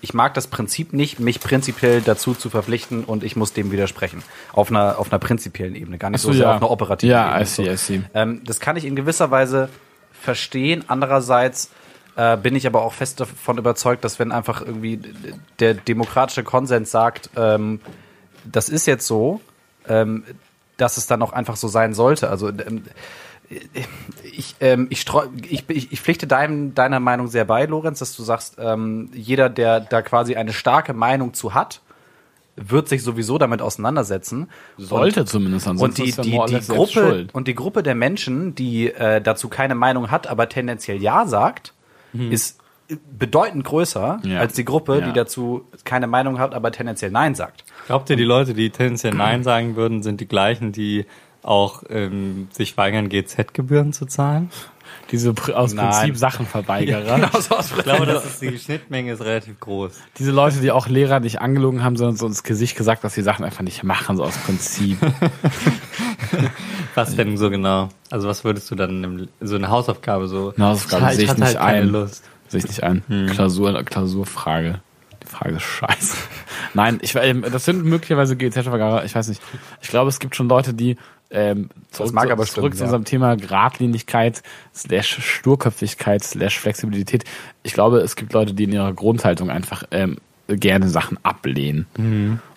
Speaker 1: ich mag das Prinzip nicht, mich prinzipiell dazu zu verpflichten und ich muss dem widersprechen. Auf einer, auf einer prinzipiellen Ebene, gar nicht so,
Speaker 2: Ach so,
Speaker 1: sehr
Speaker 2: ja.
Speaker 1: auf einer operativen
Speaker 2: Ja,
Speaker 1: Ebene.
Speaker 2: I see,
Speaker 1: so.
Speaker 2: I see.
Speaker 1: Ähm, das kann ich in gewisser Weise verstehen. Andererseits äh, bin ich aber auch fest davon überzeugt, dass wenn einfach irgendwie der demokratische Konsens sagt, ähm, das ist jetzt so, ähm, dass es dann auch einfach so sein sollte. Also ähm, ich, ähm, ich, streu, ich, ich, ich pflichte deinem, deiner Meinung sehr bei, Lorenz, dass du sagst, ähm, jeder, der da quasi eine starke Meinung zu hat, wird sich sowieso damit auseinandersetzen.
Speaker 2: Sollte zumindest,
Speaker 1: Und
Speaker 2: ansonsten
Speaker 1: die,
Speaker 2: ist ja
Speaker 1: die,
Speaker 2: more or
Speaker 1: die,
Speaker 2: less selbst
Speaker 1: Gruppe,
Speaker 2: schuld.
Speaker 1: und die Gruppe der Menschen, die äh, dazu keine Meinung hat, aber tendenziell Ja sagt, ist äh, bedeutend größer
Speaker 2: Mhm. Ja.
Speaker 1: als die Gruppe,
Speaker 2: Ja.
Speaker 1: die dazu keine Meinung hat, aber tendenziell Nein sagt.
Speaker 3: Glaubt ihr, die Leute, die tendenziell Nein sagen würden, sind die gleichen, die auch ähm, sich weigern, GZ-Gebühren zu zahlen?
Speaker 2: Diese Pri- aus
Speaker 1: Nein.
Speaker 2: Prinzip Sachenverweigerer. *laughs*
Speaker 3: Ich glaube, das ist, die Schnittmenge ist relativ groß.
Speaker 2: Diese Leute, die auch Lehrer nicht angelogen haben, sondern so ins Gesicht gesagt, dass sie Sachen einfach nicht machen, so aus Prinzip.
Speaker 3: Was denn so genau? Also was würdest du dann, im, so eine Hausaufgabe so?
Speaker 2: Eine Hausaufgabe
Speaker 3: Ja, ich
Speaker 2: sehe ich
Speaker 3: hatte
Speaker 2: nicht
Speaker 3: halt keine
Speaker 2: ein.
Speaker 3: Lust.
Speaker 2: Sehe ich nicht ein.
Speaker 1: Hm.
Speaker 2: Klausur, Klausurfrage. Die Frage ist scheiße. Nein, ich ähm, das sind möglicherweise GEZ-Vergarer, ich weiß nicht. Ich glaube, es gibt schon Leute, die ähm, zurück,
Speaker 1: mag aber stimmen,
Speaker 2: zurück zu
Speaker 1: ja.
Speaker 2: unserem Thema Gradlinigkeit, slash Sturköpfigkeit, slash Flexibilität. Ich glaube, es gibt Leute, die in ihrer Grundhaltung einfach ähm, gerne Sachen ablehnen.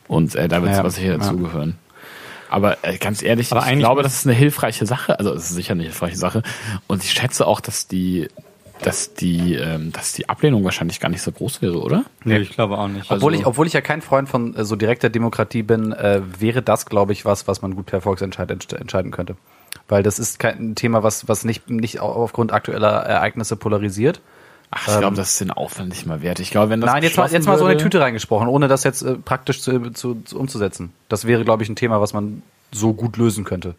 Speaker 2: Und äh, da wird
Speaker 1: Mhm. Ja,
Speaker 2: was sicher
Speaker 1: ja.
Speaker 2: dazugehören. Aber äh, ganz ehrlich,
Speaker 3: Aber
Speaker 2: ich
Speaker 3: eigentlich
Speaker 2: glaube,
Speaker 3: muss-
Speaker 2: das ist eine hilfreiche Sache. Also es ist sicher eine hilfreiche Sache. Und ich schätze auch, dass die, dass die, ähm, dass die Ablehnung wahrscheinlich gar nicht so groß wäre, oder?
Speaker 3: Nee, ich glaube auch nicht.
Speaker 1: Obwohl,
Speaker 2: Also-
Speaker 1: ich, obwohl ich ja kein Freund von äh, so direkter Demokratie bin, äh, wäre das, glaube ich, was, was man gut per Volksentscheid entsch- entscheiden könnte. Weil das ist kein Thema, was, was nicht, nicht au- aufgrund aktueller Ereignisse polarisiert.
Speaker 2: Ach, ich glaube, das ist den Aufwand nicht mal wert. Ich glaube, wenn das
Speaker 1: Ähm. Nein, jetzt mal,
Speaker 2: beschlossen
Speaker 1: jetzt mal so eine
Speaker 2: würde-
Speaker 1: Tüte reingesprochen, ohne das jetzt äh, praktisch zu, zu, zu umzusetzen. Das wäre, glaube ich, ein Thema, was man so gut lösen könnte.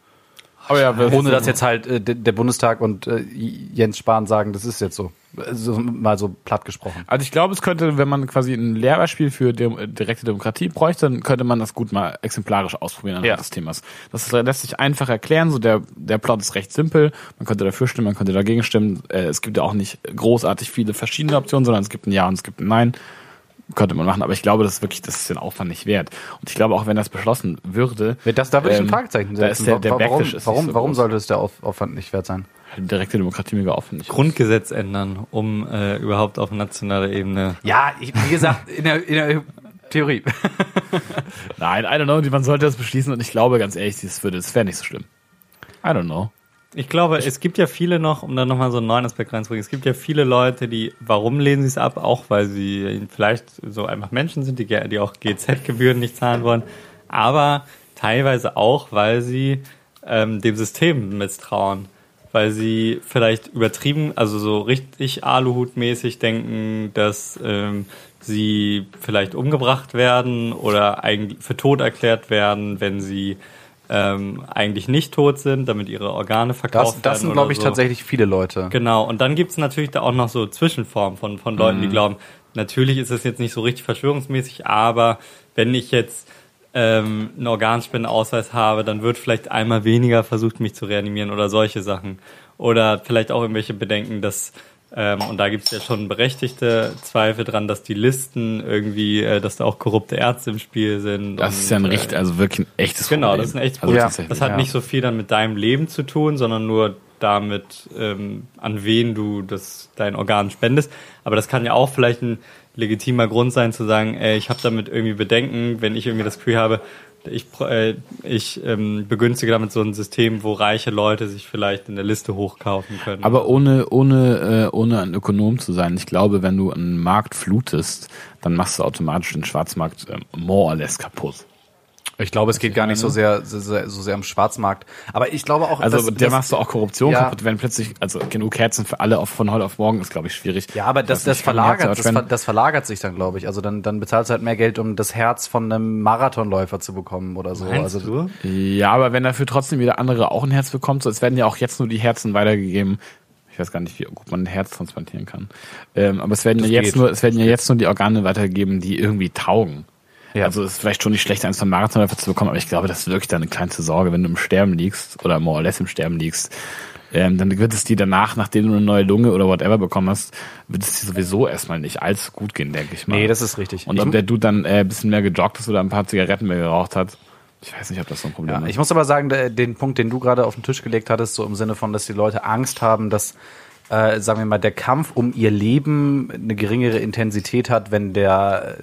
Speaker 2: Oh ja, wir-
Speaker 1: Ohne dass jetzt halt äh, de- der Bundestag und äh, Jens Spahn sagen, das ist jetzt so. Äh, so mal so platt gesprochen.
Speaker 2: Also ich glaube, es könnte, wenn man quasi ein Lehrbeispiel für dem, äh, direkte Demokratie bräuchte, dann könnte man das gut mal exemplarisch ausprobieren anhand
Speaker 1: Ja.
Speaker 2: des Themas. Das ist- lässt sich einfach erklären, so der, der Plot ist recht simpel, man könnte dafür stimmen, man könnte dagegen stimmen. Äh, Es gibt ja auch nicht großartig viele verschiedene Optionen, sondern es gibt ein Ja und es gibt ein Nein. Könnte man machen, aber ich glaube, das ist wirklich, das ist den Aufwand nicht wert. Und ich glaube, auch wenn das beschlossen würde.
Speaker 1: Das, da würde ich ein
Speaker 2: ähm,
Speaker 1: Fragezeichen
Speaker 2: Da ist
Speaker 1: setzen.
Speaker 2: der, der
Speaker 1: Wa- warum
Speaker 2: Backlash ist
Speaker 1: warum,
Speaker 2: nicht so
Speaker 1: warum
Speaker 2: groß.
Speaker 1: sollte es der Auf Aufwand nicht wert sein?
Speaker 2: direkte Demokratie mega aufwendig? ist.
Speaker 3: Grundgesetz ändern, um äh, überhaupt auf nationaler Ebene.
Speaker 1: Ja, ich, wie gesagt, in der, in der Theorie.
Speaker 2: Nein, I don't know, man sollte das beschließen und ich glaube, ganz ehrlich, das würde, es wäre nicht so schlimm. I don't know.
Speaker 3: Ich glaube, es gibt ja viele noch, um da nochmal so einen neuen Aspekt reinzubringen, es gibt ja viele Leute, die, warum lehnen sie es ab? Auch weil sie vielleicht so einfach Menschen sind, die, ge- die auch GZ-Gebühren nicht zahlen wollen, aber teilweise auch, weil sie ähm, dem System misstrauen. Weil sie vielleicht übertrieben, also so richtig Aluhut-mäßig denken, dass ähm, sie vielleicht umgebracht werden oder eigentlich für tot erklärt werden, wenn sie ähm, eigentlich nicht tot sind, damit ihre Organe verkauft
Speaker 1: Das,
Speaker 3: werden.
Speaker 1: das sind,
Speaker 3: oder
Speaker 1: glaube ich,
Speaker 3: so.
Speaker 1: tatsächlich viele Leute.
Speaker 3: Genau, und dann gibt's natürlich da auch noch so Zwischenformen von, von Leuten,
Speaker 1: Mhm.
Speaker 3: die glauben, natürlich ist es jetzt nicht so richtig verschwörungsmäßig, aber wenn ich jetzt ähm, einen Organspendenausweis habe, dann wird vielleicht einmal weniger versucht, mich zu reanimieren oder solche Sachen. Oder vielleicht auch irgendwelche Bedenken, dass, ähm, und da gibt's ja schon berechtigte Zweifel dran, dass die Listen irgendwie, äh, dass da auch korrupte Ärzte im Spiel sind.
Speaker 2: Das ist ja ein
Speaker 3: und, äh,
Speaker 2: richtig, also wirklich ein echtes
Speaker 3: Genau,
Speaker 2: Problem.
Speaker 3: das ist ein echtes
Speaker 2: also
Speaker 1: Ja.
Speaker 2: tatsächlich.
Speaker 3: das hat
Speaker 1: Ja.
Speaker 3: nicht so viel dann mit deinem Leben zu tun, sondern nur damit, ähm, an wen du das, dein Organ spendest. Aber das kann ja auch vielleicht ein legitimer Grund sein zu sagen, ey, ich habe damit irgendwie Bedenken, wenn ich irgendwie das Gefühl habe, ich, pro- äh, ich ähm, begünstige damit so ein System, wo reiche Leute sich vielleicht in der Liste hochkaufen können.
Speaker 2: Aber ohne, ohne, äh, ohne ein Ökonom zu sein, ich glaube, wenn du einen Markt flutest, dann machst du automatisch den Schwarzmarkt ähm, more or less kaputt.
Speaker 1: Ich glaube, es geht gar nicht so sehr, so sehr, so sehr am Schwarzmarkt. Aber ich glaube auch,
Speaker 2: Also
Speaker 1: dass-
Speaker 2: der
Speaker 1: dass-
Speaker 2: machst du auch Korruption
Speaker 1: Ja.
Speaker 2: kaputt, wenn plötzlich, also genug Kerzen für alle auf, von heute auf morgen ist, glaube ich, schwierig.
Speaker 1: Ja, aber
Speaker 2: Ich
Speaker 1: das,
Speaker 2: weiß
Speaker 1: das,
Speaker 2: nicht, wie viele Herzen,
Speaker 1: verlagert, das,
Speaker 2: aber
Speaker 1: ver-
Speaker 2: wenn-
Speaker 1: das verlagert sich dann, glaube ich. Also dann, dann bezahlst du halt mehr Geld, um das Herz von einem Marathonläufer zu bekommen oder so.
Speaker 3: Meinst
Speaker 1: also
Speaker 3: du?
Speaker 2: Ja, aber wenn dafür trotzdem wieder andere auch ein Herz bekommt, so es werden ja auch jetzt nur die Herzen weitergegeben. Ich weiß gar nicht, wie gut man ein Herz transplantieren kann. Ähm, aber es werden ja jetzt
Speaker 1: geht.
Speaker 2: nur, es werden ja jetzt nur die Organe weitergegeben, die irgendwie taugen.
Speaker 1: Ja.
Speaker 2: Also es ist vielleicht schon nicht schlecht, eins von Marathonläufer zu bekommen, aber ich glaube, das ist wirklich deine kleinste Sorge, wenn du im Sterben liegst oder more or less im Sterben liegst. Ähm, dann wird es dir danach, nachdem du eine neue Lunge oder whatever bekommen hast, wird es dir sowieso erstmal nicht allzu gut gehen, denke ich mal.
Speaker 1: Nee, das ist richtig.
Speaker 2: Und
Speaker 1: Ich-
Speaker 2: ob der Dude dann äh, ein bisschen mehr gejoggt ist oder ein paar Zigaretten mehr geraucht hat, ich weiß nicht, ob das so ein Problem
Speaker 1: Ja,
Speaker 2: ist.
Speaker 1: ich muss aber sagen, der- den Punkt, den du gerade auf den Tisch gelegt hattest, so im Sinne von, dass die Leute Angst haben, dass, äh, sagen wir mal, der Kampf um ihr Leben eine geringere Intensität hat, wenn der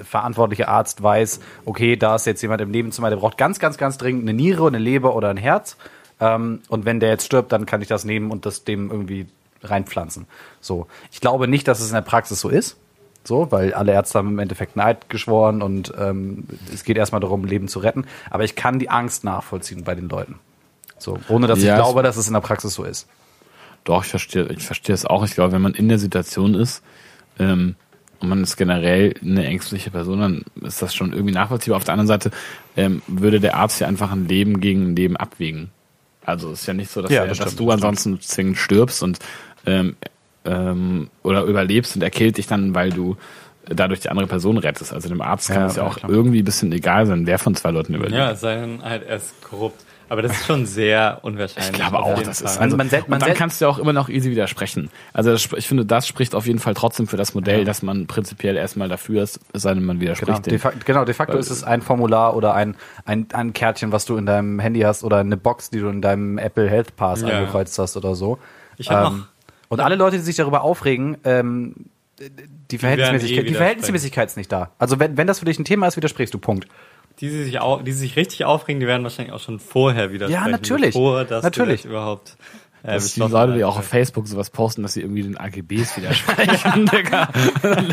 Speaker 1: äh, verantwortliche Arzt weiß, okay, da ist jetzt jemand im Nebenzimmer, der braucht ganz, ganz, ganz dringend eine Niere, eine Leber oder ein Herz. Ähm, und wenn der jetzt stirbt, dann kann ich das nehmen und das dem irgendwie reinpflanzen. So. Ich glaube nicht, dass es in der Praxis so ist. So, weil alle Ärzte haben im Endeffekt einen Eid geschworen und ähm, es geht erstmal darum, Leben zu retten. Aber ich kann die Angst nachvollziehen bei den Leuten. So, ohne dass
Speaker 2: Ja,
Speaker 1: ich
Speaker 2: es-
Speaker 1: glaube, dass es in der Praxis so ist.
Speaker 2: Doch, ich verstehe, ich verstehe es auch. Ich glaube, wenn man in der Situation ist ähm, und man ist generell eine ängstliche Person, dann ist das schon irgendwie nachvollziehbar. Auf der anderen Seite ähm, würde der Arzt ja einfach ein Leben gegen ein Leben abwägen. Also es ist ja nicht so, dass,
Speaker 1: Ja,
Speaker 2: er,
Speaker 1: das
Speaker 2: dass
Speaker 1: stimmt,
Speaker 2: du ansonsten zwingend stirbst und ähm, ähm, oder überlebst und er killt dich dann, weil du dadurch die andere Person rettest. Also dem Arzt kann
Speaker 1: Ja,
Speaker 2: es ja
Speaker 1: ja,
Speaker 2: auch
Speaker 1: klar.
Speaker 2: irgendwie ein bisschen egal sein, wer von zwei Leuten überlebt.
Speaker 3: Ja, es sei denn halt erst korrupt. Aber das ist schon sehr unwahrscheinlich.
Speaker 2: Ich glaube
Speaker 3: auf
Speaker 2: auch,
Speaker 3: jeden
Speaker 2: das
Speaker 3: Fall.
Speaker 2: ist also,
Speaker 1: Man sel- man
Speaker 2: und dann
Speaker 1: sel-
Speaker 2: kannst du ja auch immer noch easy widersprechen. Also das, sp- ich finde, das spricht auf jeden Fall trotzdem für das Modell, dass man prinzipiell erstmal dafür ist, es sei denn, man
Speaker 1: Genau,
Speaker 2: widerspricht
Speaker 1: de
Speaker 2: dem.
Speaker 1: facto, genau, de facto ist es ein Formular oder ein, ein, ein Kärtchen, was du in deinem Handy hast oder eine Box, die du in deinem Apple Health Pass
Speaker 3: Ja.
Speaker 1: angekreuzt hast oder so. Ähm,
Speaker 3: Ich hab noch-
Speaker 1: und alle Leute, die sich darüber aufregen, ähm, die, Verhältnismäßigkeit, die
Speaker 3: eh widersprechen.
Speaker 1: Verhältnismäßigkeit ist nicht da. Also wenn, wenn das für dich ein Thema ist, widersprichst du, Punkt.
Speaker 3: die, die sich au- die sich richtig aufregen, die werden wahrscheinlich auch schon vorher wieder
Speaker 1: Ja,
Speaker 3: sprechen,
Speaker 1: natürlich.
Speaker 3: Bevor das
Speaker 1: Natürlich.
Speaker 3: Gesetz überhaupt. Äh,
Speaker 2: Das sind die
Speaker 3: beschlossen
Speaker 2: Leute, die
Speaker 3: wird.
Speaker 2: auch auf Facebook sowas posten, dass sie irgendwie den AGBs *laughs* widersprechen. Digga,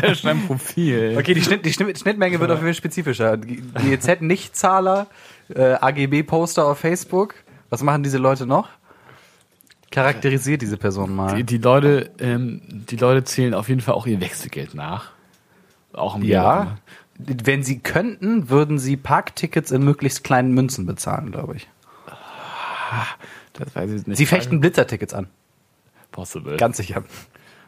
Speaker 2: lösch dein Profil.
Speaker 1: Okay, die, Schnitt, die Schnitt, Schnittmenge wird auf jeden Fall spezifischer. GEZ-Nichtzahler, E äh, AGB-Poster auf Facebook. Was machen diese Leute noch? Charakterisiert diese Person mal.
Speaker 2: Die, die Leute, ähm, die Leute zählen auf jeden Fall auch ihr Wechselgeld nach. Auch im
Speaker 1: Ja. Wenn sie könnten, würden sie Parktickets in möglichst kleinen Münzen bezahlen, glaube ich.
Speaker 2: Das weiß ich nicht.
Speaker 1: Sie fechten Blitzertickets an.
Speaker 2: Possible.
Speaker 1: Ganz sicher.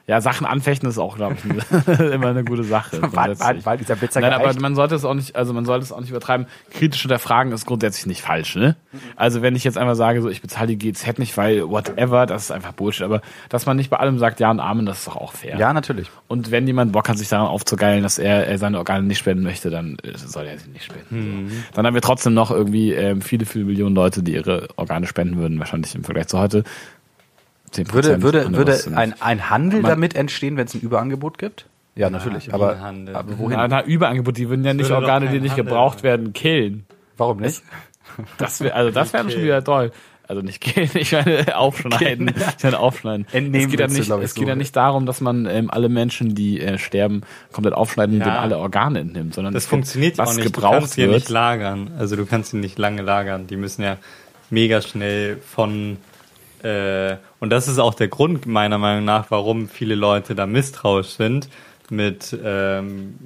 Speaker 2: Ja, Sachen anfechten ist auch, glaube ich, *laughs* immer eine gute Sache.
Speaker 1: Weil- weil- weil dieser Blitzer
Speaker 2: Nein, aber
Speaker 1: gereicht.
Speaker 2: man sollte es auch nicht, also man sollte es auch nicht übertreiben. Kritisch hinterfragen ist grundsätzlich nicht falsch, ne? Also wenn ich jetzt einfach sage, so ich bezahle die GZ nicht, weil whatever, das ist einfach Bullshit. Aber dass man nicht bei allem sagt, ja und Amen, das ist doch auch fair.
Speaker 1: Ja, natürlich.
Speaker 2: Und wenn jemand Bock hat, sich daran aufzugeilen, dass er äh, seine Organe nicht spenden möchte, dann äh, soll er sie nicht spenden.
Speaker 1: Mhm.
Speaker 2: So. Dann haben wir trotzdem noch irgendwie ähm, viele, viele Millionen Leute, die ihre Organe spenden würden, wahrscheinlich im Vergleich zu heute. 10%
Speaker 1: Würde, würde,
Speaker 2: anderes
Speaker 1: würde
Speaker 2: sind-
Speaker 1: ein, ein Handel
Speaker 2: Man-
Speaker 1: damit entstehen, wenn es ein Überangebot gibt? Ja, natürlich. Aber,
Speaker 3: ein Handel.
Speaker 1: aber
Speaker 2: Na,
Speaker 1: wohin?
Speaker 2: na, Überangebot, die würden ja nicht
Speaker 3: würde doch
Speaker 2: Organe, die
Speaker 3: keinen
Speaker 2: nicht
Speaker 3: Handel
Speaker 2: gebraucht
Speaker 3: machen.
Speaker 2: werden, killen.
Speaker 1: Warum nicht?
Speaker 3: *laughs*
Speaker 2: Das wär, also das wäre schon wieder toll. Also nicht gehen, ich meine *laughs* aufschneiden. Ich meine aufschneiden.
Speaker 1: Entnehmen
Speaker 2: es geht ja
Speaker 1: willst du,
Speaker 2: nicht,
Speaker 1: glaub ich,
Speaker 2: es
Speaker 1: so.
Speaker 2: geht ja nicht darum, dass man ähm, alle Menschen, die äh, sterben, komplett aufschneiden und
Speaker 3: Ja.
Speaker 2: denen alle Organe entnimmt, sondern es
Speaker 3: Das
Speaker 2: gibt,
Speaker 3: funktioniert
Speaker 2: was
Speaker 3: auch nicht. du
Speaker 2: gebraucht
Speaker 3: kannst die ja nicht
Speaker 2: wird.
Speaker 3: lagern. Also du kannst sie nicht lange lagern. Die müssen ja mega schnell von äh, und das ist auch der Grund meiner Meinung nach, warum viele Leute da misstrauisch sind mit ähm,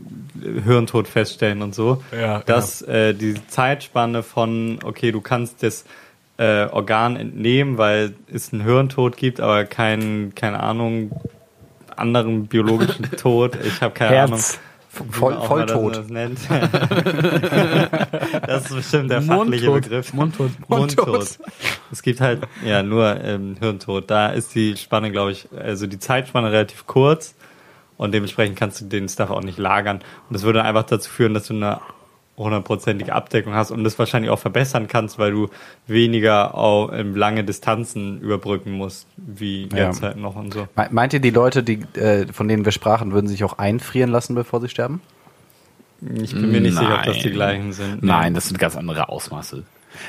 Speaker 3: Hirntod feststellen und so.
Speaker 2: Ja, genau.
Speaker 3: dass äh, die Zeitspanne von okay, du kannst das äh, Organ entnehmen, weil es einen Hirntod gibt, aber kein, keine Ahnung
Speaker 2: *laughs*
Speaker 3: anderen biologischen Tod. Ich habe keine
Speaker 2: Herz.
Speaker 3: Ahnung.
Speaker 1: Voll-
Speaker 3: Wie auch immer
Speaker 1: Volltod.
Speaker 3: Das, man das, nennt. *laughs* das ist bestimmt der fachliche
Speaker 2: Mundtot.
Speaker 3: Begriff.
Speaker 2: Mundtot.
Speaker 3: Mundtot. Es gibt halt, ja, nur ähm, Hirntod. Da ist die Spanne, glaube ich, also die Zeitspanne relativ kurz und dementsprechend kannst du den Stuff auch nicht lagern. Und das würde einfach dazu führen, dass du eine hundertprozentige Abdeckung hast und das wahrscheinlich auch verbessern kannst, weil du weniger auch ähm, lange Distanzen überbrücken musst, wie
Speaker 1: Ja.
Speaker 3: jetzt halt noch und so.
Speaker 1: Me- Meint ihr, die Leute, die, äh, von denen wir sprachen, würden sich auch einfrieren lassen, bevor sie sterben?
Speaker 3: Ich bin mir nicht sicher, ob das die
Speaker 2: Nein.
Speaker 3: gleichen sind.
Speaker 2: Nein, das sind ganz andere Ausmaße.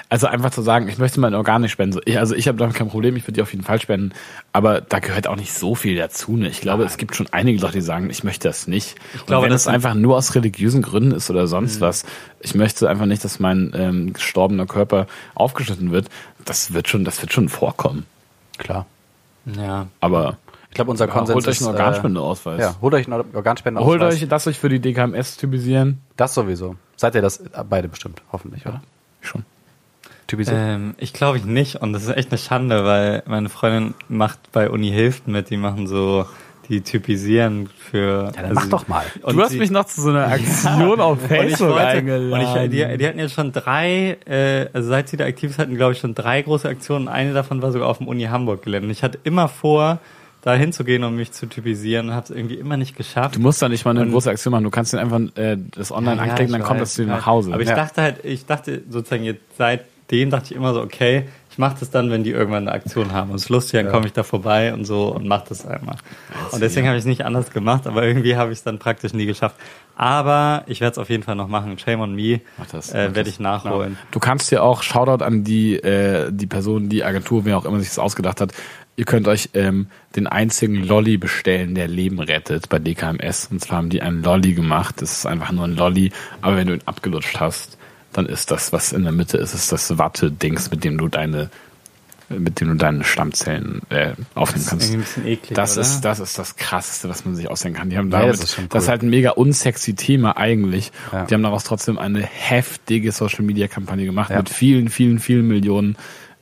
Speaker 2: Also einfach zu sagen, ich möchte mein Organ nicht spenden. So, Ich, also ich habe damit kein Problem, ich würde die auf jeden Fall spenden, aber da gehört auch nicht so viel dazu. Ne? Ich glaube, es gibt schon einige Leute, die sagen, ich möchte das nicht. Ich
Speaker 3: glaube,
Speaker 2: glaube, wenn
Speaker 3: das
Speaker 2: das
Speaker 3: sind- Mhm.
Speaker 2: einfach nur aus religiösen Gründen ist oder sonst was, ich möchte einfach nicht, dass mein ähm, gestorbener Körper aufgeschnitten wird. Das wird schon, das wird schon vorkommen.
Speaker 1: Klar.
Speaker 3: Ja.
Speaker 2: Aber
Speaker 1: Ich glaube, unser
Speaker 2: Ja,
Speaker 1: Konsens
Speaker 2: holt euch
Speaker 1: ist,
Speaker 2: einen Organspendeausweis.
Speaker 1: Äh, ja, holt euch einen Organspendeausweis.
Speaker 2: holt euch, lasst euch für die DKMS typisieren.
Speaker 1: das sowieso. Seid ihr das beide bestimmt, hoffentlich, oder?
Speaker 2: Schon.
Speaker 1: Typisiert.
Speaker 3: Ähm, ich glaube ich nicht und das ist echt eine Schande, weil meine Freundin macht bei Uni Hilft mit, die machen so, die typisieren für. also
Speaker 1: ja, dann mach doch mal.
Speaker 3: Und
Speaker 2: du hast
Speaker 3: sie-
Speaker 2: mich noch zu so *laughs* einer Aktion auf
Speaker 3: und ich
Speaker 2: Facebook
Speaker 3: wollte, und ich,
Speaker 2: eingeladen.
Speaker 3: die, die hatten jetzt schon drei, äh, also seit sie da aktiv ist, hatten glaube ich schon drei große Aktionen. Eine davon war sogar auf dem Uni Hamburg Gelände. Ich hatte immer vor, da hinzugehen, um mich zu typisieren, habe es irgendwie immer nicht geschafft.
Speaker 2: Du musst da nicht mal eine große Aktion machen. Du kannst den einfach äh, das online
Speaker 3: Ja, ja,
Speaker 2: anklicken, dann
Speaker 3: ich
Speaker 2: kommt
Speaker 3: weiß,
Speaker 2: das zu dir
Speaker 3: ich
Speaker 2: nach
Speaker 3: weiß.
Speaker 2: Hause.
Speaker 3: Aber ich
Speaker 1: Ja.
Speaker 3: dachte halt, ich dachte sozusagen jetzt seitdem dachte ich immer so, okay, ich mache das dann, wenn die irgendwann eine Aktion haben. Und es ist lustig, dann komme ich da vorbei und so und mache das einmal. Und deswegen habe ich es nicht anders gemacht, aber irgendwie habe ich es dann praktisch nie geschafft. Aber ich werde es auf jeden Fall noch machen. Shame on me.
Speaker 2: Mach das,
Speaker 3: äh,
Speaker 2: mach
Speaker 3: werde
Speaker 2: das.
Speaker 3: ich nachholen.
Speaker 2: Du kannst ja auch Shoutout an die äh, die Person, die Agentur, wer auch immer sich das ausgedacht hat. Ihr könnt euch ähm, den einzigen Lolly bestellen, der Leben rettet bei DKMS. Und zwar haben die einen Lolly gemacht. Das ist einfach nur ein Lolly. Aber wenn du ihn abgelutscht hast, dann ist das, was in der Mitte ist, ist das Watte-Dings, mit dem du deine mit dem du deine Stammzellen äh, aufnehmen
Speaker 3: Das ist
Speaker 2: kannst.
Speaker 3: irgendwie ein bisschen eklig,
Speaker 2: Das
Speaker 3: oder?
Speaker 2: ist, das ist das Krasseste, was man sich ausdenken kann. Die haben
Speaker 1: Ja,
Speaker 2: damit,
Speaker 1: das ist
Speaker 2: das,
Speaker 1: schon
Speaker 2: ist
Speaker 1: cool.
Speaker 2: halt ein mega unsexy Thema eigentlich.
Speaker 1: Ja.
Speaker 2: Die haben daraus trotzdem eine heftige Social Media Kampagne gemacht
Speaker 1: Ja.
Speaker 2: mit vielen, vielen, vielen Millionen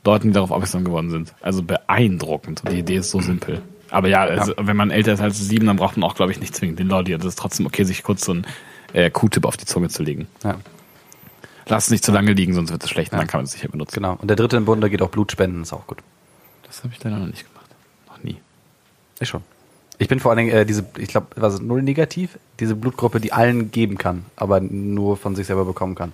Speaker 2: Leuten, die darauf aufmerksam geworden sind. Also beeindruckend. Und die Idee ist so simpel. Aber ja, also, wenn man älter ist als sieben, dann braucht man auch, glaube ich, nicht zwingend den Lolli. Also es ist trotzdem okay, sich kurz so einen äh, Q-Tip auf die Zunge zu legen.
Speaker 1: Ja,
Speaker 2: Lass es nicht zu lange liegen, sonst wird es schlecht. und Dann kann man es nicht mehr benutzen.
Speaker 1: genau. Und der dritte im Bunde geht auch Blut spenden, ist auch gut.
Speaker 2: Das habe ich leider noch nicht gemacht. Noch nie.
Speaker 1: Ich schon. Ich bin vor allen Dingen äh, diese, ich glaube, was ist null negativ? Diese Blutgruppe, die allen geben kann, aber nur von sich selber bekommen kann.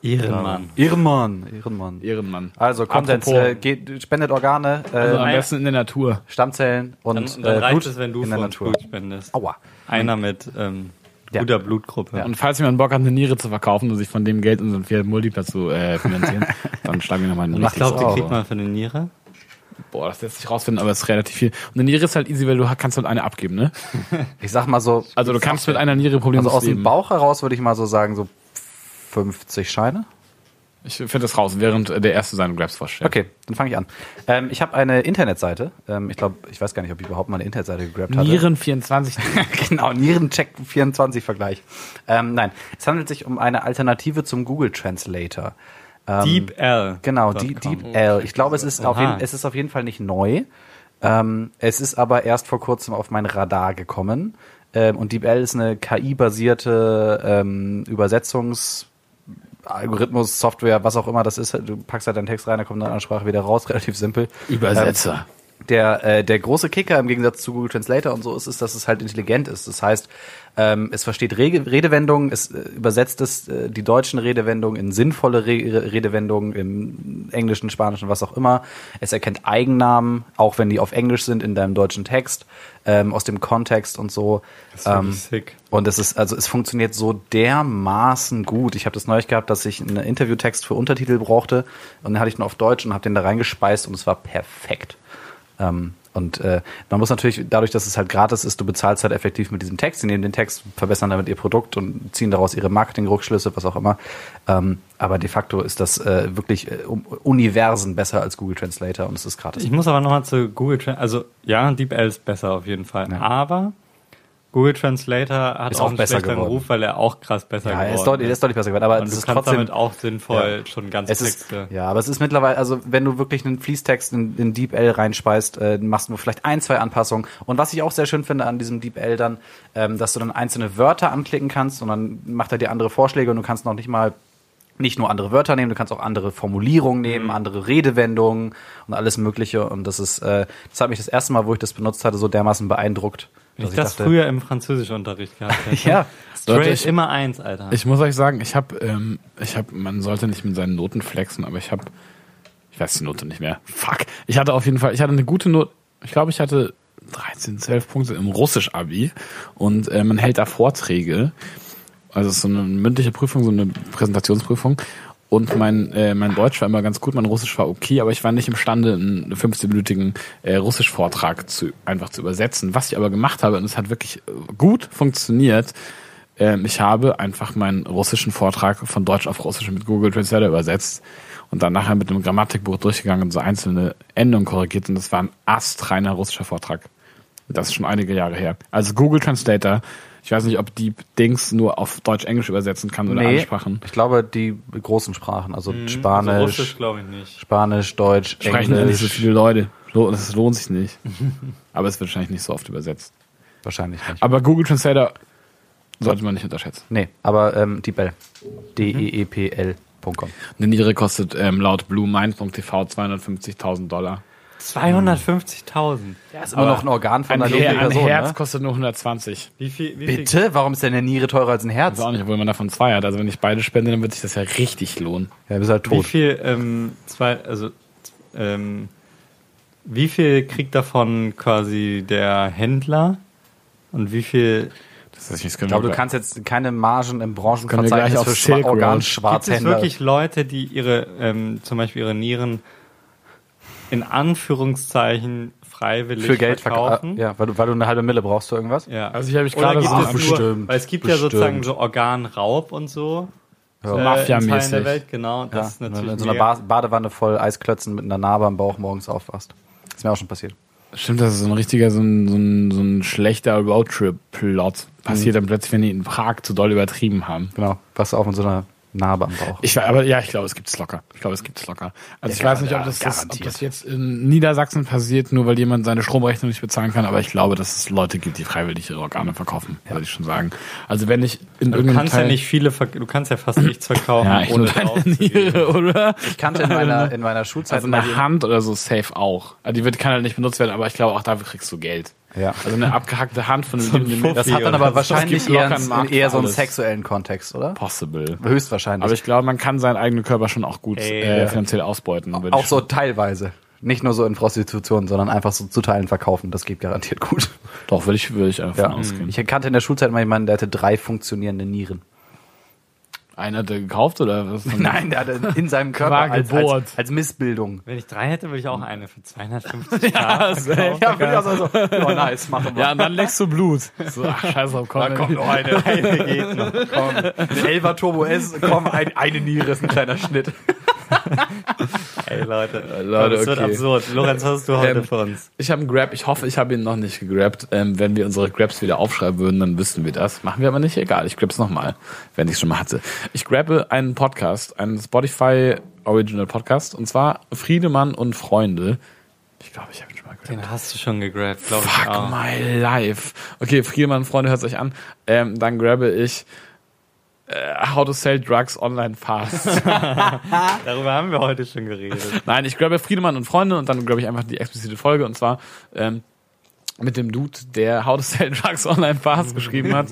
Speaker 3: Ehrenmann.
Speaker 1: Ehrenmann, Ehrenmann.
Speaker 2: Ehrenmann.
Speaker 1: Also Konsens,
Speaker 2: Apropos.
Speaker 1: äh, geht, spendet Organe, äh,
Speaker 2: Also am
Speaker 3: ein-
Speaker 2: besten in der Natur.
Speaker 1: Stammzellen
Speaker 3: Dann,
Speaker 1: und,
Speaker 3: und dann
Speaker 1: äh,
Speaker 3: reicht
Speaker 1: Blut
Speaker 3: es, wenn du
Speaker 1: in der
Speaker 3: von uns
Speaker 1: Natur.
Speaker 3: Blut spendest.
Speaker 1: Aua.
Speaker 3: Einer mit ähm,
Speaker 1: Ja.
Speaker 3: guter Blutgruppe.
Speaker 2: Und falls jemand Bock hat, eine Niere zu verkaufen und sich von dem Geld unseren Fiat Multipla zu
Speaker 1: *laughs*
Speaker 2: äh, finanzieren, dann schlagen wir nochmal einen
Speaker 3: ich glaube, die
Speaker 1: sauber.
Speaker 3: kriegt man für eine Niere.
Speaker 2: Boah, das lässt sich rausfinden, aber es ist relativ viel. Und eine Niere ist halt easy, weil du kannst halt eine abgeben, ne?
Speaker 1: Ich sag mal so,
Speaker 2: Also du kannst mit einer Niere
Speaker 1: also
Speaker 2: problemlos
Speaker 1: aus dem
Speaker 2: leben.
Speaker 1: Bauch heraus würde ich mal so sagen, so 50 Scheine.
Speaker 2: Ich finde das raus, während äh, der erste seinen Grabs vorstellt.
Speaker 1: Okay, dann fange ich an. Ähm, ich habe eine Internetseite. Ähm, ich glaube, ich weiß gar nicht, ob ich überhaupt mal eine Internetseite gegrabt hatte.
Speaker 2: Nieren *laughs* 24.
Speaker 1: *laughs* genau, Nierencheck24-Vergleich. Ähm, nein, es handelt sich um eine Alternative zum Google Translator. Ähm,
Speaker 3: DeepL.
Speaker 1: Genau, die, DeepL. Ich glaube, es ist, auf
Speaker 3: Aha.
Speaker 1: jeden, es ist auf jeden Fall nicht neu. Ähm, es ist aber erst vor kurzem auf mein Radar gekommen. Ähm, und DeepL ist eine KI-basierte ähm, Übersetzungs- Algorithmus, Software, was auch immer das ist, du packst halt deinen Text rein, da kommt eine andere Sprache wieder raus, *laughs* relativ simpel.
Speaker 2: Übersetzer.
Speaker 1: Ähm, der, äh, der große Kicker im Gegensatz zu Google Translator und so ist, ist, dass es halt intelligent ist. Das heißt, Ähm, es versteht Rege Redewendungen, es äh, übersetzt es äh, die deutschen Redewendungen in sinnvolle Re Re- Redewendungen im Englischen, Spanischen, was auch immer. Es erkennt Eigennamen, auch wenn die auf Englisch sind in deinem deutschen Text, ähm, aus dem Kontext und so.
Speaker 3: Das ist
Speaker 1: Ähm,
Speaker 3: wirklich sick.
Speaker 1: und es ist, also es funktioniert so dermaßen gut. Ich habe das neulich gehabt, dass ich einen Interviewtext für Untertitel brauchte und den hatte ich nur auf Deutsch und habe den da reingespeist und es war perfekt. Ähm, und äh, man muss natürlich, dadurch, dass es halt gratis ist, du bezahlst halt effektiv mit diesem Text. Sie nehmen den Text, verbessern damit ihr Produkt und ziehen daraus ihre Marketing-Rückschlüsse, was auch immer. Ähm, aber de facto ist das äh, wirklich äh, um, Universen besser als Google Translator und es ist gratis.
Speaker 3: Ich muss aber nochmal zu Google Translate. Also ja, DeepL ist besser auf jeden Fall.
Speaker 1: Ja.
Speaker 3: Aber Google Translator hat
Speaker 1: Ist
Speaker 3: auch,
Speaker 1: auch
Speaker 3: einen
Speaker 1: besser
Speaker 3: schlechteren
Speaker 1: geworden.
Speaker 3: Ruf, weil er auch krass besser
Speaker 1: Ja,
Speaker 3: geworden ne?
Speaker 1: er ist deutlich, er ist deutlich besser geworden, aber
Speaker 3: Und
Speaker 1: es
Speaker 3: du
Speaker 1: ist
Speaker 3: kannst
Speaker 1: trotzdem
Speaker 3: damit auch sinnvoll schon ganze
Speaker 1: Es ist,
Speaker 3: Texte.
Speaker 1: ja, aber es ist mittlerweile, also wenn du wirklich einen Fließtext in, in DeepL reinspeist, äh, machst du vielleicht ein, zwei Anpassungen. Und was ich auch sehr schön finde an diesem DeepL dann, ähm, dass du dann einzelne Wörter anklicken kannst und dann macht er dir andere Vorschläge und du kannst noch nicht mal nicht nur andere Wörter nehmen, du kannst auch andere Formulierungen nehmen, andere Redewendungen und alles Mögliche. Und das ist, äh, das hat mich das erste Mal, wo ich das benutzt hatte, so dermaßen beeindruckt.
Speaker 3: Wenn
Speaker 1: dass
Speaker 3: ich das früher *laughs* im Französischunterricht gehabt
Speaker 1: *laughs*
Speaker 3: hätte.
Speaker 1: Ja.
Speaker 3: Straight
Speaker 2: Leute, ich-
Speaker 3: immer eins, Alter.
Speaker 2: Ich muss euch sagen, ich habe, ähm, ich habe, man sollte nicht mit seinen Noten flexen, aber ich habe, ich weiß die Note nicht mehr. Fuck. Ich hatte auf jeden Fall, ich hatte eine gute Note. Ich glaube, ich hatte 13, 12 Punkte im Russisch-Abi und äh, man hält da Vorträge. Also es ist so eine mündliche Prüfung, so eine Präsentationsprüfung. Und mein, äh, mein Deutsch war immer ganz gut, mein Russisch war okay, aber ich war nicht imstande, einen 15-minütigen äh, Russisch-Vortrag zu, einfach zu übersetzen. Was ich aber gemacht habe, und es hat wirklich äh, gut funktioniert, ähm, ich habe einfach meinen russischen Vortrag von Deutsch auf Russisch mit Google Translator übersetzt und dann nachher mit einem Grammatikbuch durchgegangen und so einzelne Endungen korrigiert und das war ein astreiner russischer Vortrag. Das ist schon einige Jahre her. Also Google Translator, ich weiß nicht, ob die Dings nur auf Deutsch-Englisch übersetzen kann oder
Speaker 1: Nee,
Speaker 2: andere Sprachen.
Speaker 1: ich glaube, die großen Sprachen, also
Speaker 3: Also
Speaker 1: Spanisch, Hm.
Speaker 3: Russisch glaube ich nicht.
Speaker 1: Spanisch, Deutsch,
Speaker 2: Sprechen ja nicht so
Speaker 1: Englisch.
Speaker 2: viele Leute. Lo- Das lohnt sich *laughs* nicht. Aber es wird wahrscheinlich nicht so oft übersetzt.
Speaker 1: Wahrscheinlich nicht.
Speaker 2: Aber Google Translator sollte man nicht unterschätzen.
Speaker 1: nee, aber ähm, DeepL. E D-E-E-P-L.com.
Speaker 2: Eine Niere kostet ähm, laut BlueMind.tv 250.000 Dollar.
Speaker 3: 250.000.
Speaker 1: Ja, ist immer noch ein Organ von
Speaker 2: Ein,
Speaker 1: einer
Speaker 2: Her
Speaker 1: lebenden
Speaker 2: ein
Speaker 1: Person.
Speaker 2: Herz
Speaker 1: Ne?
Speaker 2: kostet nur 120.
Speaker 3: Wie viel, wie viel
Speaker 1: Bitte? Warum ist denn eine Niere teurer als ein Herz?
Speaker 2: Das ist auch nicht, obwohl man davon zwei hat. Also wenn ich beide spende, dann wird sich das ja richtig lohnen.
Speaker 1: Ja, bist halt
Speaker 3: Wie
Speaker 1: tot.
Speaker 3: viel, ähm, zwei, also, ähm, wie viel kriegt davon quasi der Händler und wie viel
Speaker 2: Das ist nicht
Speaker 1: Ich glaube, du kannst jetzt keine Margen im
Speaker 2: Können wir gleich
Speaker 1: Branchenverzeichnis
Speaker 2: auf
Speaker 1: für
Speaker 2: Silk
Speaker 1: Schwa-
Speaker 2: Road.
Speaker 3: gibt es
Speaker 1: Organschwarzhändler.
Speaker 3: wirklich Leute, die ihre, ähm, zum Beispiel ihre Nieren in Anführungszeichen freiwillig
Speaker 1: für Geld verkaufen?
Speaker 3: verkaufen?
Speaker 1: Ja, weil du, weil du eine halbe Mille brauchst für irgendwas?
Speaker 3: Ja.
Speaker 2: Also hier habe ich
Speaker 3: Oder
Speaker 2: gerade
Speaker 3: gibt
Speaker 2: so
Speaker 3: es nur,
Speaker 1: Bestimmt,
Speaker 3: weil es gibt ja
Speaker 1: bestimmt.
Speaker 3: sozusagen so Organraub und so. äh,
Speaker 1: Ja.
Speaker 3: in
Speaker 2: Mafia-mäßig.
Speaker 3: Teilen der Welt, genau. Das
Speaker 1: Ja,
Speaker 3: ist
Speaker 1: wenn
Speaker 3: natürlich
Speaker 1: du in so einer
Speaker 3: mega-
Speaker 1: Ba- Badewanne voll Eisklötzen mit einer Narbe am Bauch morgens aufwachst. Ist mir auch schon passiert.
Speaker 2: Stimmt, das ist so ein richtiger, so ein, so ein, so ein schlechter Roadtrip-Plot. Passiert
Speaker 1: Mhm.
Speaker 2: dann plötzlich, wenn die in Prag zu doll übertrieben haben.
Speaker 1: Genau. Wachst du auf mit so einer Narbe am Bauch.
Speaker 2: Ich, war- aber ja, ich glaube, es gibt es locker. Ich glaube, es gibt es locker. Also ich
Speaker 1: Ja,
Speaker 2: weiß nicht, ob
Speaker 1: ja,
Speaker 2: das, das, ob
Speaker 1: garantiert.
Speaker 2: das jetzt in Niedersachsen passiert, nur weil jemand seine Stromrechnung nicht bezahlen kann, aber ich glaube, dass es Leute gibt, die freiwillig ihre Organe verkaufen, würde ich schon sagen. Also wenn ich in
Speaker 3: Du
Speaker 2: irgendeinem
Speaker 3: kannst
Speaker 2: Teil,
Speaker 3: ja nicht viele, verk- du kannst ja fast nichts verkaufen,
Speaker 2: ja, ich
Speaker 3: ohne
Speaker 2: nur deine
Speaker 3: drauf zu gehen.
Speaker 2: Niere, *laughs* oder?
Speaker 1: Ich kannte
Speaker 2: *laughs*
Speaker 1: in meiner, in meiner Schulzeit
Speaker 2: Also
Speaker 1: immer
Speaker 2: eine
Speaker 1: die-
Speaker 2: Hand oder so safe auch. Also die wird kann halt nicht benutzt werden, aber ich glaube auch dafür kriegst du Geld.
Speaker 1: Ja.
Speaker 2: Also eine abgehackte Hand von einem lebenden
Speaker 3: Fuffi.
Speaker 2: Menschen.
Speaker 1: Das hat dann
Speaker 3: oder
Speaker 1: aber
Speaker 3: so. Es
Speaker 1: wahrscheinlich
Speaker 2: gibt locker
Speaker 1: eher,
Speaker 2: einen
Speaker 1: einen,
Speaker 2: Markt
Speaker 1: eher so einen
Speaker 2: für alles.
Speaker 1: sexuellen Kontext, oder?
Speaker 2: possible.
Speaker 1: Höchstwahrscheinlich.
Speaker 2: Aber ich glaube, man kann seinen eigenen Körper schon auch gut
Speaker 3: Ey,
Speaker 2: äh,
Speaker 3: ja.
Speaker 2: finanziell ausbeuten. würde
Speaker 1: auch
Speaker 2: ich
Speaker 1: so teilweise. Nicht nur so in Prostitution, sondern einfach so zu Teilen verkaufen. Das geht garantiert gut.
Speaker 2: schon- Doch, würde ich, würde ich einfach davon ausgehen.
Speaker 1: Ich kannte in der Schulzeit mal jemanden, der hatte drei funktionierende Nieren.
Speaker 2: Einer hat er gekauft oder was?
Speaker 1: Nein, der hatte in *laughs* seinem Körper
Speaker 2: War
Speaker 1: als,
Speaker 2: Geburt.
Speaker 1: als, als Missbildung.
Speaker 3: Wenn ich drei hätte, würde ich auch eine für *laughs*
Speaker 2: *laughs*
Speaker 3: 250.
Speaker 2: Ja,
Speaker 3: also,
Speaker 1: Ja, bin ich auch so, oh, nice, machen wir.
Speaker 2: ja, und dann leckst du Blut. So, ach, scheiße, komm, komm,
Speaker 1: noch *laughs* eine. Eine geht noch. Komm. Ein Elfer Turbo S, komm, ein, eine Niere ist ein kleiner Schnitt.
Speaker 3: Ey, Leute.
Speaker 2: Leute,
Speaker 3: das wird
Speaker 2: okay.
Speaker 3: absurd. Lorenz, was hast du heute
Speaker 2: Ähm,
Speaker 3: für uns?
Speaker 2: Ich habe einen Grab, ich hoffe, ich habe ihn noch nicht gegrabt. Ähm, wenn wir unsere Grabs wieder aufschreiben würden, dann wüssten wir das. Machen wir aber nicht, egal. Ich grab's nochmal, wenn ich schon mal hatte. Ich grabbe einen Podcast, einen Spotify Original Podcast, und zwar Friedemann und Freunde. Ich glaube, ich habe ihn schon mal gegrabt.
Speaker 3: Den hast du schon gegrabt, glaube ich.
Speaker 2: Fuck
Speaker 3: auch.
Speaker 2: my life. Okay, Friedemann, Freunde, hört euch an. Ähm, dann grabbe ich äh, How to Sell Drugs Online Fast.
Speaker 3: Darüber haben wir heute schon geredet.
Speaker 2: Nein, ich grabe Friedemann und Freunde und dann grabe ich einfach die explizite Folge und zwar ähm, mit dem Dude, der How to Sell Drugs Online Fast geschrieben
Speaker 3: *laughs*
Speaker 2: hat.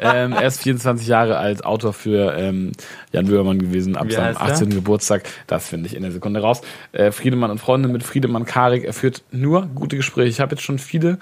Speaker 2: ähm, er ist 24 Jahre alt, Autor für ähm, Jan Wöhrmann gewesen, ab
Speaker 3: Wie
Speaker 2: seinem
Speaker 3: heißt er?
Speaker 2: 18. Geburtstag. Das finde ich in der Sekunde raus. Äh, Friedemann und Freunde mit Friedemann Karik. Er führt nur gute Gespräche. Ich habe jetzt schon viele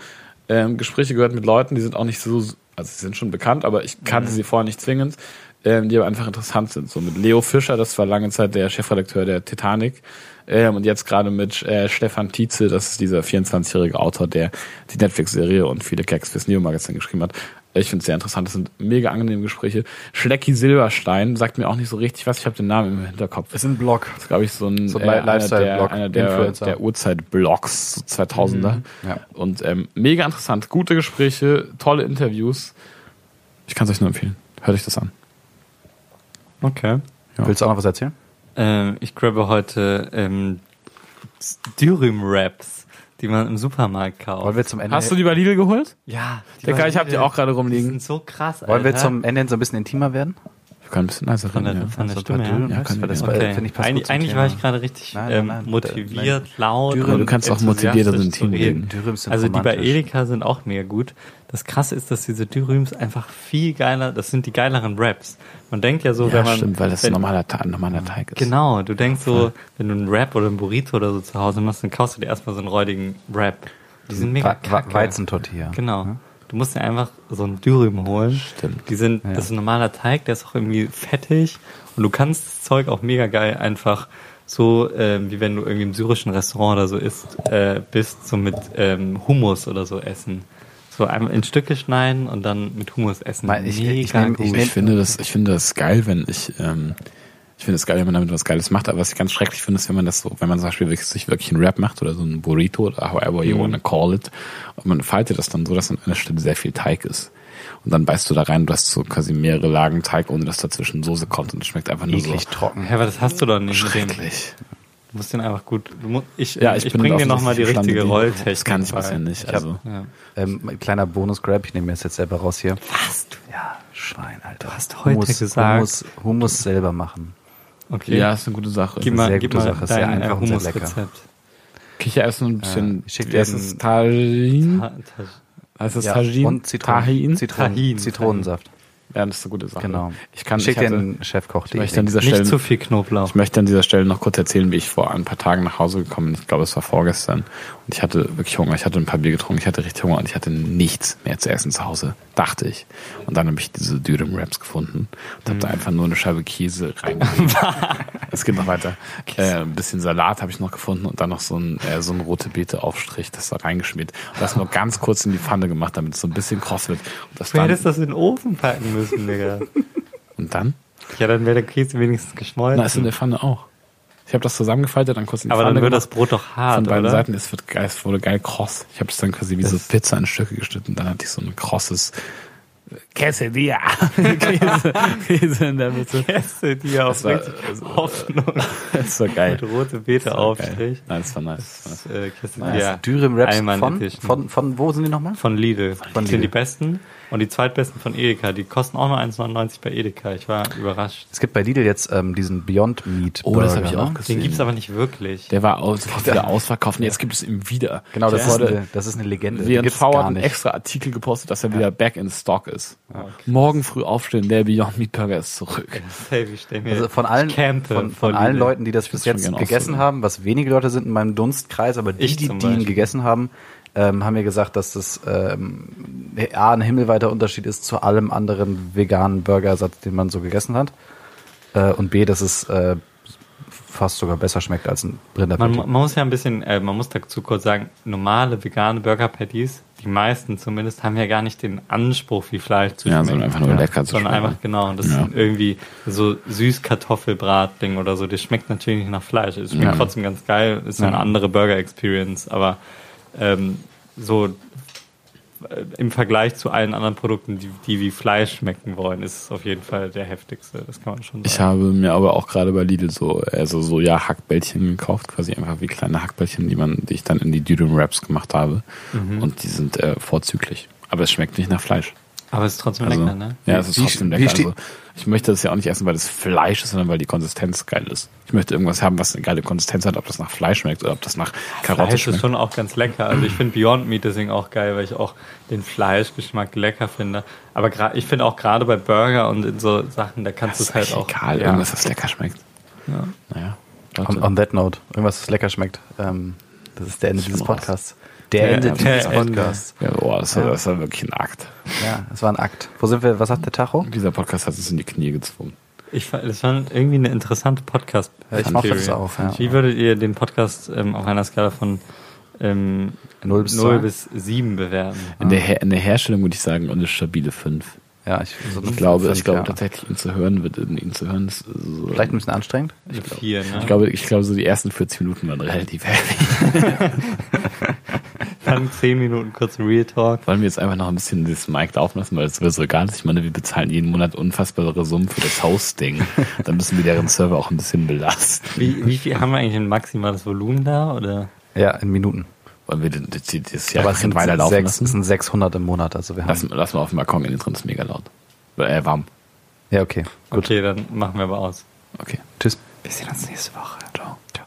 Speaker 2: ähm, Gespräche gehört mit Leuten, die sind auch nicht so, also sie sind schon bekannt, aber ich kannte sie vorher nicht zwingend, ähm, die aber einfach interessant sind. So mit Leo Fischer, das war lange Zeit der Chefredakteur der Titanic. Ähm, und jetzt gerade mit äh, Stefan Tietze, das ist dieser 24-jährige Autor, der die Netflix-Serie und viele Gags fürs Neo-Magazin geschrieben hat. Ich finde es sehr interessant, das sind mega angenehme Gespräche. Schlecki Silberstein sagt mir auch nicht so richtig was, ich habe den Namen im Hinterkopf.
Speaker 1: Ist ein Blog.
Speaker 2: Das ist, glaube ich, so ein,
Speaker 1: So ein
Speaker 2: äh,
Speaker 1: Li-
Speaker 2: einer der,
Speaker 1: Lifestyle-Blog,
Speaker 2: einer der,
Speaker 1: Influencer.
Speaker 2: der Urzeit-Blogs, so 2000er.
Speaker 1: ja.
Speaker 2: Und ähm, mega interessant, gute Gespräche, tolle Interviews. Ich kann es euch nur empfehlen. Hört euch das an.
Speaker 3: Okay.
Speaker 2: Ja.
Speaker 1: Willst du auch noch was erzählen?
Speaker 3: Ähm, ich grabbe heute ähm, Dürüm-Wraps, die man im Supermarkt kauft.
Speaker 1: Wollen wir zum Ende,
Speaker 2: Hast du die bei Lidl geholt?
Speaker 3: ja, die
Speaker 2: Digga, ich hab die
Speaker 3: Vanille,
Speaker 2: auch gerade rumliegen.
Speaker 3: Die sind so krass,
Speaker 1: wollen wir
Speaker 3: Alter.
Speaker 1: zum Ende hin so ein bisschen intimer werden?
Speaker 2: Ich kann ein bisschen leiser
Speaker 3: Von der-
Speaker 2: reden. Ja.
Speaker 3: von der
Speaker 1: ein paar
Speaker 3: Stimme her.
Speaker 1: Dürren,
Speaker 2: Ja,
Speaker 1: weißt du,
Speaker 2: können
Speaker 1: weil das
Speaker 2: wir.
Speaker 1: war-
Speaker 3: Okay.
Speaker 1: Äh, finde ich passt
Speaker 3: Eigentlich,
Speaker 1: gut zum
Speaker 3: eigentlich
Speaker 1: Thema.
Speaker 3: war ich gerade richtig
Speaker 1: Nein,
Speaker 3: ähm,
Speaker 1: nein, nein.
Speaker 3: motiviert, laut.
Speaker 1: Dürren,
Speaker 3: und
Speaker 1: du
Speaker 2: kannst auch motivierter sind
Speaker 3: enthusiastisch
Speaker 2: Themen
Speaker 3: zu reden.
Speaker 1: reden. Dürren sind
Speaker 3: Also die bei
Speaker 1: romantisch.
Speaker 3: Erika sind auch mega gut. Das krasse ist, dass diese Dürüms einfach viel geiler, das sind die geileren Raps. Man denkt ja so,
Speaker 2: Ja,
Speaker 3: wenn man.
Speaker 2: stimmt, weil das ein
Speaker 3: wenn,
Speaker 2: normaler, Ta- normaler Teig ist.
Speaker 3: Genau, du denkst so, wenn du einen Rap oder einen Burrito oder so zu Hause machst, dann kaufst du dir erstmal so einen räudigen Rap. Die sind
Speaker 1: Wa-
Speaker 3: mega
Speaker 1: Wa-
Speaker 3: kacke.
Speaker 1: Weizentortilla.
Speaker 3: Genau. Du musst dir einfach so einen Dürüm holen.
Speaker 2: Stimmt.
Speaker 3: Die sind, das ist ein normaler Teig, der ist auch irgendwie fettig. Und du kannst das Zeug auch mega geil einfach so, ähm, wie wenn du irgendwie im syrischen Restaurant oder so isst, äh, bist, so mit ähm, Hummus oder so essen. So einmal in Stücke schneiden und dann mit Hummus essen.
Speaker 1: Mein, ich- ich nehm- ich
Speaker 3: gut.
Speaker 1: nehm-
Speaker 2: Ich finde das, ich finde das geil, wenn ich, ähm, ich finde es geil, wenn man damit was Geiles macht, aber was ich ganz schrecklich finde, ist, wenn man das so, wenn man zum Beispiel wirklich, sich wirklich einen Rap macht oder so einen Burrito oder however you wanna call it, und man faltet das dann so, dass an einer Stelle sehr viel Teig ist. Und dann beißt du da rein und du hast so quasi mehrere Lagen Teig, ohne dass dazwischen Soße kommt und es schmeckt einfach nur
Speaker 1: Eklig trocken.
Speaker 3: Hä, aber das hast du doch
Speaker 2: so
Speaker 3: nicht. mit dem-
Speaker 2: schrecklich.
Speaker 3: Du musst den einfach gut. Du mu- ich
Speaker 2: Ja,
Speaker 3: ich,
Speaker 2: ich,
Speaker 3: ich
Speaker 2: bin
Speaker 3: bringe dir
Speaker 2: offensichtlich
Speaker 3: nochmal die
Speaker 2: imstande,
Speaker 3: richtige Rolltechnik.
Speaker 2: Das kann ich bisher
Speaker 3: bei.
Speaker 2: nicht.
Speaker 1: hab-
Speaker 2: Also,
Speaker 3: Ja.
Speaker 1: Ähm, kleiner Bonus-Grab, ich nehme mir das jetzt selber raus hier.
Speaker 3: Was? Du
Speaker 1: Ja, Schwein, Alter. Du
Speaker 3: hast heute gesagt-
Speaker 1: Hummus, Hummus selber machen.
Speaker 3: Okay.
Speaker 2: ja, ist eine gute Sache.
Speaker 3: gib mal,
Speaker 1: sehr
Speaker 3: gib
Speaker 1: gute
Speaker 3: mal
Speaker 1: Sache, ist
Speaker 3: dein
Speaker 1: sehr
Speaker 3: äh,
Speaker 1: einfach und sehr lecker.
Speaker 3: Hummusrezept.
Speaker 2: Kichererbsen und ein bisschen,
Speaker 1: ich schick dir
Speaker 2: erstes
Speaker 1: den-
Speaker 2: Tahin.
Speaker 3: Ta- ta-
Speaker 2: Heißt das
Speaker 1: Ja,
Speaker 2: Tajin?
Speaker 1: und Zitronen,
Speaker 2: Tahin?
Speaker 1: Zitronen,
Speaker 3: Tahin.
Speaker 1: Zitronensaft.
Speaker 2: Ja, das ist eine gute Sache.
Speaker 1: Genau.
Speaker 2: Ich kann,
Speaker 1: ich
Speaker 2: ich,
Speaker 1: schick dir
Speaker 2: hatte,
Speaker 1: einen Chefkoch.
Speaker 2: ich möchte an dieser Stelle,
Speaker 3: Nicht zu viel Knoblauch.
Speaker 2: ich möchte an dieser Stelle noch kurz erzählen, wie ich vor ein paar Tagen nach Hause gekommen bin. Ich glaube, es war vorgestern. Und ich hatte wirklich Hunger. Ich hatte ein paar Bier getrunken. Ich hatte richtig Hunger und ich hatte nichts mehr zu essen zu Hause. Dachte ich. Und dann habe ich diese Dürüm Wraps gefunden und habe da
Speaker 1: Hm.
Speaker 2: einfach nur eine Scheibe Käse reingegeben.
Speaker 1: *laughs*
Speaker 2: es geht noch weiter. Äh, ein bisschen Salat habe ich noch gefunden und dann noch so ein, äh, so ein rote Beete Aufstrich, das da reingeschmiert. Und das nur ganz kurz in die Pfanne gemacht, damit es so ein bisschen kross wird. Und das
Speaker 3: Du
Speaker 2: dann,
Speaker 3: hättest das in den Ofen packen müssen, Digga.
Speaker 2: und dann?
Speaker 3: ja, dann wäre der Käse wenigstens
Speaker 2: Na, ist in
Speaker 3: geschmolzen.
Speaker 2: der Pfanne auch. Ich habe das zusammengefaltet, dann kurz in die
Speaker 3: Aber
Speaker 2: Pfanne
Speaker 3: dann wird
Speaker 2: gemacht.
Speaker 3: das Brot doch
Speaker 2: von
Speaker 3: hart,
Speaker 2: beiden
Speaker 3: oder?
Speaker 2: Seiten. Es, wird, geil- es wurde geil kross. Ich habe es dann quasi wie so Pizza in Stücke geschnitten. Dann hatte ich so ein krosses Quesadilla. *laughs* Käse, Käse in der Mitte.
Speaker 3: Esse die auf
Speaker 2: Das war-
Speaker 3: richtig Hoffnung.
Speaker 2: Das war *laughs* geil.
Speaker 3: Mit rote Beete
Speaker 2: Geil.
Speaker 3: aufstrich.
Speaker 2: Nein, das war nice.
Speaker 3: Äh, Käse-
Speaker 1: ja.
Speaker 3: ja.
Speaker 1: Dürüm Raps
Speaker 3: Einmal
Speaker 1: von,
Speaker 3: Edition.
Speaker 1: von, von, wo sind die nochmal?
Speaker 3: Von Lidl.
Speaker 1: Lidl.
Speaker 3: Das sind die besten. Und die zweitbesten von Edeka. Die kosten auch nur 1,99 bei Edeka. Ich war überrascht.
Speaker 1: Es gibt bei Lidl jetzt ähm, diesen Beyond Meat
Speaker 2: Oh, das habe
Speaker 1: Burger,
Speaker 2: ich auch
Speaker 1: ne?
Speaker 3: Den gibt's
Speaker 2: gesehen.
Speaker 3: aber nicht wirklich.
Speaker 2: Der war aus- sofort wieder ausverkauft. Nee, jetzt gibt es ihn wieder.
Speaker 1: Genau, das,
Speaker 2: Der
Speaker 1: ist
Speaker 2: wurde-
Speaker 1: eine, das ist eine Legende.
Speaker 2: Wir
Speaker 1: Die
Speaker 2: hat
Speaker 1: gibt's gar
Speaker 2: einen
Speaker 1: nicht.
Speaker 2: extra Artikel gepostet, dass er wieder back in stock ist. Morgen früh aufstehen, der Beyond Meat Burger ist zurück.
Speaker 3: Safe, ich stell mir
Speaker 1: Also von allen,
Speaker 3: Äh, ich campe
Speaker 1: von,
Speaker 3: vor
Speaker 1: von allen
Speaker 3: Lidl.
Speaker 1: Leuten, die das bis
Speaker 2: schon
Speaker 1: jetzt
Speaker 2: gern
Speaker 1: gegessen
Speaker 2: ausprobieren.
Speaker 1: haben, was wenige Leute sind in meinem Dunstkreis, aber die,
Speaker 3: Ich
Speaker 1: die,
Speaker 3: zum
Speaker 1: die ihn
Speaker 3: Beispiel.
Speaker 1: gegessen haben, ähm, haben mir gesagt, dass das ähm, A, ein himmelweiter Unterschied ist zu allem anderen veganen Burgersatz, den man so gegessen hat. Äh, und B, dass es äh, fast sogar besser schmeckt als ein
Speaker 3: Man,
Speaker 1: Rinderpatty.
Speaker 3: man muss ja ein bisschen, äh, man muss dazu kurz sagen, normale vegane Burger Patties, die meisten zumindest, haben ja gar nicht den Anspruch, wie Fleisch zu
Speaker 2: Ja,
Speaker 3: schmecken.
Speaker 2: sondern einfach nur lecker zu
Speaker 3: sondern
Speaker 2: schmecken.
Speaker 3: einfach genau. Und das
Speaker 2: Ja.
Speaker 3: sind irgendwie so süß Kartoffelbratling oder so. Das schmeckt natürlich nicht nach Fleisch. Es schmeckt
Speaker 2: Ja.
Speaker 3: trotzdem ganz geil. Ist so eine
Speaker 2: Ja.
Speaker 3: andere Burger Experience, aber ähm, so äh, im Vergleich zu allen anderen Produkten, die, die wie Fleisch schmecken wollen, ist es auf jeden Fall der heftigste. Das kann man schon sagen.
Speaker 2: Ich habe mir aber auch gerade bei Lidl so, also so ja, Hackbällchen gekauft, quasi einfach wie kleine Hackbällchen, die man, die ich
Speaker 3: Mhm.
Speaker 2: dann in die Dürüm Wraps gemacht habe. Und die sind äh, vorzüglich. Aber es schmeckt nicht nach Fleisch.
Speaker 3: Aber es ist trotzdem
Speaker 2: Also,
Speaker 3: lecker, ne?
Speaker 2: Ja, es ist
Speaker 1: Wie-
Speaker 2: trotzdem
Speaker 1: wie
Speaker 2: lecker.
Speaker 1: steht-
Speaker 2: Also, ich möchte das ja auch nicht essen, weil das Fleisch ist, sondern weil die Konsistenz geil ist. Ich möchte irgendwas haben, was eine geile Konsistenz hat, ob das nach Fleisch schmeckt oder ob das nach Karotte
Speaker 3: Fleisch ist
Speaker 2: schmeckt.
Speaker 3: schon auch ganz lecker. Also ich finde Beyond Meat deswegen auch geil, weil ich auch den Fleischgeschmack lecker finde. Aber gra- ich finde auch gerade bei Burger und in so Sachen, da kannst du es halt
Speaker 2: echt
Speaker 3: auch.
Speaker 2: egal,
Speaker 3: ja.
Speaker 2: irgendwas, das lecker schmeckt. Naja. Leute.
Speaker 1: On, on that note, irgendwas, das lecker scheckt. Ähm, das ist der Ende dieses
Speaker 2: raus.
Speaker 1: Podcasts. Der
Speaker 3: Der
Speaker 1: Ende
Speaker 3: Ende.
Speaker 1: dieses
Speaker 3: Der Ende.
Speaker 1: Podcasts.
Speaker 2: ja, boah, das war, das war wirklich ein Akt.
Speaker 1: Ja, es war ein Akt. Wo sind wir? Was sagt der Tacho?
Speaker 2: Dieser Podcast hat uns in die Knie gezwungen.
Speaker 3: Ich fand, das war irgendwie eine interessante podcast
Speaker 1: Ja, ich mochte das auch, ja.
Speaker 3: Wie würdet ihr den Podcast ähm, auf einer Skala von ähm,
Speaker 1: Null bis
Speaker 3: 0
Speaker 1: zwei?
Speaker 3: bis 7 bewerten?
Speaker 2: In der, Her in der Herstellung würde ich sagen, eine stabile 5.
Speaker 1: Ja, ich, so
Speaker 2: Ich glaube,
Speaker 1: fünf,
Speaker 2: ich glaube
Speaker 1: ja.
Speaker 2: tatsächlich, ihn zu hören, wird ihn zu hören, ist so
Speaker 1: Vielleicht ein bisschen anstrengend.
Speaker 3: Eine 4, ne?
Speaker 2: Ich glaube, ich glaube, so die ersten 40 Minuten waren relativ heavy.
Speaker 3: Dann 10 Minuten kurz Real
Speaker 2: *laughs*
Speaker 3: Talk.
Speaker 2: Wollen wir jetzt einfach noch ein bisschen dieses Mic laufen lassen, weil es sowieso egal ist. Ich meine, wir bezahlen jeden Monat unfassbare Summen für das *laughs* Hosting. Dann müssen wir deren Server auch ein bisschen belasten.
Speaker 3: Wie, wie viel haben wir eigentlich ein maximales Volumen da? Oder?
Speaker 1: Ja, in Minuten.
Speaker 2: Wollen wir den- das das Jahr
Speaker 1: Aber es sind,
Speaker 2: weiter laufen
Speaker 1: sechs, es
Speaker 2: lassen?
Speaker 1: sind 600 im Monat. Also wir haben,
Speaker 2: Lass, lass mal auf dem Balkon innen drin, ist mega laut. Äh, warm.
Speaker 1: ja, okay.
Speaker 3: Okay, dann machen wir aber aus.
Speaker 2: Okay.
Speaker 1: Tschüss.
Speaker 2: Wir sehen uns nächste Woche. Ciao. Ciao.